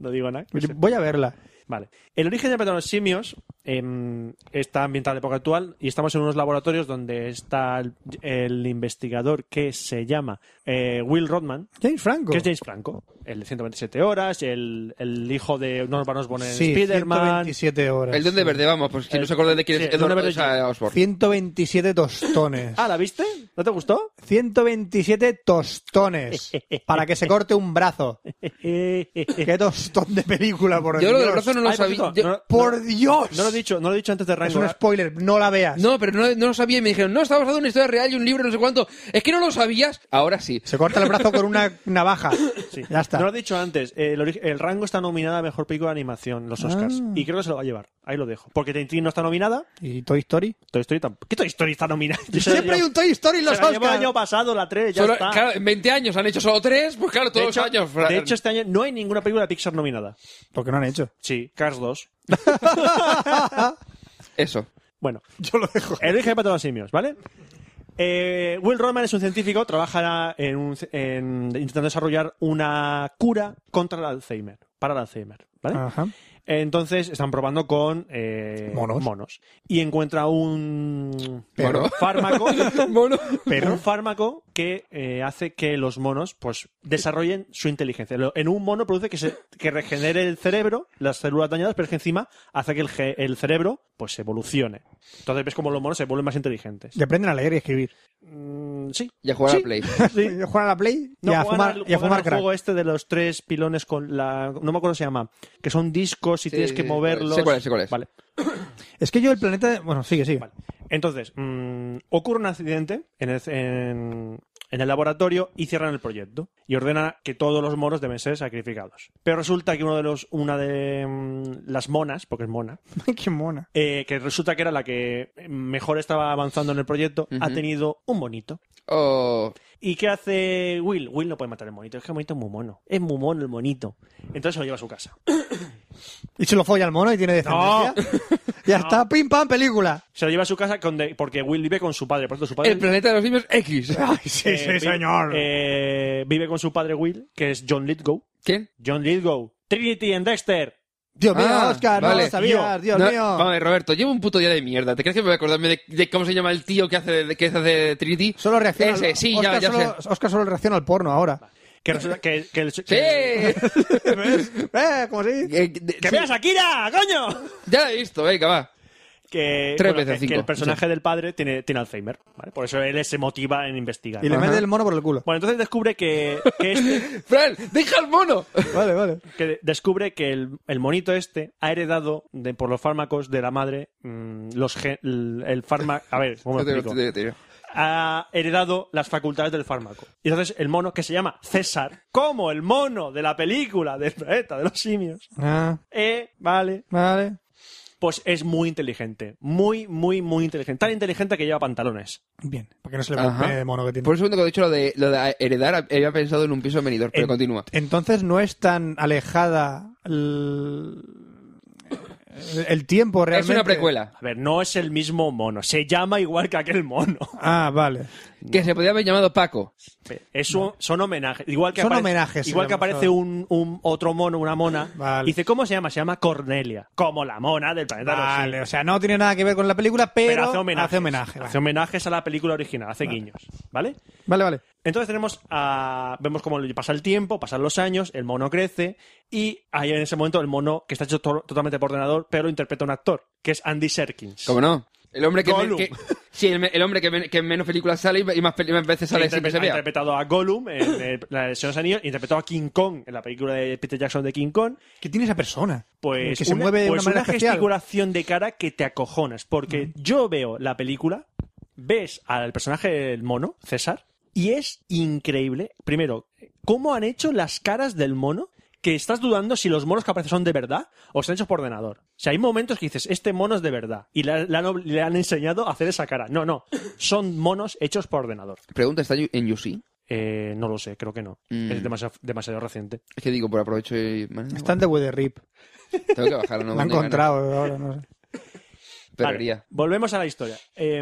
A: No digo nada.
C: Voy a verla.
A: Vale. El origen del planeta de los simios em, está ambientado en la época actual y estamos en unos laboratorios donde está el, el investigador que se llama eh, Will Rodman,
C: James Franco.
A: que es James Franco, el de 127 horas, el, el hijo de Norman Osborn en
C: Sí,
A: Spider-Man.
C: 127 horas.
F: El duende verde, vamos, pues que
A: El-
F: no se acuerda de quién
A: Eh, sí,
F: es
A: el Duende
F: Edward eh,
A: Verde
F: o sea, Osborn.
C: 127 tostones.
A: Ah, ¿la viste? ¿No te gustó?
C: 127 tostones. Para que se corte un brazo. Qué tostón de película, por
F: Yo
C: Dios.
F: lo del brazo no lo
A: Ay, por
F: sabía.
A: cierto,
F: yo-
A: no-
C: Por Dios.
A: No lo he dicho, no lo he dicho antes de
C: Es
A: Rango.
C: un spoiler, no la veas.
F: No, pero no, no lo sabía y me dijeron, no, está basado en una historia real y un libro, no sé cuánto. Es que no lo sabías. Ahora sí.
C: Se corta el brazo con una navaja.
A: Sí.
C: Ya está.
A: No lo he dicho antes. El, ori- el rango está nominada a mejor película de animación, los Oscars.
C: Ah.
A: Y creo que se lo va a llevar. Ahí lo dejo. Porque Tintín no está nominada.
C: ¿Y Toy Story?
A: Toy Story tampoco. ¿Qué Toy Story está nominada? Yo se la
C: Siempre hay
A: llevo-
C: un Toy Story en los
A: se la llevo el
C: Oscars.
A: año pasado, la 3, ya
F: Solo-
A: está.
F: claro, en 20 años han hecho solo tres, pues claro, todos
A: de, hecho,
F: los años.
A: de hecho, este año no hay ninguna película de Pixar nominada.
C: Porque no han hecho.
A: Sí, Cars 2.
F: eso.
A: Bueno,
C: Yo lo dejo.
A: El origen de Pato de los simios, ¿vale? Eh, Will Rodman es un científico, trabaja en un- en- intentando desarrollar una cura contra el Alzheimer, para el Alzheimer, ¿vale?
C: Ajá.
A: Entonces están probando con eh,
C: Monos.
A: y encuentra un
C: Pero-
A: bueno, fármaco,
F: Mono.
A: pero un fármaco que eh, hace que los monos pues desarrollen su inteligencia. Lo- En un mono produce que se que regenere el cerebro, las células dañadas, pero es que encima hace que el, ge- el cerebro pues evolucione. Entonces ves como los monos se vuelven más inteligentes.
C: Y aprenden a leer y escribir.
A: Mm, sí.
F: Y a jugar
A: Sí.
F: a Play.
A: Sí.
C: Y juegan a la Play
A: No,
C: y a
A: juegan
C: fumar,
A: al-
C: y a
A: juegan
C: fumar
A: al
C: crack.
A: juego este de los tres pilones con la... No me acuerdo cómo se llama. Que son discos y
F: Sí,
A: tienes
F: sí,
A: que
F: sí,
A: moverlos.
F: sé cuál es, sé cuál es.
A: Vale.
C: Es que yo el planeta... de- Bueno, sigue, sigue.
A: Vale. Entonces, mm, ocurre un accidente en el, en- en el laboratorio y cierran el proyecto. Y ordena que todos los monos deben ser sacrificados. Pero resulta que uno de los, una de mm, las monas, porque es mona,
C: Ay, qué mona.
A: eh, que resulta que era la que mejor estaba avanzando en el proyecto, ha
F: Ujú.
A: tenido un monito.
F: Oh,
A: ¿Y qué hace Will? Will no puede matar al monito. Es que el monito es muy mono. Es muy mono el monito. Entonces se lo lleva a su casa.
C: Y se lo folla al mono y tiene
A: No.
C: descendencia. ya está, pim pam, película.
A: Se lo lleva a su casa donde- porque Will vive con su padre. Por cierto, su padre
F: el planeta de los simios X.
C: Ay, sí,
A: eh, vive- eh, vive con su padre Will, que es John Lithgow.
F: ¿Quién?
A: John Lithgow. Trinity and Dexter.
C: Dios mío,
F: Ah,
C: Oscar, no
F: vale.
C: lo sabías, Dios
F: No,
C: mío.
F: Vamos a ver, Roberto, llevo un puto día de mierda. ¿Te crees que me voy a acordarme de, de cómo se llama el tío que hace de, que hace de Trinity?
C: Solo reacciona. al-
F: Ese, sí, ya,
C: Oscar
F: ya
C: solo, Oscar solo reacciona al porno ahora.
A: Que resulta que, que el- que-
F: sé. ¡Sí!
C: Eh, ¿cómo así?
F: Eh, de-
A: ¡Que
F: sí,
A: veas a Kira, coño!
F: Ya la he visto, venga, va.
A: Que,
F: Tres
A: bueno,
F: veces
A: que- que
F: cinco,
A: el personaje del padre tiene, tiene Alzheimer. ¿vale? Por eso él se motiva en investigar.
C: Y le
A: Ajá.
C: mete el mono por el culo.
A: Bueno, entonces descubre que, que este-
F: Fran, deja al mono.
C: Vale, vale.
A: que de- descubre que el, el monito este ha heredado de, por los fármacos de la madre mm, los gen- el, fármaco a ver cómo lo
F: Te digo,
A: explico?
F: te digo, te digo.
A: ha heredado las facultades del fármaco y entonces el mono que se llama César como el mono de la película del planeta de los simios
C: Ah,
A: eh, vale
C: vale.
A: pues es muy inteligente muy muy muy inteligente tan inteligente que lleva pantalones
C: Bien, porque no se le
F: Ajá.
C: pone de mono que tiene.
F: Por un segundo cuando he dicho lo de, lo de heredar, había pensado en un piso venidor, pero
A: Eh,
C: En-
F: continúa.
C: Entonces no es tan alejada el, el tiempo realmente.
F: Es una precuela.
A: a ver no es el mismo mono se llama igual que aquel mono
C: Ah, vale.
F: Que se podía haber llamado Paco.
A: Eso son homenajes. Igual que
C: Son
A: aparece,
C: homenajes,
A: Igual
C: se
A: que
C: llama,
A: aparece
C: joder.
A: un, un otro mono, una mona.
C: Vale.
A: Dice, ¿cómo se llama? Se llama Cornelia. Como la mona del planeta de los
C: Vale, o
A: simios.
C: sea, no tiene nada que ver con la película, pero,
A: Pero hace homenajes.
C: Hace homenaje.
A: Hace
C: Vale,
A: homenajes a la película original, hace guiños. ¿Vale?
C: vale. vale.
A: Entonces tenemos a, vemos cómo le pasa el tiempo, pasan los años, el mono crece y ahí en ese momento el mono que está hecho to- totalmente por ordenador, pero lo interpreta un actor, que es Andy Serkins.
F: ¿Cómo no? El hombre que, me-
A: Gollum.
F: que- sí, el, me- el hombre que, men- que en menos películas sale y y más, pel- y más veces
A: Ha
F: sale sin que
A: interpre-
F: se
A: ha
F: vea.
A: interpretado a Gollum en eh, La Lesión de los Anillos, interpretó a King Kong en la película de Peter Jackson de King Kong
C: ¿Qué tiene esa persona?
A: Pues,
C: que se
A: una,
C: mueve de
A: pues
C: una manera especial.
A: gesticulación de cara que te acojonas. Porque yo veo la película, ves al personaje del mono, César, y es increíble. Primero, cómo han hecho las caras del mono que estás dudando si los monos que aparecen son de verdad o se han hecho por ordenador. O sea, hay momentos que dices, este mono es de verdad. Y le, le han, ob- le han enseñado a hacer esa cara. No, no. Son monos hechos por ordenador.
F: Pregunta, ¿está yu- en UC?
A: Eh, no lo sé, creo que no.
F: Mm.
A: Es demasiado, demasiado reciente.
F: Es que digo, por aprovecho y... bueno,
C: Está en The Weather Rip.
F: Tengo que bajarlo, no
C: la he
F: me digan nada.
C: encontrado ahora, no sé.
F: perrería.
A: Vale, volvemos a la historia. Eh,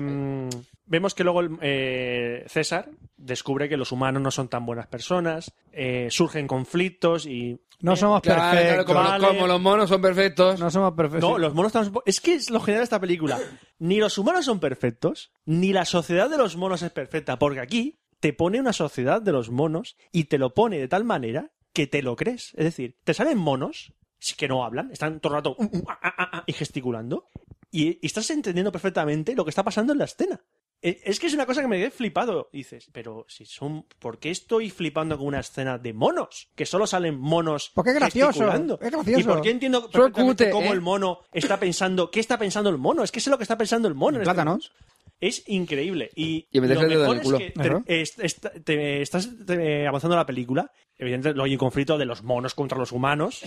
A: vemos que luego el- eh, César descubre que los humanos no son tan buenas personas, eh, surgen conflictos y...
C: No somos
F: Claro, claro,
C: perfectos.
F: como,
A: vale.
F: como los monos son perfectos.
C: No somos perfectos.
A: No, los monos tampoco- Es que es lo general de esta película. Ni los humanos son perfectos, ni la sociedad de los monos es perfecta, porque aquí te pone una sociedad de los monos y te lo pone de tal manera que te lo crees. Es decir, te salen monos sí que no hablan, están todo el rato "Uh, uh, ah, ah, ah, ah", y gesticulando, y, y estás entendiendo perfectamente lo que está pasando en la escena. E- Es que es una cosa que me quedé flipado. Dices, pero si son. ¿Por qué estoy flipando con una escena de monos? Que solo salen monos.
C: Porque es gracioso,
A: gesticulando.
C: es gracioso.
A: ¿Y por qué entiendo
F: Son
A: perfectamente
F: cute,
A: cómo
F: ¿eh?
A: el mono está pensando. ¿Qué está pensando el mono? Es que sé lo que está pensando el mono. en este
C: Plátanos.
A: es increíble. Y,
F: Y meterse
A: lo
F: el dedo
A: mejor
F: en el
A: es
F: culo.
A: que te-
C: Claro.
A: es- esta- te- estás te- avanzando la película. Evidentemente, luego hay un conflicto de los monos contra los humanos.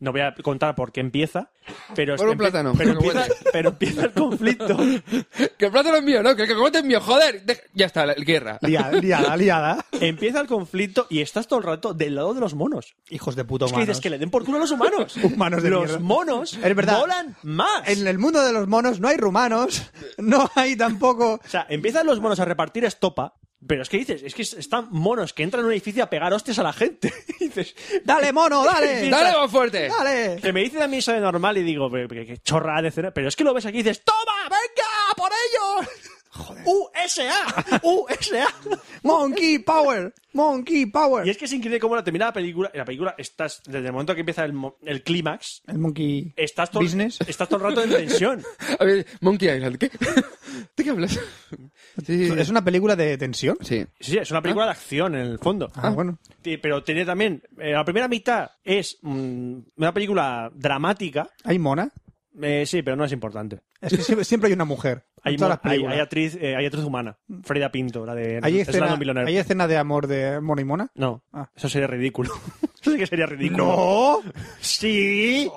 A: No voy a contar por qué empieza. Pero,
F: Por
A: este-
F: un plátano.
A: pero,
F: Que
A: empieza,
F: huele.
A: pero empieza el conflicto.
F: Que el plátano es mío, ¿no? Que el cacahuete es mío, joder. Deja- Ya está, la la guerra.
C: Liada, liada, liada.
A: empieza el conflicto y estás todo el rato del lado de los monos.
C: Hijos de puto
A: Es que
C: humanos.
A: dices que le den por culo a los humanos.
C: Humanos de
A: los
C: mierda.
A: monos
C: Es verdad.
A: volan más.
C: En el mundo de los monos no hay rumanos, no hay tampoco...
A: O sea, empiezan los monos a repartir estopa. Pero es que dices, es que están monos que entran en un edificio a pegar hostias a la gente. Y dices,
C: ¡Dale, mono, dale!
A: Piensa-
F: ¡Dale más fuerte!
C: ¡Dale!
A: Que me dices a mí eso de normal y digo, pero pero qué chorrada de escena. Pero es que lo ves aquí y dices, ¡Toma! ¡Venga! ¡Por ellos! ¡USA! ¡USA!
C: Monkey Power, Monkey Power.
A: y es que es increíble cómo la termina la película. En la película estás, desde el momento que empieza el, mo- el clímax,
C: El Monkey
A: estás todo,
C: Business.
A: estás todo el rato en tensión.
F: A ver, Monkey Island, ¿qué? ¿De qué hablas? Sí, sí, sí.
C: es una película de tensión.
F: Sí.
A: Sí, sí, es una película de acción en el fondo.
C: Ah, bueno.
A: Sí, Pero tiene también. eh, la primera mitad es mm, una película dramática.
C: Hay mona.
A: Eh, sí, pero no es importante.
C: Es que siempre, siempre hay una mujer. en
A: Hay,
C: todas
A: mo-
C: las
A: hay,
C: películas.
A: hay actriz, eh, hay actriz humana. Freda Pinto, la de.
C: Hay
A: es la
C: escena,
A: de Villeneuve.
C: hay escena de amor de mono y mona.
A: No,
C: Ah.
A: eso sería ridículo. eso sí que sería ridículo.
C: No,
A: Sí.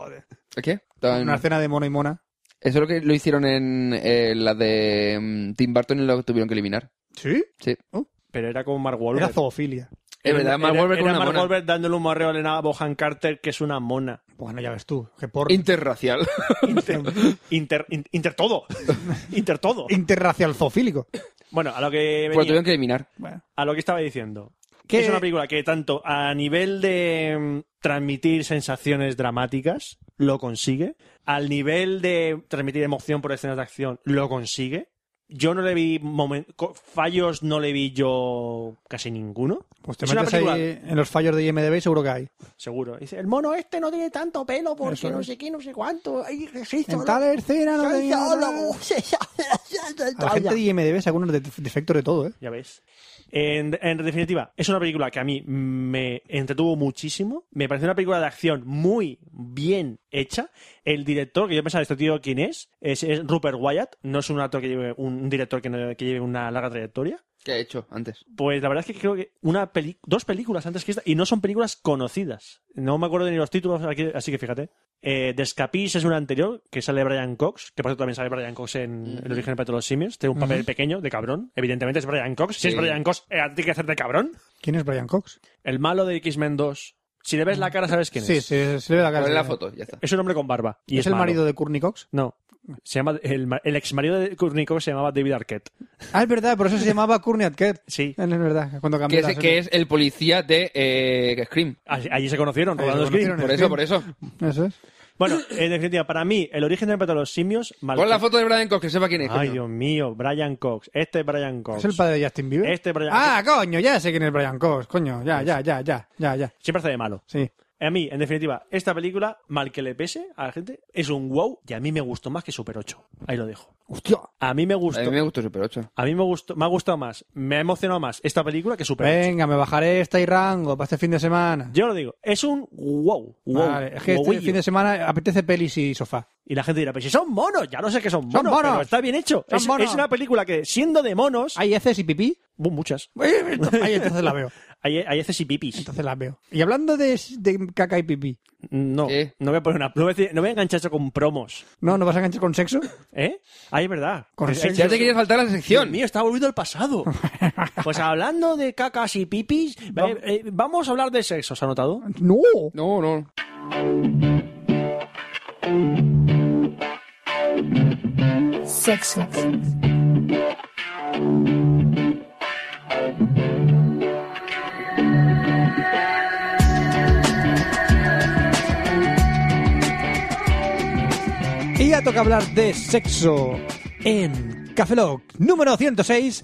F: ¿A ¿Qué?
C: una escena de mono y mona.
F: Eso es lo que lo hicieron en eh, la de mm, Tim Burton y lo tuvieron que eliminar.
C: Sí,
F: Sí.
A: Pero era como Mark Wahlberg.
C: era zoofilia.
F: Es
A: Era-
F: verdad, Mark
A: era-
F: Wahlberg con
A: era
F: una
A: Mark
F: mona.
A: Wahlberg dándole un morreo a Elena Bohan Carter, que es una mona.
C: Bueno, ya ves tú, que por
F: Interracial.
A: Inter, inter, in- inter todo. inter todo.
C: interracial zoofílico.
A: Bueno, a lo que
F: Pues lo
A: venía,
F: tuvieron que eliminar.
C: Bueno,
A: a lo que estaba diciendo.
C: Que-
A: Es una película que tanto a nivel de mm, transmitir sensaciones dramáticas lo consigue, al nivel de transmitir emoción por escenas de acción lo consigue. Yo no le vi momen- co- fallos, no le vi yo casi ninguno.
C: pues te
A: es una
C: metes
A: película,
C: ahí en los fallos de IMDb y seguro que hay.
A: seguro. Dice,
J: El mono este no tiene tanto pelo porque
C: Eso
J: no
C: es.
J: sé qué, no sé cuánto. Ay, registro.
C: En tal escena no tenía nada. A la gente de IMDb sacó unos de- defectos de todo, ¿eh?
A: Ya ves. En, en definitiva, es una película que a mí me entretuvo muchísimo. Me parece una película de acción muy bien hecha. El director, que yo pensaba, este tío, ¿quién es? Es, es Rupert Wyatt. No es un actor que lleve, un director que, no- que lleve una larga trayectoria.
F: ¿Qué ha hecho antes?
A: Pues la verdad es que creo que una peli- dos películas antes que esta, y no son películas conocidas. No me acuerdo ni los títulos, aquí- así que fíjate. Eh, Descapís es una anterior, que sale Brian Cox, que por cierto también sale Brian Cox en El origen de los simios. Tiene un papel pequeño de cabrón. Evidentemente es Brian Cox. Si
F: Sí.
A: es Brian Cox, eh, tiene que hacer de cabrón.
C: ¿Quién es Brian Cox?
A: El malo de X-Men 2. Si le ves la cara, sabes quién
C: Sí,
A: es.
C: se, se le ve la cara.
F: Ponle la foto, ya está.
A: Es un hombre con barba. Y
C: ¿Es,
A: es,
C: el
A: malo.
C: marido de Courtney Cox?
A: No. Se llama, el, ma- el ex marido de Courtney Cox se llamaba David Arquette.
C: Ah, es verdad, por eso se llamaba Courtney Atker.
A: Sí.
C: Es verdad, cuando cambió
F: Que es, que es el policía de eh, Scream.
A: Allí allí se conocieron,
C: Ahí se
A: rodando Scream.
C: conocieron.
F: Por eso, por eso.
C: Eso es.
A: Bueno, en definitiva, para mí, el origen del plato de los simios. mal-
F: Pon la foto de Brian Cox, que sepa quién es.
A: Ay,
F: coño.
A: Dios mío, Brian Cox. Este es Brian Cox.
C: ¿Es el padre de Justin Bieber?
A: Este Brian Pues
C: ah, coño, ya sé quién es Brian Cox, coño, ya, ya, ya, ya, ya, ya.
A: Siempre hace de malo.
C: Sí.
A: A mí, en definitiva, esta película, mal que le pese a la gente, es un wow y a mí me gustó más que Super 8. Ahí lo dejo.
C: Hostia.
A: A mí me
F: A
A: gustó.
F: mí me gustó Super 8.
A: A mí me gustó, me ha gustado más, me ha emocionado más esta película que Super 8.
C: Venga, me bajaré esta y rango para este fin de semana.
A: Yo lo digo, es un wow. wow
C: Vale, es que este
A: wowillo.
C: fin de semana apetece pelis y sofá.
A: Y la gente dirá, pero si son monos, ya no sé que son monos,
C: Son monos.
A: pero está bien hecho.
C: Son
A: Es,
C: monos.
A: es una película que, siendo de monos,
C: ¿Hay heces y pipí?
A: Bu, muchas.
C: Ahí entonces la veo.
A: Hay, hay heces y pipis.
C: Entonces la veo. Y hablando de, de caca y pipí,
A: No,
F: ¿Qué?
A: no voy a poner una. No voy a, decir- no voy a enganchar eso con promos.
C: ¿no? ¿No vas a enganchar con sexo?
A: ¿Eh? Ah, es verdad.
C: Con
A: Es-
C: sexo.
A: es-
F: Ya te quería faltar a la
A: Dios
F: sección.
A: mío, está volviendo al pasado. Pues hablando de cacas y pipis, eh, eh, vamos a hablar de sexo, ¿se ha notado?
C: ¡No!
F: No, no.
E: Sexo.
C: Y ya toca hablar de sexo en Café Lock número 106.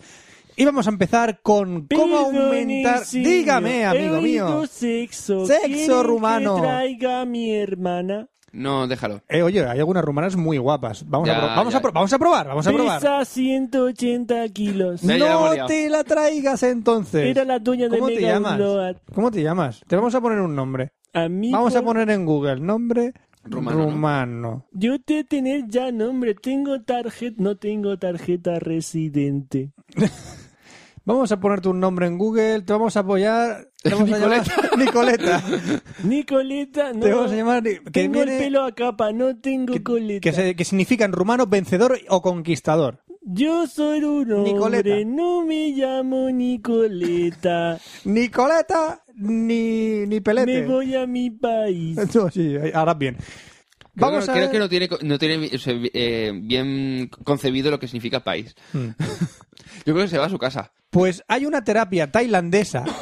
C: Y vamos a empezar con cómo aumentar.
J: Perdone,
C: Dígame,
J: señor,
C: amigo
J: he
C: mío.
J: oído Sexo.
C: Sexo
J: ¿Quieren que
C: rumano.
J: traiga a mi hermana.
F: No, déjalo.
C: Eh, oye, hay algunas rumanas muy guapas. Vamos,
F: Ya,
C: a, pro- vamos,
F: ya.
C: a, pro- vamos a probar, vamos a probar.
J: Pesa 180 kilos.
F: Ya, ya la hemos
C: No
F: liado.
C: te la traigas entonces.
J: Era la dueña de
C: ¿Cómo te
J: Mega
C: llamas?
J: Upload.
C: ¿Cómo te llamas? Te vamos a poner un nombre.
J: Amigo,
C: Vamos a poner en Google nombre
F: Rumano, ¿no?
C: rumano.
J: Yo te tener ya nombre. Tengo tarjeta. No tengo tarjeta residente.
C: Vamos a poner tu nombre en Google, te vamos a apoyar. Te vamos a llamar Nicoleta.
J: Nicoleta, no.
C: Te vamos a llamar que
J: Tengo
C: viene-
J: el pelo a capa. No tengo coleta.
C: que, se- que significa en rumano vencedor o conquistador.
J: Yo soy un hombre.
C: Nicoleta.
J: No me llamo Nicoleta.
C: Nicoleta ni, ni pelete.
J: me voy a mi país.
C: No, sí, ahora bien.
F: Creo,
C: Vamos
F: que-
C: a
F: creo
C: ver-
F: que no tiene, co- no tiene o sea, eh, bien concebido lo que significa país.
C: Hmm.
F: Yo creo que se va a su casa.
C: Pues hay una terapia tailandesa.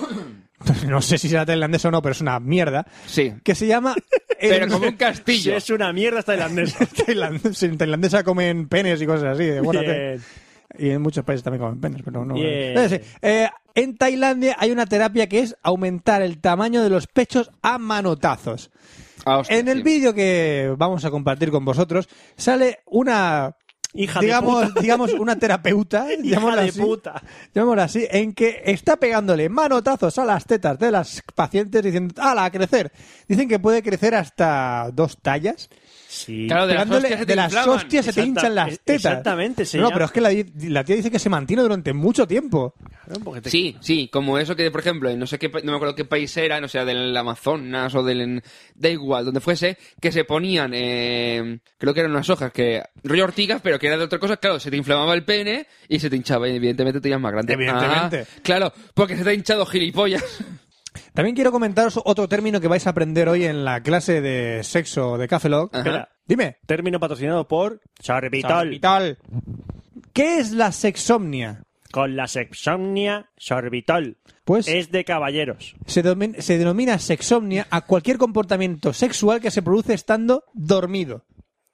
C: No sé si será tailandesa o no, pero es una mierda.
F: Sí.
C: Que se llama.
F: Pero como un
A: Si
F: castillo.
A: es una mierda esta tailandesa.
C: Tailand- sí, en tailandesa comen penes y cosas así. de buena
A: Bien.
C: fe. Y en muchos países también comen penes, pero no.
A: Bien.
C: Eh, sí. Eh, en Tailandia hay una terapia que es aumentar el tamaño de los pechos a manotazos.
F: Ah, hostia,
C: En el
F: sí.
C: vídeo que vamos a compartir con vosotros sale una
A: Hija de
C: digamos,
A: puta.
C: digamos una terapeuta,
A: Hija
C: llamémosla
A: de
C: así,
A: puta.
C: llamémosla así, en que está pegándole manotazos a las tetas de las pacientes diciendo, ¡ala, a crecer! Dicen que puede crecer hasta dos tallas.
A: Sí.
F: Claro, de las
C: Pegándole-
F: hostias se te
C: de las
F: inflaman.
C: hostias se te
A: Exacta-
C: hinchan las
A: e-
C: tetas.
A: exactamente, se
C: No,
A: llama-
C: pero es que la, la tía dice que se mantiene durante mucho tiempo.
F: Sí, sí, como eso que, por ejemplo, en no sé qué, pa- no me acuerdo qué país era, no sé, del Amazonas o del, da igual, donde fuese, que se ponían, eh, creo que eran unas hojas que, rollo ortigas, pero que era de otra cosa, claro, se te inflamaba el pene y se te hinchaba, y evidentemente te ibas más grande.
C: Evidentemente.
F: Ah, claro, porque se te ha hinchado gilipollas.
C: También quiero comentaros otro término que vais a aprender hoy en la clase de sexo de Café Lock.
F: Ajá.
A: Espera.
C: Dime.
A: Término patrocinado por Sorbital.
C: Vital. ¿Qué es la sexomnia?
A: Con la sexomnia Sorbital.
C: Pues
A: Es de caballeros.
C: se, domin- se denomina sexomnia a cualquier comportamiento sexual que se produce estando dormido.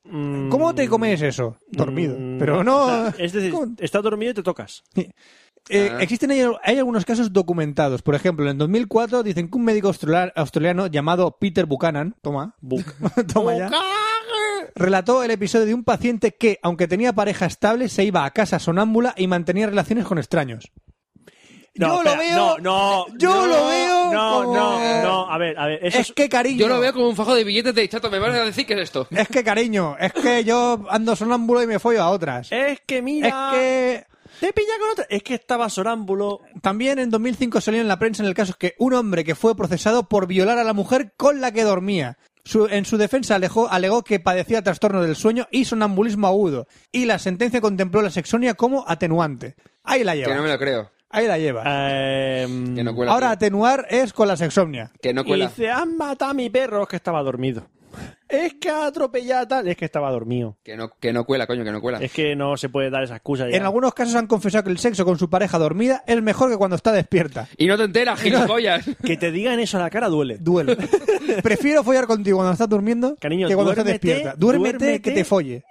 A: Mm,
C: ¿Cómo te comes eso? Dormido. Pero no.
A: Es decir, ah.
C: ¿cómo?
A: estás dormido y te tocas.
C: Eh, Existen hay, hay algunos casos documentados. Por ejemplo, en 2004 dicen que un médico australa- australiano llamado Peter Buchanan, toma,
A: Buc.
C: toma ya, relató el episodio de un paciente que, aunque tenía pareja estable, se iba a casa sonámbula y mantenía relaciones con extraños.
A: No,
C: yo lo
A: espera,
C: veo.
A: No, no.
C: yo lo veo.
A: No,
C: como-
A: no, no. A ver, a ver. Eso
C: Es que cariño.
F: Yo lo veo como un fajo de billetes de chato, me vas a decir qué es esto.
C: Es que, cariño, es que yo ando sonámbulo y me follo a otras.
A: Es que
C: Es
A: mira.
C: que
A: Te pilla con otra. Es que estaba sonámbulo.
C: también en 2005 salió en la prensa en el caso que un hombre que fue procesado por violar a la mujer con la que dormía. Su- en su defensa alejó- alegó que padecía trastorno del sueño y sonambulismo agudo. Y la sentencia contempló la sexonia como atenuante. Ahí la
F: Que no me
C: lleva.
F: lo creo.
C: Ahí la
A: Ah,
C: lleva.
A: Ehm,
F: Que no cuela.
C: Ahora
F: tío.
C: atenuar es con la sexomnia.
F: Que no
A: y
F: cuela.
A: dice, han matado a mi perro. Es que estaba dormido. Es que ha atropellado a tal. Es que estaba dormido.
F: Que no, que no cuela, coño, que no cuela.
A: Es que no se puede dar esa excusa. ya.
C: En algunos casos han confesado que el sexo con su pareja dormida es mejor que cuando está despierta.
F: Y no te enteras, gilipollas.
A: Que te digan eso a la cara duele.
C: duele. Prefiero follar contigo cuando estás durmiendo
A: Cariño,
C: que cuando
A: duérmete,
C: estás despierta. Duérmete,
A: duérmete.
C: que te folle.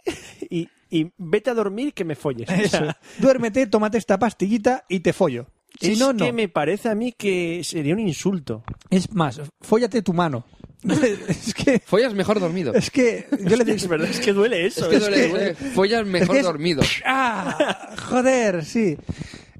A: Y, y vete a dormir que me folles.
C: Eso. duérmete, tómate esta pastillita y te follo. Si
A: es
C: no, no.
A: que me parece a mí que sería un insulto.
C: Es más, fóllate tu mano. es que
F: Follas mejor dormido.
C: es que yo le
A: Es
C: digo
A: verdad, es que duele eso.
F: Es que
A: es
F: duele,
A: que-
F: duele. Follas
C: es
F: mejor
C: que es-
F: dormido.
C: ¡Ah! Joder, sí.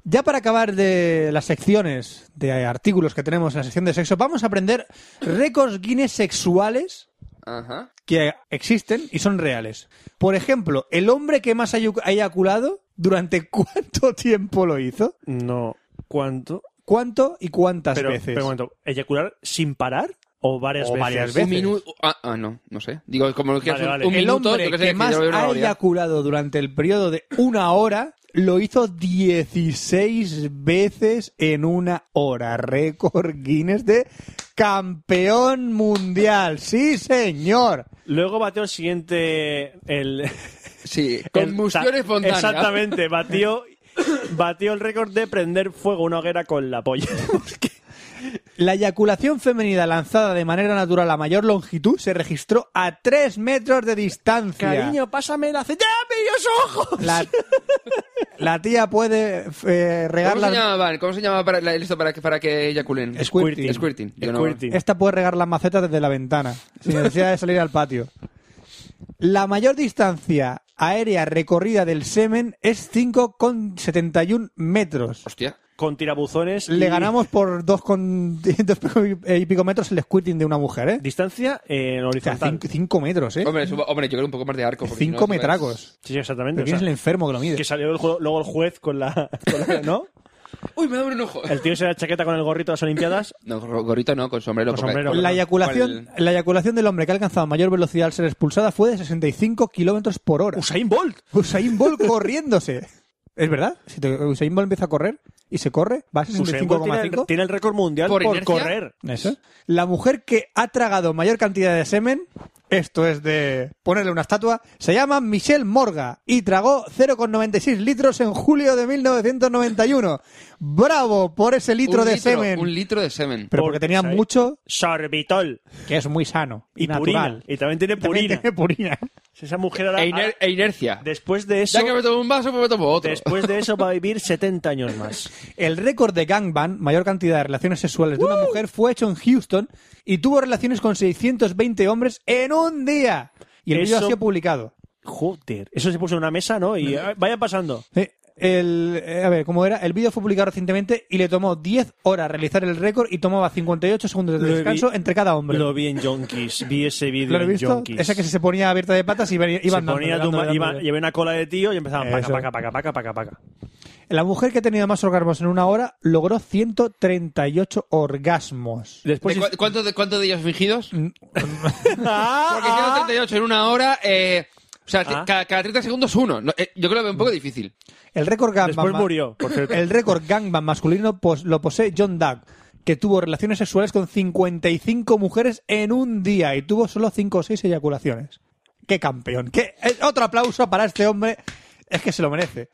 C: Ya para acabar de las secciones de artículos que tenemos en la sección de sexo, vamos a aprender récords Guinness sexuales
F: Ajá.
C: que existen y son reales. Por ejemplo, el hombre que más ha eyacu- ha eyaculado, ¿durante cuánto tiempo lo hizo?
A: No, ¿cuánto?
C: ¿Cuánto y cuántas
A: Pero,
C: veces?
A: pero un momento, ¿eyacular sin parar o varias
C: O
A: veces?
C: varias
F: Un
C: veces.
F: minuto. Ah, ah, no, no sé. Digo, como lo que
A: Vale,
F: hace un-
A: vale.
F: un
C: el
F: minuto,
C: hombre
F: yo
C: que,
F: qué sé,
C: más
F: yo veo una
C: ha
F: barbaridad.
C: eyaculado durante el periodo de una hora lo hizo 16 veces en una hora. Récord Guinness de campeón mundial. Sí, señor.
A: Luego batió el siguiente. El,
F: Sí,
A: el-
F: combustión
A: ta-
F: espontánea.
A: Exactamente, batió, batió el récord de prender fuego una hoguera con la polla.
C: La eyaculación femenina lanzada de manera natural a mayor longitud se registró a 3 metros de distancia.
A: pásame la cena. ojos!
C: La, la tía puede eh, regar
F: ¿Cómo se
C: las...
F: llama, Van? ¿Cómo se llama para, la- esto para que, para que eyaculen?
C: Squirting.
F: Squirting. Yo no-
A: Squirting.
C: Esta puede regar las macetas desde la ventana, sin necesidad de salir al patio. La mayor distancia aérea recorrida del semen es 5,71 metros.
F: Hostia.
A: Con tirabuzones.
C: Le
A: y-
C: ganamos por 2, y pico metros el squirting de una mujer, ¿eh?
A: Distancia en
C: O sea,
A: horizontal.
C: 5 metros, ¿eh?
F: Hombre, subo- hombre, yo creo un poco más de arco. porque si
C: 5
F: no, si no-
C: metragos.
A: Sí, sí, exactamente.
C: Pero
A: o
C: ¿Quién es
A: sea,
C: el enfermo que lo mide?
A: que salió el ju- luego el juez con la, con la- ¿No?
F: Uy, me da un ojo.
A: El tío se la chaqueta con el gorrito de las Olimpiadas.
F: No, gor- gorrito no, con sombrero.
A: Con
F: porque-
A: sombrero,
F: con-
C: Pues La
A: perdón.
C: eyaculación,
F: con
C: la eyaculación del hombre que ha alcanzado mayor velocidad al ser expulsada fue de 65 kilómetros por hora.
A: ¡Usain Bolt!
C: Usain Bolt corriéndose. ¿Es verdad? Si te- Usain Bolt empieza a correr y se corre, va a
A: Usain Bolt Pues tiene, el-
C: 65,5.
A: tiene el récord mundial
F: ¿Por
A: por,
F: inercia?
A: correr.
C: Eso. La mujer que ha tragado mayor cantidad de semen, esto es de ponerle una estatua, se llama Michelle Morga y tragó 0,96 litros en julio de 1991. ¡Bravo por ese litro
F: un
C: de
F: litro,
C: semen!
F: Un litro de semen.
C: Pero porque tenía
A: ¿sabéis?
C: mucho
A: Sorbitol.
C: que es muy sano y,
A: Y
C: natural.
A: purina. Y también tiene
C: También
A: purina.
C: tiene purina.
A: Esa mujer ahora-
F: E, iner- e inercia.
A: ah, después de eso.
F: Ya que me tomo un vaso, pues me tomo otro.
A: Después de eso va a vivir 70 años más.
C: El récord de gangbang, mayor cantidad de relaciones sexuales de una mujer, fue hecho en Houston y tuvo relaciones con 620 hombres en un día. Y el vídeo ha
A: Eso-
C: sido publicado.
A: Joder. Eso se puso en una mesa, ¿no? Y ah, vaya pasando.
C: Eh, El, eh, a ver, ¿cómo era? El vídeo fue publicado recientemente y le tomó 10 horas realizar el récord y tomaba 58 segundos de
A: Lo he vi-
C: descanso entre cada hombre.
A: Lo vi en Yonkis. Vi ese vídeo
C: ¿Lo he
A: en
C: visto?
A: Yonkis.
C: Esa que se ponía abierta de patas y iba, iba
A: Se
C: andando,
A: ponía
C: andando,
A: tumba-
C: andando.
A: iba- llevaba una cola de tío y empezaban paca,
C: Eso.
A: paca, paca, paca, paca, paca.
C: La mujer que ha tenido más orgasmos en una hora logró 138 orgasmos.
A: Después
F: ¿De cu- cuánto, de, ¿Cuánto de ellos fingidos? Porque si eran
A: Ah, ah.
F: 38 en una hora, eh, o sea,
A: Ah. Mm.
F: cada, cada 30 segundos uno. No, eh, yo creo que es un poco difícil.
C: El récord gangbang
A: Después
C: ma-
A: murió, por cierto.
C: El récord gangbang masculino pos- lo posee John Duck, que tuvo relaciones sexuales con 55 mujeres en un día y tuvo solo 5 o 6 eyaculaciones. ¡Qué campeón! ¡Qué... eh, Otro aplauso para este hombre. Es que se lo merece.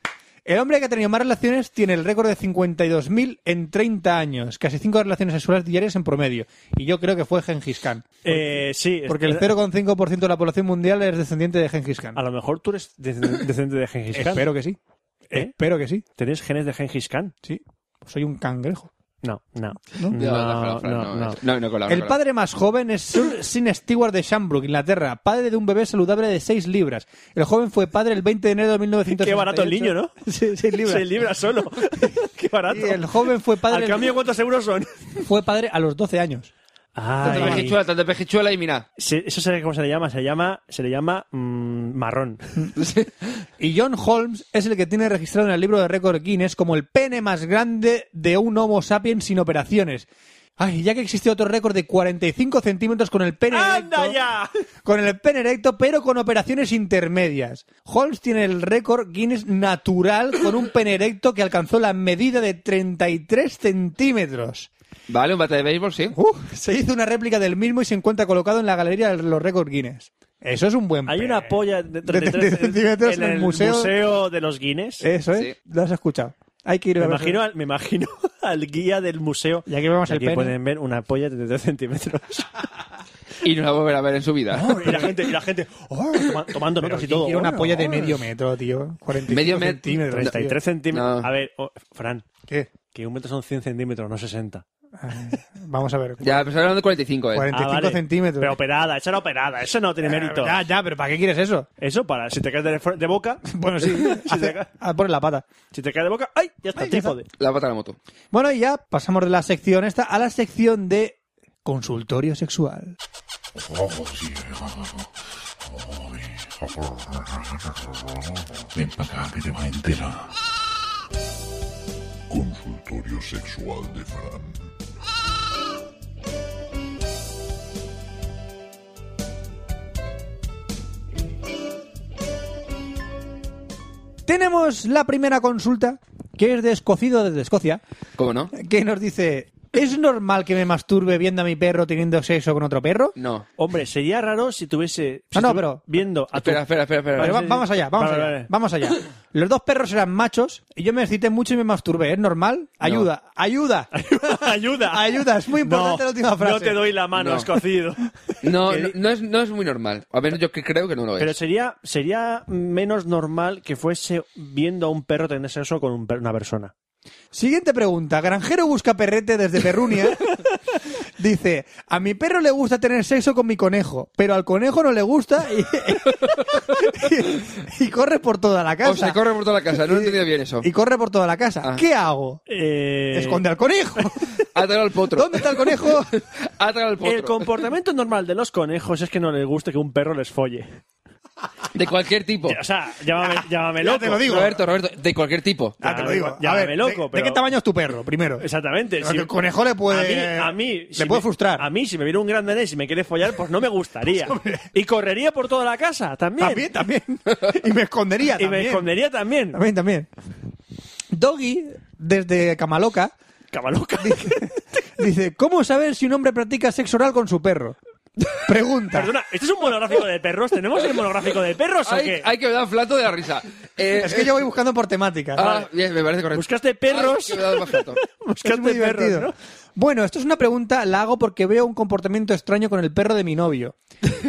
C: El hombre que ha tenido más relaciones tiene el récord de 52.000 en 30 años, casi 5 relaciones sexuales diarias en promedio. Y yo creo que fue Gengis Khan.
A: Eh, sí.
C: Porque el
A: espera.
C: 0,5% de la población mundial es descendiente de Gengis Khan.
A: A lo mejor tú eres de- descendiente de Gengis Khan.
C: Espero que sí.
A: ¿Eh?
C: Espero que sí.
A: ¿Tenés genes de Gengis Khan?
C: Sí. Soy un cangrejo.
A: No, no.
C: ¿No?
F: Ya,
A: No,
F: Fran, Fran,
A: no, no.
F: es- no, no colaba, no
C: El
F: colaba.
C: padre más joven es Sir Sin Stewart de Shamrook, Inglaterra, padre de un bebé saludable de 6 libras. El joven fue padre el 20 de enero de 1968.
A: Qué barato el niño, ¿no?
C: Sí, 6 libras.
A: Se libra solo. Qué barato.
C: Y el joven fue padre,
A: Al cambio, ¿cuántos euros son?
C: fue padre a los 12 años.
F: Tanta
A: Ay.
F: pejichuela, tanta pejichuela y mira.
A: Se- eso sabe cómo se le llama. Se le llama, se le llama mm, marrón.
C: Y John Holmes es el que tiene registrado en el libro de récord Guinness como el pene más grande de un Homo sapiens sin operaciones. Ay, ya que existe otro récord de 45 centímetros con el pene
A: ¡Anda
C: erecto-
A: ya!
C: con el pene erecto, pero con operaciones intermedias. Holmes tiene el récord Guinness natural con un pene erecto que alcanzó la medida de 33 centímetros.
F: Vale, un bate de béisbol, sí.
C: Uf, se hizo una réplica del mismo y se encuentra colocado en la galería de los récords Guinness. Eso es un buen
A: Hay
C: pene.
A: una polla de
C: De
A: 33
C: 33 centímetros
A: en
C: en el
A: el
C: museo.
A: museo, de los Guinness.
C: Eso, ¿eh?
F: Sí.
C: Lo has escuchado. Hay que ir a
A: me,
C: ver.
A: imagino al, me imagino al guía del museo.
C: Y aquí vemos
A: Y
C: el
A: aquí
C: pene.
A: pueden ver una polla de 33 centímetros.
F: Y no la volverá a ver en su vida.
A: y la gente, y la gente oh, toma- tomando
C: Pero
A: notas y
C: ¿quién
A: todo.
C: quiere una
A: Oh,
C: polla de
A: oh,
C: medio metro, tío. 45
F: Medio metro.
C: centímetros. tío.
A: 33 centímetros.
F: No.
A: A ver, oh, Fran,
C: ¿Qué?
A: que un metro son 100 centímetros, no 60.
C: Vamos a ver.
F: Ya, pues hablando de 45, eh.
C: 45 centímetros.
A: Ah, Pero operada, esa era operada, eso no tiene mérito.
C: Ya, ya, pero ¿para qué quieres eso?
A: Eso para, si te caes de, fr- de boca,
C: Bueno, sí.
A: si, te, ca-
C: Poner ah, la pata.
A: si te caes de boca, ¡ay! Ya está,
C: Ay, ya
A: te
C: está.
A: jode.
F: La pata de la moto.
C: Bueno, y ya pasamos de la sección esta a la sección de consultorio sexual.
D: Ven para acá que te va entera. Consultorio sexual de Fran.
C: Tenemos la primera consulta, que es de Escocido desde Escocia,
F: ¿Cómo no?
C: que nos dice... ¿Es normal que me masturbe viendo a mi perro teniendo sexo con otro perro?
F: No.
A: Hombre, sería raro si tuviese. si
C: No, no,
A: estuvi-
C: pero-
A: Viendo a tu.
F: Espera, espera, espera. espera.
C: Pero va-
A: sí, sí.
C: vamos allá, vamos
A: Vale,
C: allá.
A: vale.
C: Vamos allá. Los dos perros eran machos y yo me excité mucho y me masturbé. ¿Es normal? Ayuda, ayuda.
A: Ayuda.
C: Ayuda, es muy importante
A: No,
C: la última frase.
A: No te doy la mano,
F: No. Pues.
A: escocido.
F: No,
A: Que-
F: no, no es, no es muy normal. A ver, yo que creo que no lo es.
A: Pero sería, sería menos normal que fuese viendo a un perro tener sexo con un per- una persona.
C: Siguiente pregunta. Granjero busca perrete desde Perrunia. Dice, a mi perro le gusta tener sexo con mi conejo, pero al conejo no le gusta y, y- y corre por toda la casa.
F: o se corre por toda la casa. No he entendido bien eso.
C: Y corre por toda la casa.
F: Ah.
C: ¿Qué hago?
A: Eh,
C: Esconde al conejo.
F: Átalo al potro.
C: ¿Dónde está el conejo?
F: Átalo al
A: el
F: potro.
A: comportamiento normal de los conejos es que no les guste que un perro les folle.
F: De cualquier tipo.
A: O sea, llámame, llámame
C: Ya
A: loco.
C: te lo digo.
F: Roberto, Roberto, de cualquier tipo.
C: Ya te lo digo.
A: Ya
C: a ver,
A: me
C: ¿de-
A: loco,
C: ¿de,
A: pero-
C: qué tamaño es tu perro, primero?
A: Exactamente.
C: Pero que el conejo le puede-
A: A mí, a mí,
C: le puede
A: me-
C: frustrar.
A: A mí, si me viene un gran danés y me quiere follar, pues no me gustaría. y correría por toda la casa también.
C: También, también. Y me escondería
A: y
C: también.
A: me escondería también.
C: También, también. Doggy, desde Camaloca,
A: Cabaloca.
C: dice, ¿cómo saber si un hombre practica sexo oral con su perro? Pregunta.
A: Perdona, ¿esto es un monográfico de perros? ¿Tenemos el monográfico de perros o
F: Hay,
A: qué?
F: hay que me da flato de la risa. Eh,
C: Es que yo voy buscando por temáticas.
F: Ah, bien, me parece correcto.
A: Buscaste perros.
F: Ay, que me da más flato.
A: Buscaste
C: es muy
A: perros,
C: divertido.
A: ¿no?
C: Bueno, esto es una pregunta, la hago porque veo un comportamiento extraño con el perro de mi novio.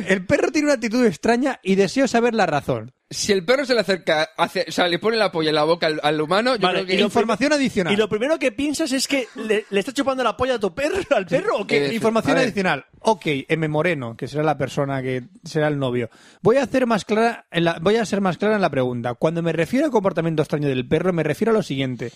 C: El perro tiene una actitud extraña y deseo saber la razón.
F: Si el perro se le acerca, hace- o sea, le pone la polla en la boca al, al humano, yo
A: Vale,
F: creo que...
A: y lo
C: Información adicional.
A: Y lo primero que piensas es que le, le está chupando la polla a tu perro, al perro o
F: Eh,
A: qué?
C: Información
F: A ver.
C: adicional. Ok, M. Moreno, que será la persona que será el novio. Voy a hacer más clara, en la- voy a ser más clara en la pregunta. Cuando me refiero al comportamiento extraño del perro, me refiero a lo siguiente.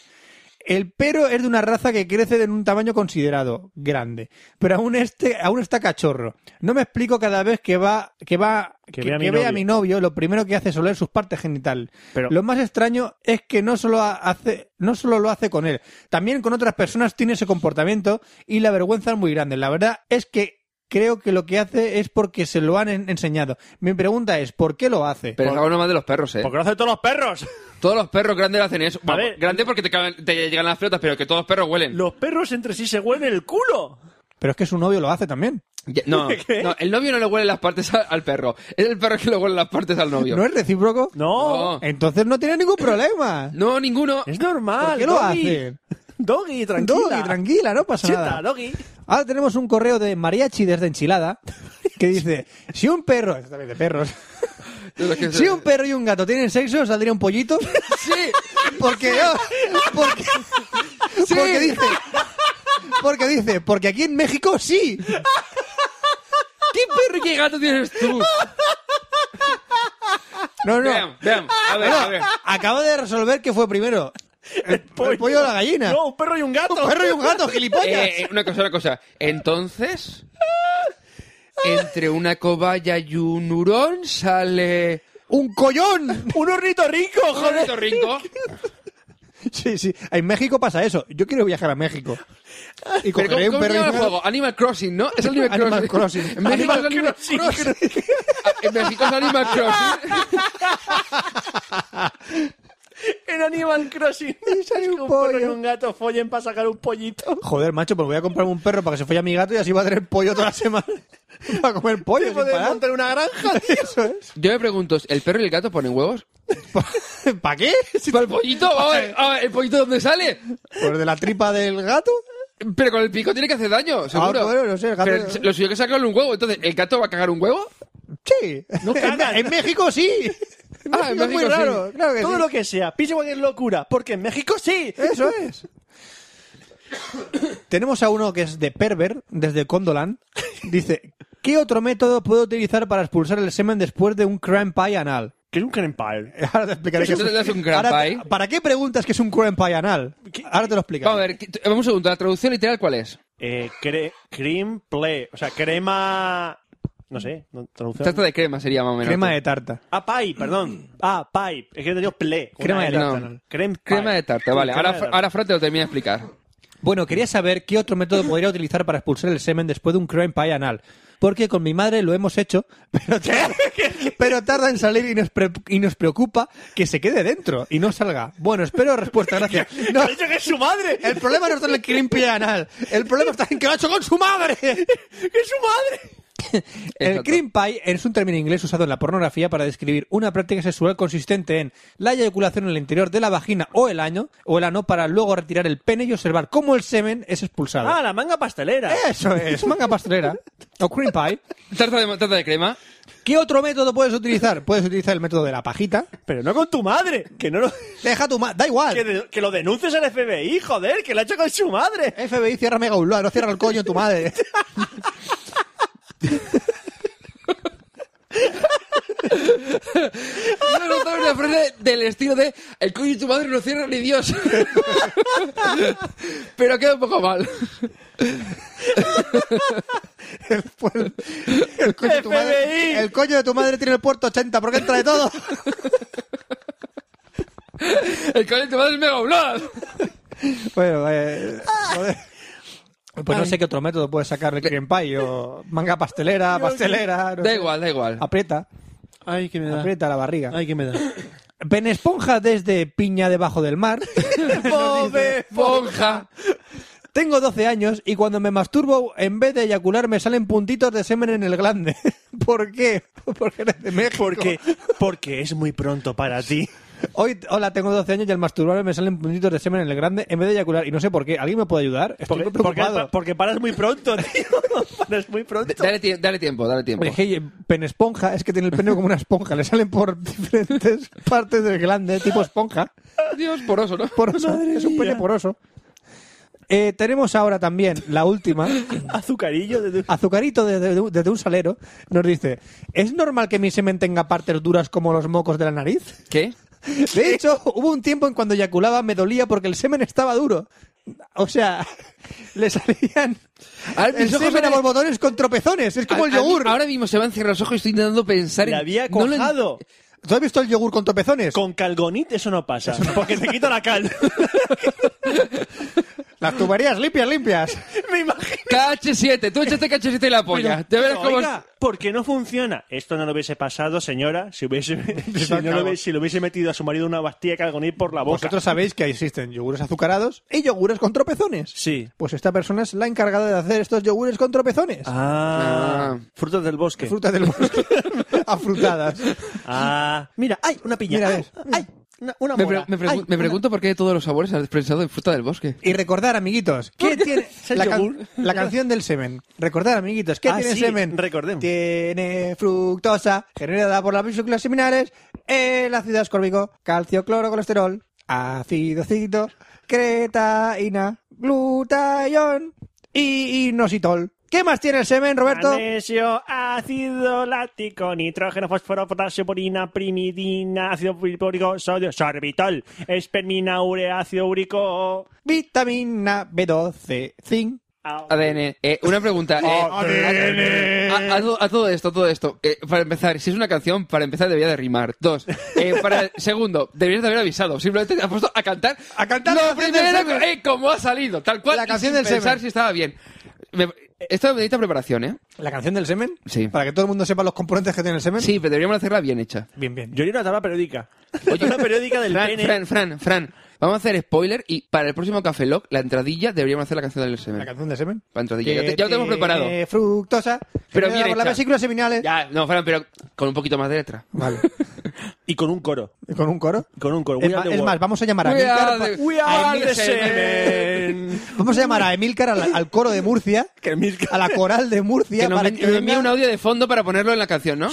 C: El perro es de una raza que crece de un tamaño considerado grande, pero aún este, aún está cachorro. No me explico cada vez que va, que va,
A: Que ve a mi novio.
C: mi novio, lo primero que hace es oler sus partes genitales.
A: Pero-
C: Lo más extraño es que no solo ha- hace, no solo lo hace con él, también con otras personas tiene ese comportamiento y la vergüenza es muy grande. La verdad es que creo que lo que hace es porque se lo han en- enseñado. Mi pregunta es, ¿por qué lo hace?
F: Pero es algo normal de los perros, ¿eh?
A: Porque lo hacen todos los perros.
F: Todos los perros grandes hacen eso. Vamos,
A: ver.
F: grande porque te, cagan- te llegan las pelotas, pero que todos los perros huelen.
A: Los perros entre sí se huelen el culo.
C: Pero es que su novio lo hace también.
F: Ya- No, no, el novio no le huele las partes al, al perro. Es el perro que le huele las partes al novio.
C: ¿No es recíproco?
A: No.
F: No.
C: Entonces no tiene ningún problema.
F: No, ninguno.
A: Es normal.
C: ¿Por qué lo
A: doggy.
C: hacen?
A: Doggy, tranquila.
C: Doggy, tranquila, no pasa
A: Cheta,
C: nada.
A: doggy.
C: Ahora tenemos un correo de Mariachi desde Enchilada que dice, si un perro, esta vez de perros, si un perro y un gato tienen sexo, saldría un pollito.
F: Sí,
C: Porque, porque,
F: Sí.
C: porque dice, porque dice, porque aquí en México sí.
F: ¿Qué perro y qué gato tienes tú?
C: No, no.
F: Vean, vean. A ver,
C: No,
F: a ver.
C: Acaba de resolver que fue primero. El, el pollo o la gallina.
A: No, un perro y un gato.
C: Un perro y un gato, gilipollas.
F: Eh, eh, una cosa, una cosa. Entonces, entre una cobaya y un hurón sale.
C: ¡Un collón!
A: Un hornito rico,
F: ¿Un
A: joder.
F: ornitorrinco?
C: Sí, sí. En México pasa eso. Yo quiero viajar a México. Y
F: Pero
C: cogeré un
F: ¿cómo, cómo se
C: perro y
F: llama
C: un
F: el
C: gato.
F: juego? Animal Crossing, ¿no? Es Animal Crossing.
C: Animal Crossing.
F: En México es
A: Animal
F: Animal Crossing. Ah, En México es Animal Crossing.
A: En Animal Crossing.
C: sale
A: Es que
C: un
A: un perro y
C: pollo.
A: un gato follen para sacar un pollito.
C: Joder, macho, pues voy a comprarme un perro para que se folle a mi gato y así va a tener pollo toda la semana. Va a comer pollo sin
A: Podemos
C: parar.
A: montar una granja.
C: Eso es.
F: Yo me pregunto, ¿el perro y el gato ponen huevos?
C: ¿Para qué? Si-
F: ¿Para el pollito? A ver, a ver, ¿el pollito dónde sale?
C: ¿Por de la tripa del gato?
F: Pero con el pico tiene que hacer daño, seguro.
C: bueno, no sé, el gato-
F: Pero lo suyo que es sacarle un huevo. Entonces, ¿el gato va a cagar un huevo?
C: Sí. en,
A: cagan.
C: en México sí. En
F: Ah, en
C: México es muy
F: México sí.
C: raro. Claro que
A: Todo
C: sí. Eh.
A: lo que sea. Pille cualquier locura. Porque en México sí.
C: Eso es. Tenemos a uno que es de Perver, desde Condoland. Dice, ¿qué otro método puedo utilizar para expulsar el semen después de un crime pie anal?
A: Que es un creme pie.
C: Ahora te explicaré
F: ¿Eso
C: qué
F: te hace un crime
C: Ahora,
F: pie?
C: ¿Para qué preguntas que es un crime pie anal? Ahora te lo explicaré.
F: Vamos a ver, que- vamos un segundo. ¿La traducción literal cuál es?
A: Eh, cre cream play. O sea, crema. No sé. No, traducción.
F: Tarta de crema sería más o menos.
C: Crema de tarta.
A: Ah, pie, perdón. Ah, pie. Es que te digo play.
C: Crema de
F: tarta.
A: Creme pie.
F: Crema de tarta, vale.
A: Crema
F: Ahora,
A: de
F: Fra- ahora Fran te lo termina de explicar.
C: Bueno, quería saber qué otro método podría utilizar para expulsar el semen después de un creme pie anal. Porque con mi madre lo hemos hecho, pero, tar- pero tarda en salir y nos, pre- y nos preocupa que se quede dentro y no salga. Bueno, espero respuesta, gracias. No,
A: dicho que es su madre!
C: el problema no está en el creme pie anal, el problema está en que lo ha hecho con su madre.
A: ¡Que es su madre!
C: El
F: Exacto.
C: cream pie es un término inglés usado en la pornografía para describir una práctica sexual consistente en la eyaculación en el interior de la vagina o el ano, o el ano para luego retirar el pene y observar cómo el semen es expulsado.
A: ¡Ah, la manga pastelera!
C: Eso es, manga pastelera o cream pie.
F: Tarta de, tarta de crema.
C: ¿Qué otro método puedes utilizar? Puedes utilizar el método de la pajita.
A: Pero no con tu madre, que no lo-
C: Deja tu ma- da
A: que,
C: igual.
A: de- que lo denuncies al FBI, joder, que lo ha hecho con su madre.
C: FBI, cierra mega Ulloa, no cierra el coño tu madre.
F: Yo no estaba en una frase del estilo de el coño de tu madre no cierra ni Dios. Pero queda un poco mal.
C: El, el coño de tu
A: FBI.
C: madre, el coño de tu madre tiene el puerto 80 porque entra de todo.
F: El coño de tu madre es mega blog.
C: Bueno, eh, joder. Pues no sé qué otro método puedes sacar el cream pie o manga pastelera, pastelera. no Ah.
F: Da
C: sé.
F: igual, da igual.
C: Aprieta,
A: Ay, que me
C: aprieta la barriga.
A: que me da.
C: Pene esponja desde piña debajo del mar.
A: ¡Pobre!
F: Ponja.
C: Tengo 12 años y cuando me masturbo, en vez de eyacular, me salen puntitos de semen en el glande. ¿Por qué? Porque eres de México.
A: Porque, porque es muy pronto para ti.
C: Hoy, hola, tengo 12 años y al masturbarme me salen puntitos de semen en el glande en vez de eyacular. Y no sé por qué. ¿Alguien me puede ayudar? Estoy
A: Porque, porque,
C: preocupado.
A: porque paras muy pronto, tío. Paras muy pronto.
F: Dale, tie- dale tiempo, dale tiempo.
C: Porque dije, pene esponja, es que tiene el pene como una esponja, le salen por diferentes partes del glande, tipo esponja,
F: Dios, poroso, ¿no?
C: poroso,
A: Madre
C: es un pene
A: mía.
C: poroso. Eh, tenemos ahora también la última.
A: Azucarillo de tu-
C: Azucarito desde de- desde un salero nos dice, ¿es normal que mi semen tenga partes duras como los mocos de la nariz?
F: ¿Qué?
C: De hecho, hubo un tiempo en cuando eyaculaba me dolía porque el semen estaba duro. O sea, le salían
F: A ver,
C: el
F: mis ojos
C: semen a
F: ahora-
C: borbotones con tropezones. Es como el
F: A- a mí
C: yogur.
F: Ahora mismo se van a cerrar los ojos y estoy intentando pensar en.
A: Le había
F: no lo en-
A: cojado.
C: ¿Tú has visto el yogur con tropezones?
A: Con calgonit eso no pasa. Porque te quita la cal.
C: Las tuberías limpias, limpias.
A: me imagino.
F: KH7, tú echaste KH7 y la polla. Te verás cómo.
A: Oiga, ¿por qué no funciona? Esto no lo hubiese pasado, señora, si hubiese, si, no lo hubiese, si le hubiese metido a su marido una bastilla de calgonit por la boca.
C: Vosotros sabéis que existen yogures azucarados y yogures con tropezones.
A: Sí.
C: Pues esta persona es la encargada de hacer estos yogures con tropezones.
A: Ah,
F: Ah.
A: frutas del bosque.
C: Frutas del bosque afrutadas.
A: Ah, mira, hay una piña.
C: Mira,
A: Ah,
C: ves.
A: ay, una, una
F: Me,
A: mora.
F: pre- me pregu-
A: Ay,
F: me
A: una-
F: pregunto por qué de todos los sabores has pensado en fruta del bosque.
C: Y recordar, amiguitos, ¿qué tiene
A: el
C: la,
A: yogur?
C: can- la canción del semen? Recordar, amiguitos, ¿qué
A: Ah,
C: tiene el
A: sí,
C: semen?
A: recordemos.
C: Tiene fructosa, generada por las vesículas seminales, el ácido ascórbico, calcio, cloro, colesterol, ácido cito, cretaína, glutayón y inositol. ¿Qué más tiene el semen, Roberto?
A: Magnesio, ácido láctico, nitrógeno, fósforo, potasio, purina, primidina, ácido pulpórico, sodio, sorbitol, espermina, urea, ácido úrico.
C: Vitamina B12, zinc.
A: Ah,
F: ADN. Eh, una pregunta.
A: Oh,
F: eh, a, a todo- a todo esto, a todo esto. Eh, para empezar, si es una canción, para empezar debería de rimar. Dos. Eh, para, segundo, deberías de haber avisado. Simplemente te has puesto a cantar.
C: A cantar la
F: Lo
C: canción del
F: primero,
C: semen.
F: eh, como ha salido. Tal cual.
C: La
F: y
C: canción
F: sin
C: del
F: pensar
C: semen.
F: si estaba bien. Me- esto necesita preparación, ¿eh?
C: ¿La canción del semen?
F: Sí.
C: Para que todo el mundo sepa los componentes que tiene el semen.
F: Sí, pero deberíamos hacerla bien hecha.
C: Bien, bien.
A: Yo haría una tabla periódica. una periódica del
F: Fran,
A: pene.
F: Fran, Fran, Fran. Vamos a hacer spoiler y para el próximo Café Lock, la entradilla, deberíamos hacer la canción del
C: La
F: semen.
C: canción del semen.
F: La entradilla. Ya, te- ya lo tenemos
C: Que
F: preparado.
C: tiene Eh, Fructosa.
F: Pero
C: generada
F: bien
C: por las
F: hecha.
C: vesículas seminales.
F: Ya, no, Fran, pero con un poquito más de letra.
C: Vale.
A: Y con un coro.
C: Con un coro.
A: Con un coro.
C: Es,
A: We
C: ma-
A: are the
C: es
A: world.
C: más, vamos a llamar a
F: We
C: Emilcar.
F: are the-
C: pa-
A: We are
F: Ay,
A: the
F: semen.
A: semen.
C: Vamos a llamar a Emilcar al, al coro de Murcia.
A: Que Emilcar-
C: A la coral de Murcia.
F: Que nos
C: para
F: men-
C: que
F: nos envíe
C: venga.
F: un audio de fondo para ponerlo en la canción, ¿no?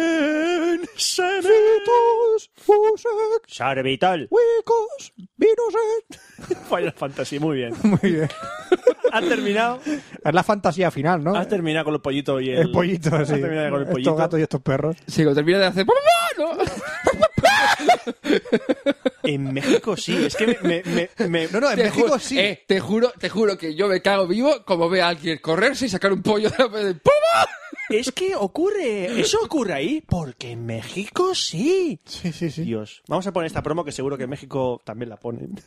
A: Semen, semen.
C: Frutos, fusex,
A: Sorbitol.
C: huecos, vinos,
A: Final Fantasy, muy bien.
C: eh. Muy bien.
A: ¿Has terminado?
C: Es la fantasía final, ¿no?
A: Has terminado con los pollitos y el...
C: El pollito,
A: Has
C: sí.
A: terminado con el pollito.
C: Estos gatos y estos perros.
F: Sí, cuando termina de hacer. ¡No!
A: En México sí. Es que me... me- me- me-
C: No, no, en
F: Te
C: México
F: ju-
C: sí.
F: eh, te juro, te juro que yo me cago vivo como ve a alguien correrse y sacar un pollo de la de- ¡Pumba!
A: Es que ocurre... Eso ocurre ahí porque en México sí.
C: Sí, sí, sí.
A: Dios. Vamos a poner esta promo que seguro que en México también la ponen.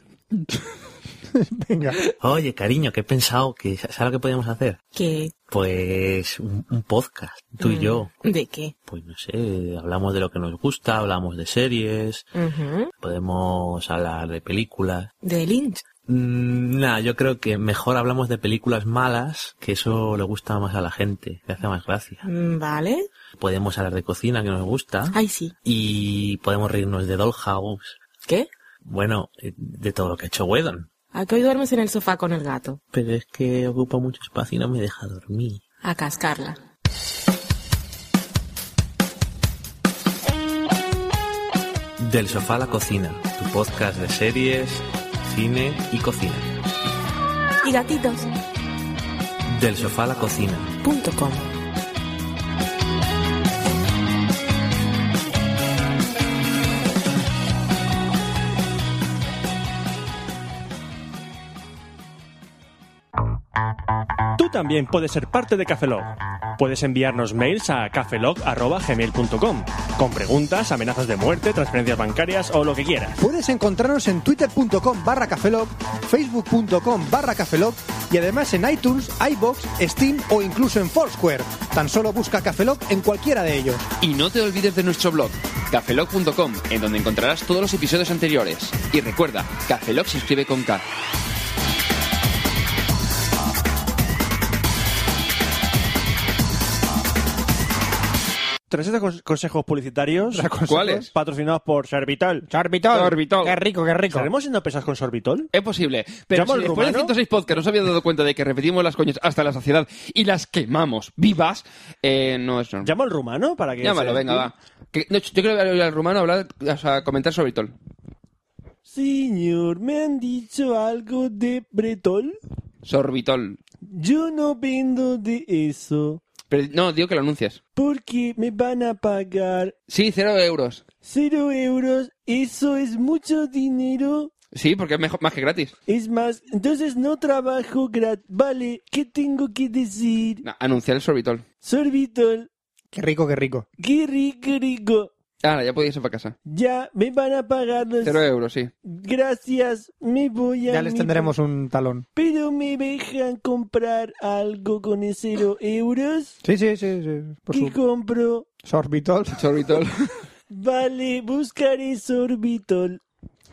C: Venga.
G: Oye, cariño, que he pensado que, ¿sabes lo que podíamos hacer?
K: ¿Qué?
G: Pues un, un podcast, tú y
K: Mm,
G: yo.
K: ¿De qué?
G: Pues no sé, hablamos de lo que nos gusta, hablamos de series,
K: Ujú.
G: podemos hablar de películas.
K: ¿De Lynch?
G: Mm, Nah, yo creo que mejor hablamos de películas malas, que eso le gusta más a la gente, le hace más gracia.
K: Mm, Vale.
G: Podemos hablar de cocina, que nos gusta,
K: Ay, sí.
G: y podemos reírnos de Dollhouse,
K: ¿Qué?
G: bueno, eh, de todo lo que ha hecho Whedon.
K: ¿A que hoy duermes en el sofá con el gato?
G: Pero es que ocupa mucho espacio y no me deja dormir.
K: A cascarla.
G: Del sofá a la cocina, tu podcast de series, cine y cocina.
K: Y gatitos.
G: Del sofá a la cocina.
K: Punto com.
A: Tú también puedes ser parte de Cafelog. Puedes enviarnos mails a cafelog.gmail.com con preguntas, amenazas de muerte, transferencias bancarias o lo que quieras.
C: Puedes encontrarnos en twitter.com barra cafelog, facebook.com barra cafelog y además en iTunes, iBox, Steam o incluso en Foursquare. Tan solo busca cafelog en cualquiera de ellos.
F: Y no te olvides de nuestro blog, cafelog.com, en donde encontrarás todos los episodios anteriores. Y recuerda, Cafelog se escribe con K.
A: Tras estos cons- consejos publicitarios,
F: ¿Cuáles?
A: Patrocinados por Servitol.
C: Sorbitol.
F: Sorbitol. Qué
C: rico, qué rico.
A: ¿Estaremos siendo pesas con Sorbitol?
F: Es posible, pero
A: ¿Llamo
F: si
A: al
F: después de
A: rumano?
F: 106 podcasts no se había dado cuenta de que repetimos las coñas hasta la saciedad y las quemamos vivas, eh, no es normal.
A: ¿Llamo al rumano para que.?
F: Llámalo,
A: se-
F: venga, va. Que- no, yo creo que voy a ir al rumano a hablar, o sea, a comentar sobre Tol.
J: Señor, ¿me han dicho algo de bretol?
F: Sorbitol.
J: Yo no vendo de eso,
F: Pero no, digo que lo anuncias.
J: porque me van a pagar
F: Sí, cero euros.
J: cero euros. Eso es mucho dinero.
F: Sí, porque es mejor, más que gratis.
J: Es más, entonces no trabajo gratis. Vale, ¿qué tengo que decir?
F: No, anunciar el sorbitol.
J: Sorbitol,
C: Qué rico, qué rico.
J: qué rico, rico.
F: Ahora, Ah, ya podéis irse para casa.
J: Ya me van a pagar los.
F: Cero euros, sí.
J: Gracias, me voy a.
C: Ya les
J: mi-
C: tendremos un talón.
J: Pero me dejan comprar algo con cero euros.
C: Sí, sí, sí. sí. Por
J: ¿Qué
C: su...
J: compro?
C: Sorbitol.
F: Sorbitol.
J: Vale, buscaré sorbitol.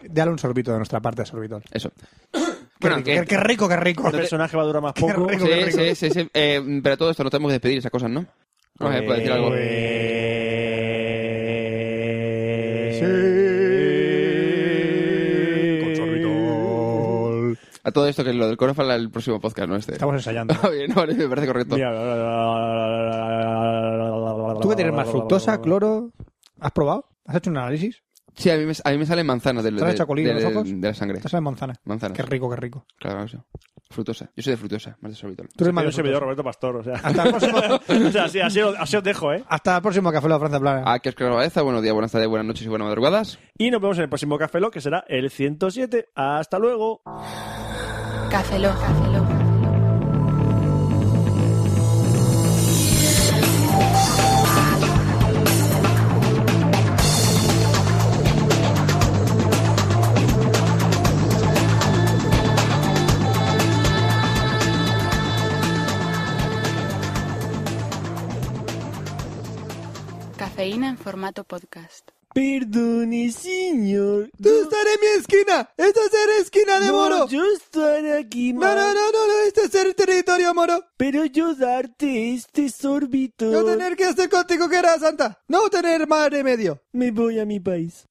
C: Dale un sorbito de nuestra parte, sorbitol.
F: Eso.
C: Qué
F: Bueno,
C: rico,
F: que-
C: qué, qué rico, qué rico.
A: El personaje va a durar más
C: Qué
A: poco.
C: rico, qué
F: Sí,
C: rico.
F: sí, sí, sí. Eh, pero todo esto no tenemos que despedir esas cosas, ¿no? Vamos a ver, puedo decir algo.
C: Pues- Pues,
F: A todo esto que lo del coro para el próximo podcast, ¿no? Este.
C: Estamos ensayando.
F: Ah, bien, vale, me parece correcto.
C: ¿Tú que tienes más fructosa, cloro? ¿Has probado? ¿Has hecho un análisis?
F: Sí, a mí me, a mí me salen manzanas del,
C: ¿Te has
F: del-
C: hecho colina en
F: del-
C: los ojos?
F: de la sangre.
C: Te sale manzana.
F: Manzanas.
C: Qué rico, qué rico.
F: Claro, claro. Frutosa. Yo soy de frutosa, más de sorbitol.
C: Tú eres más
A: Yo
C: de
A: se me dio
C: fructosa.
A: Roberto Pastor, o sea.
C: Hasta el próximo.
A: o sea, así, así, os- así os dejo, ¿eh?
C: Hasta el próximo Café Lock Franza Plana.
F: Aquí es Carlos Baeza. Buenos días, buenas tardes, buenas noches y buenas madrugadas.
A: Y nos vemos en el próximo Café Lock, que será el 107. ¡Hasta luego!
E: Café Lock. Café Lock. Cafeína en formato podcast.
J: Perdone, señor.
C: ¡Tú estaré en mi esquina! ¡Esta será esquina de moro!
J: No, yo estaré aquí,
C: No,
J: ma.
C: no, no, no, no, este es el territorio moro.
J: Pero yo darte este sorbito.
C: Yo tener que hacer contigo que era santa. No tener más remedio.
J: Me voy a mi país.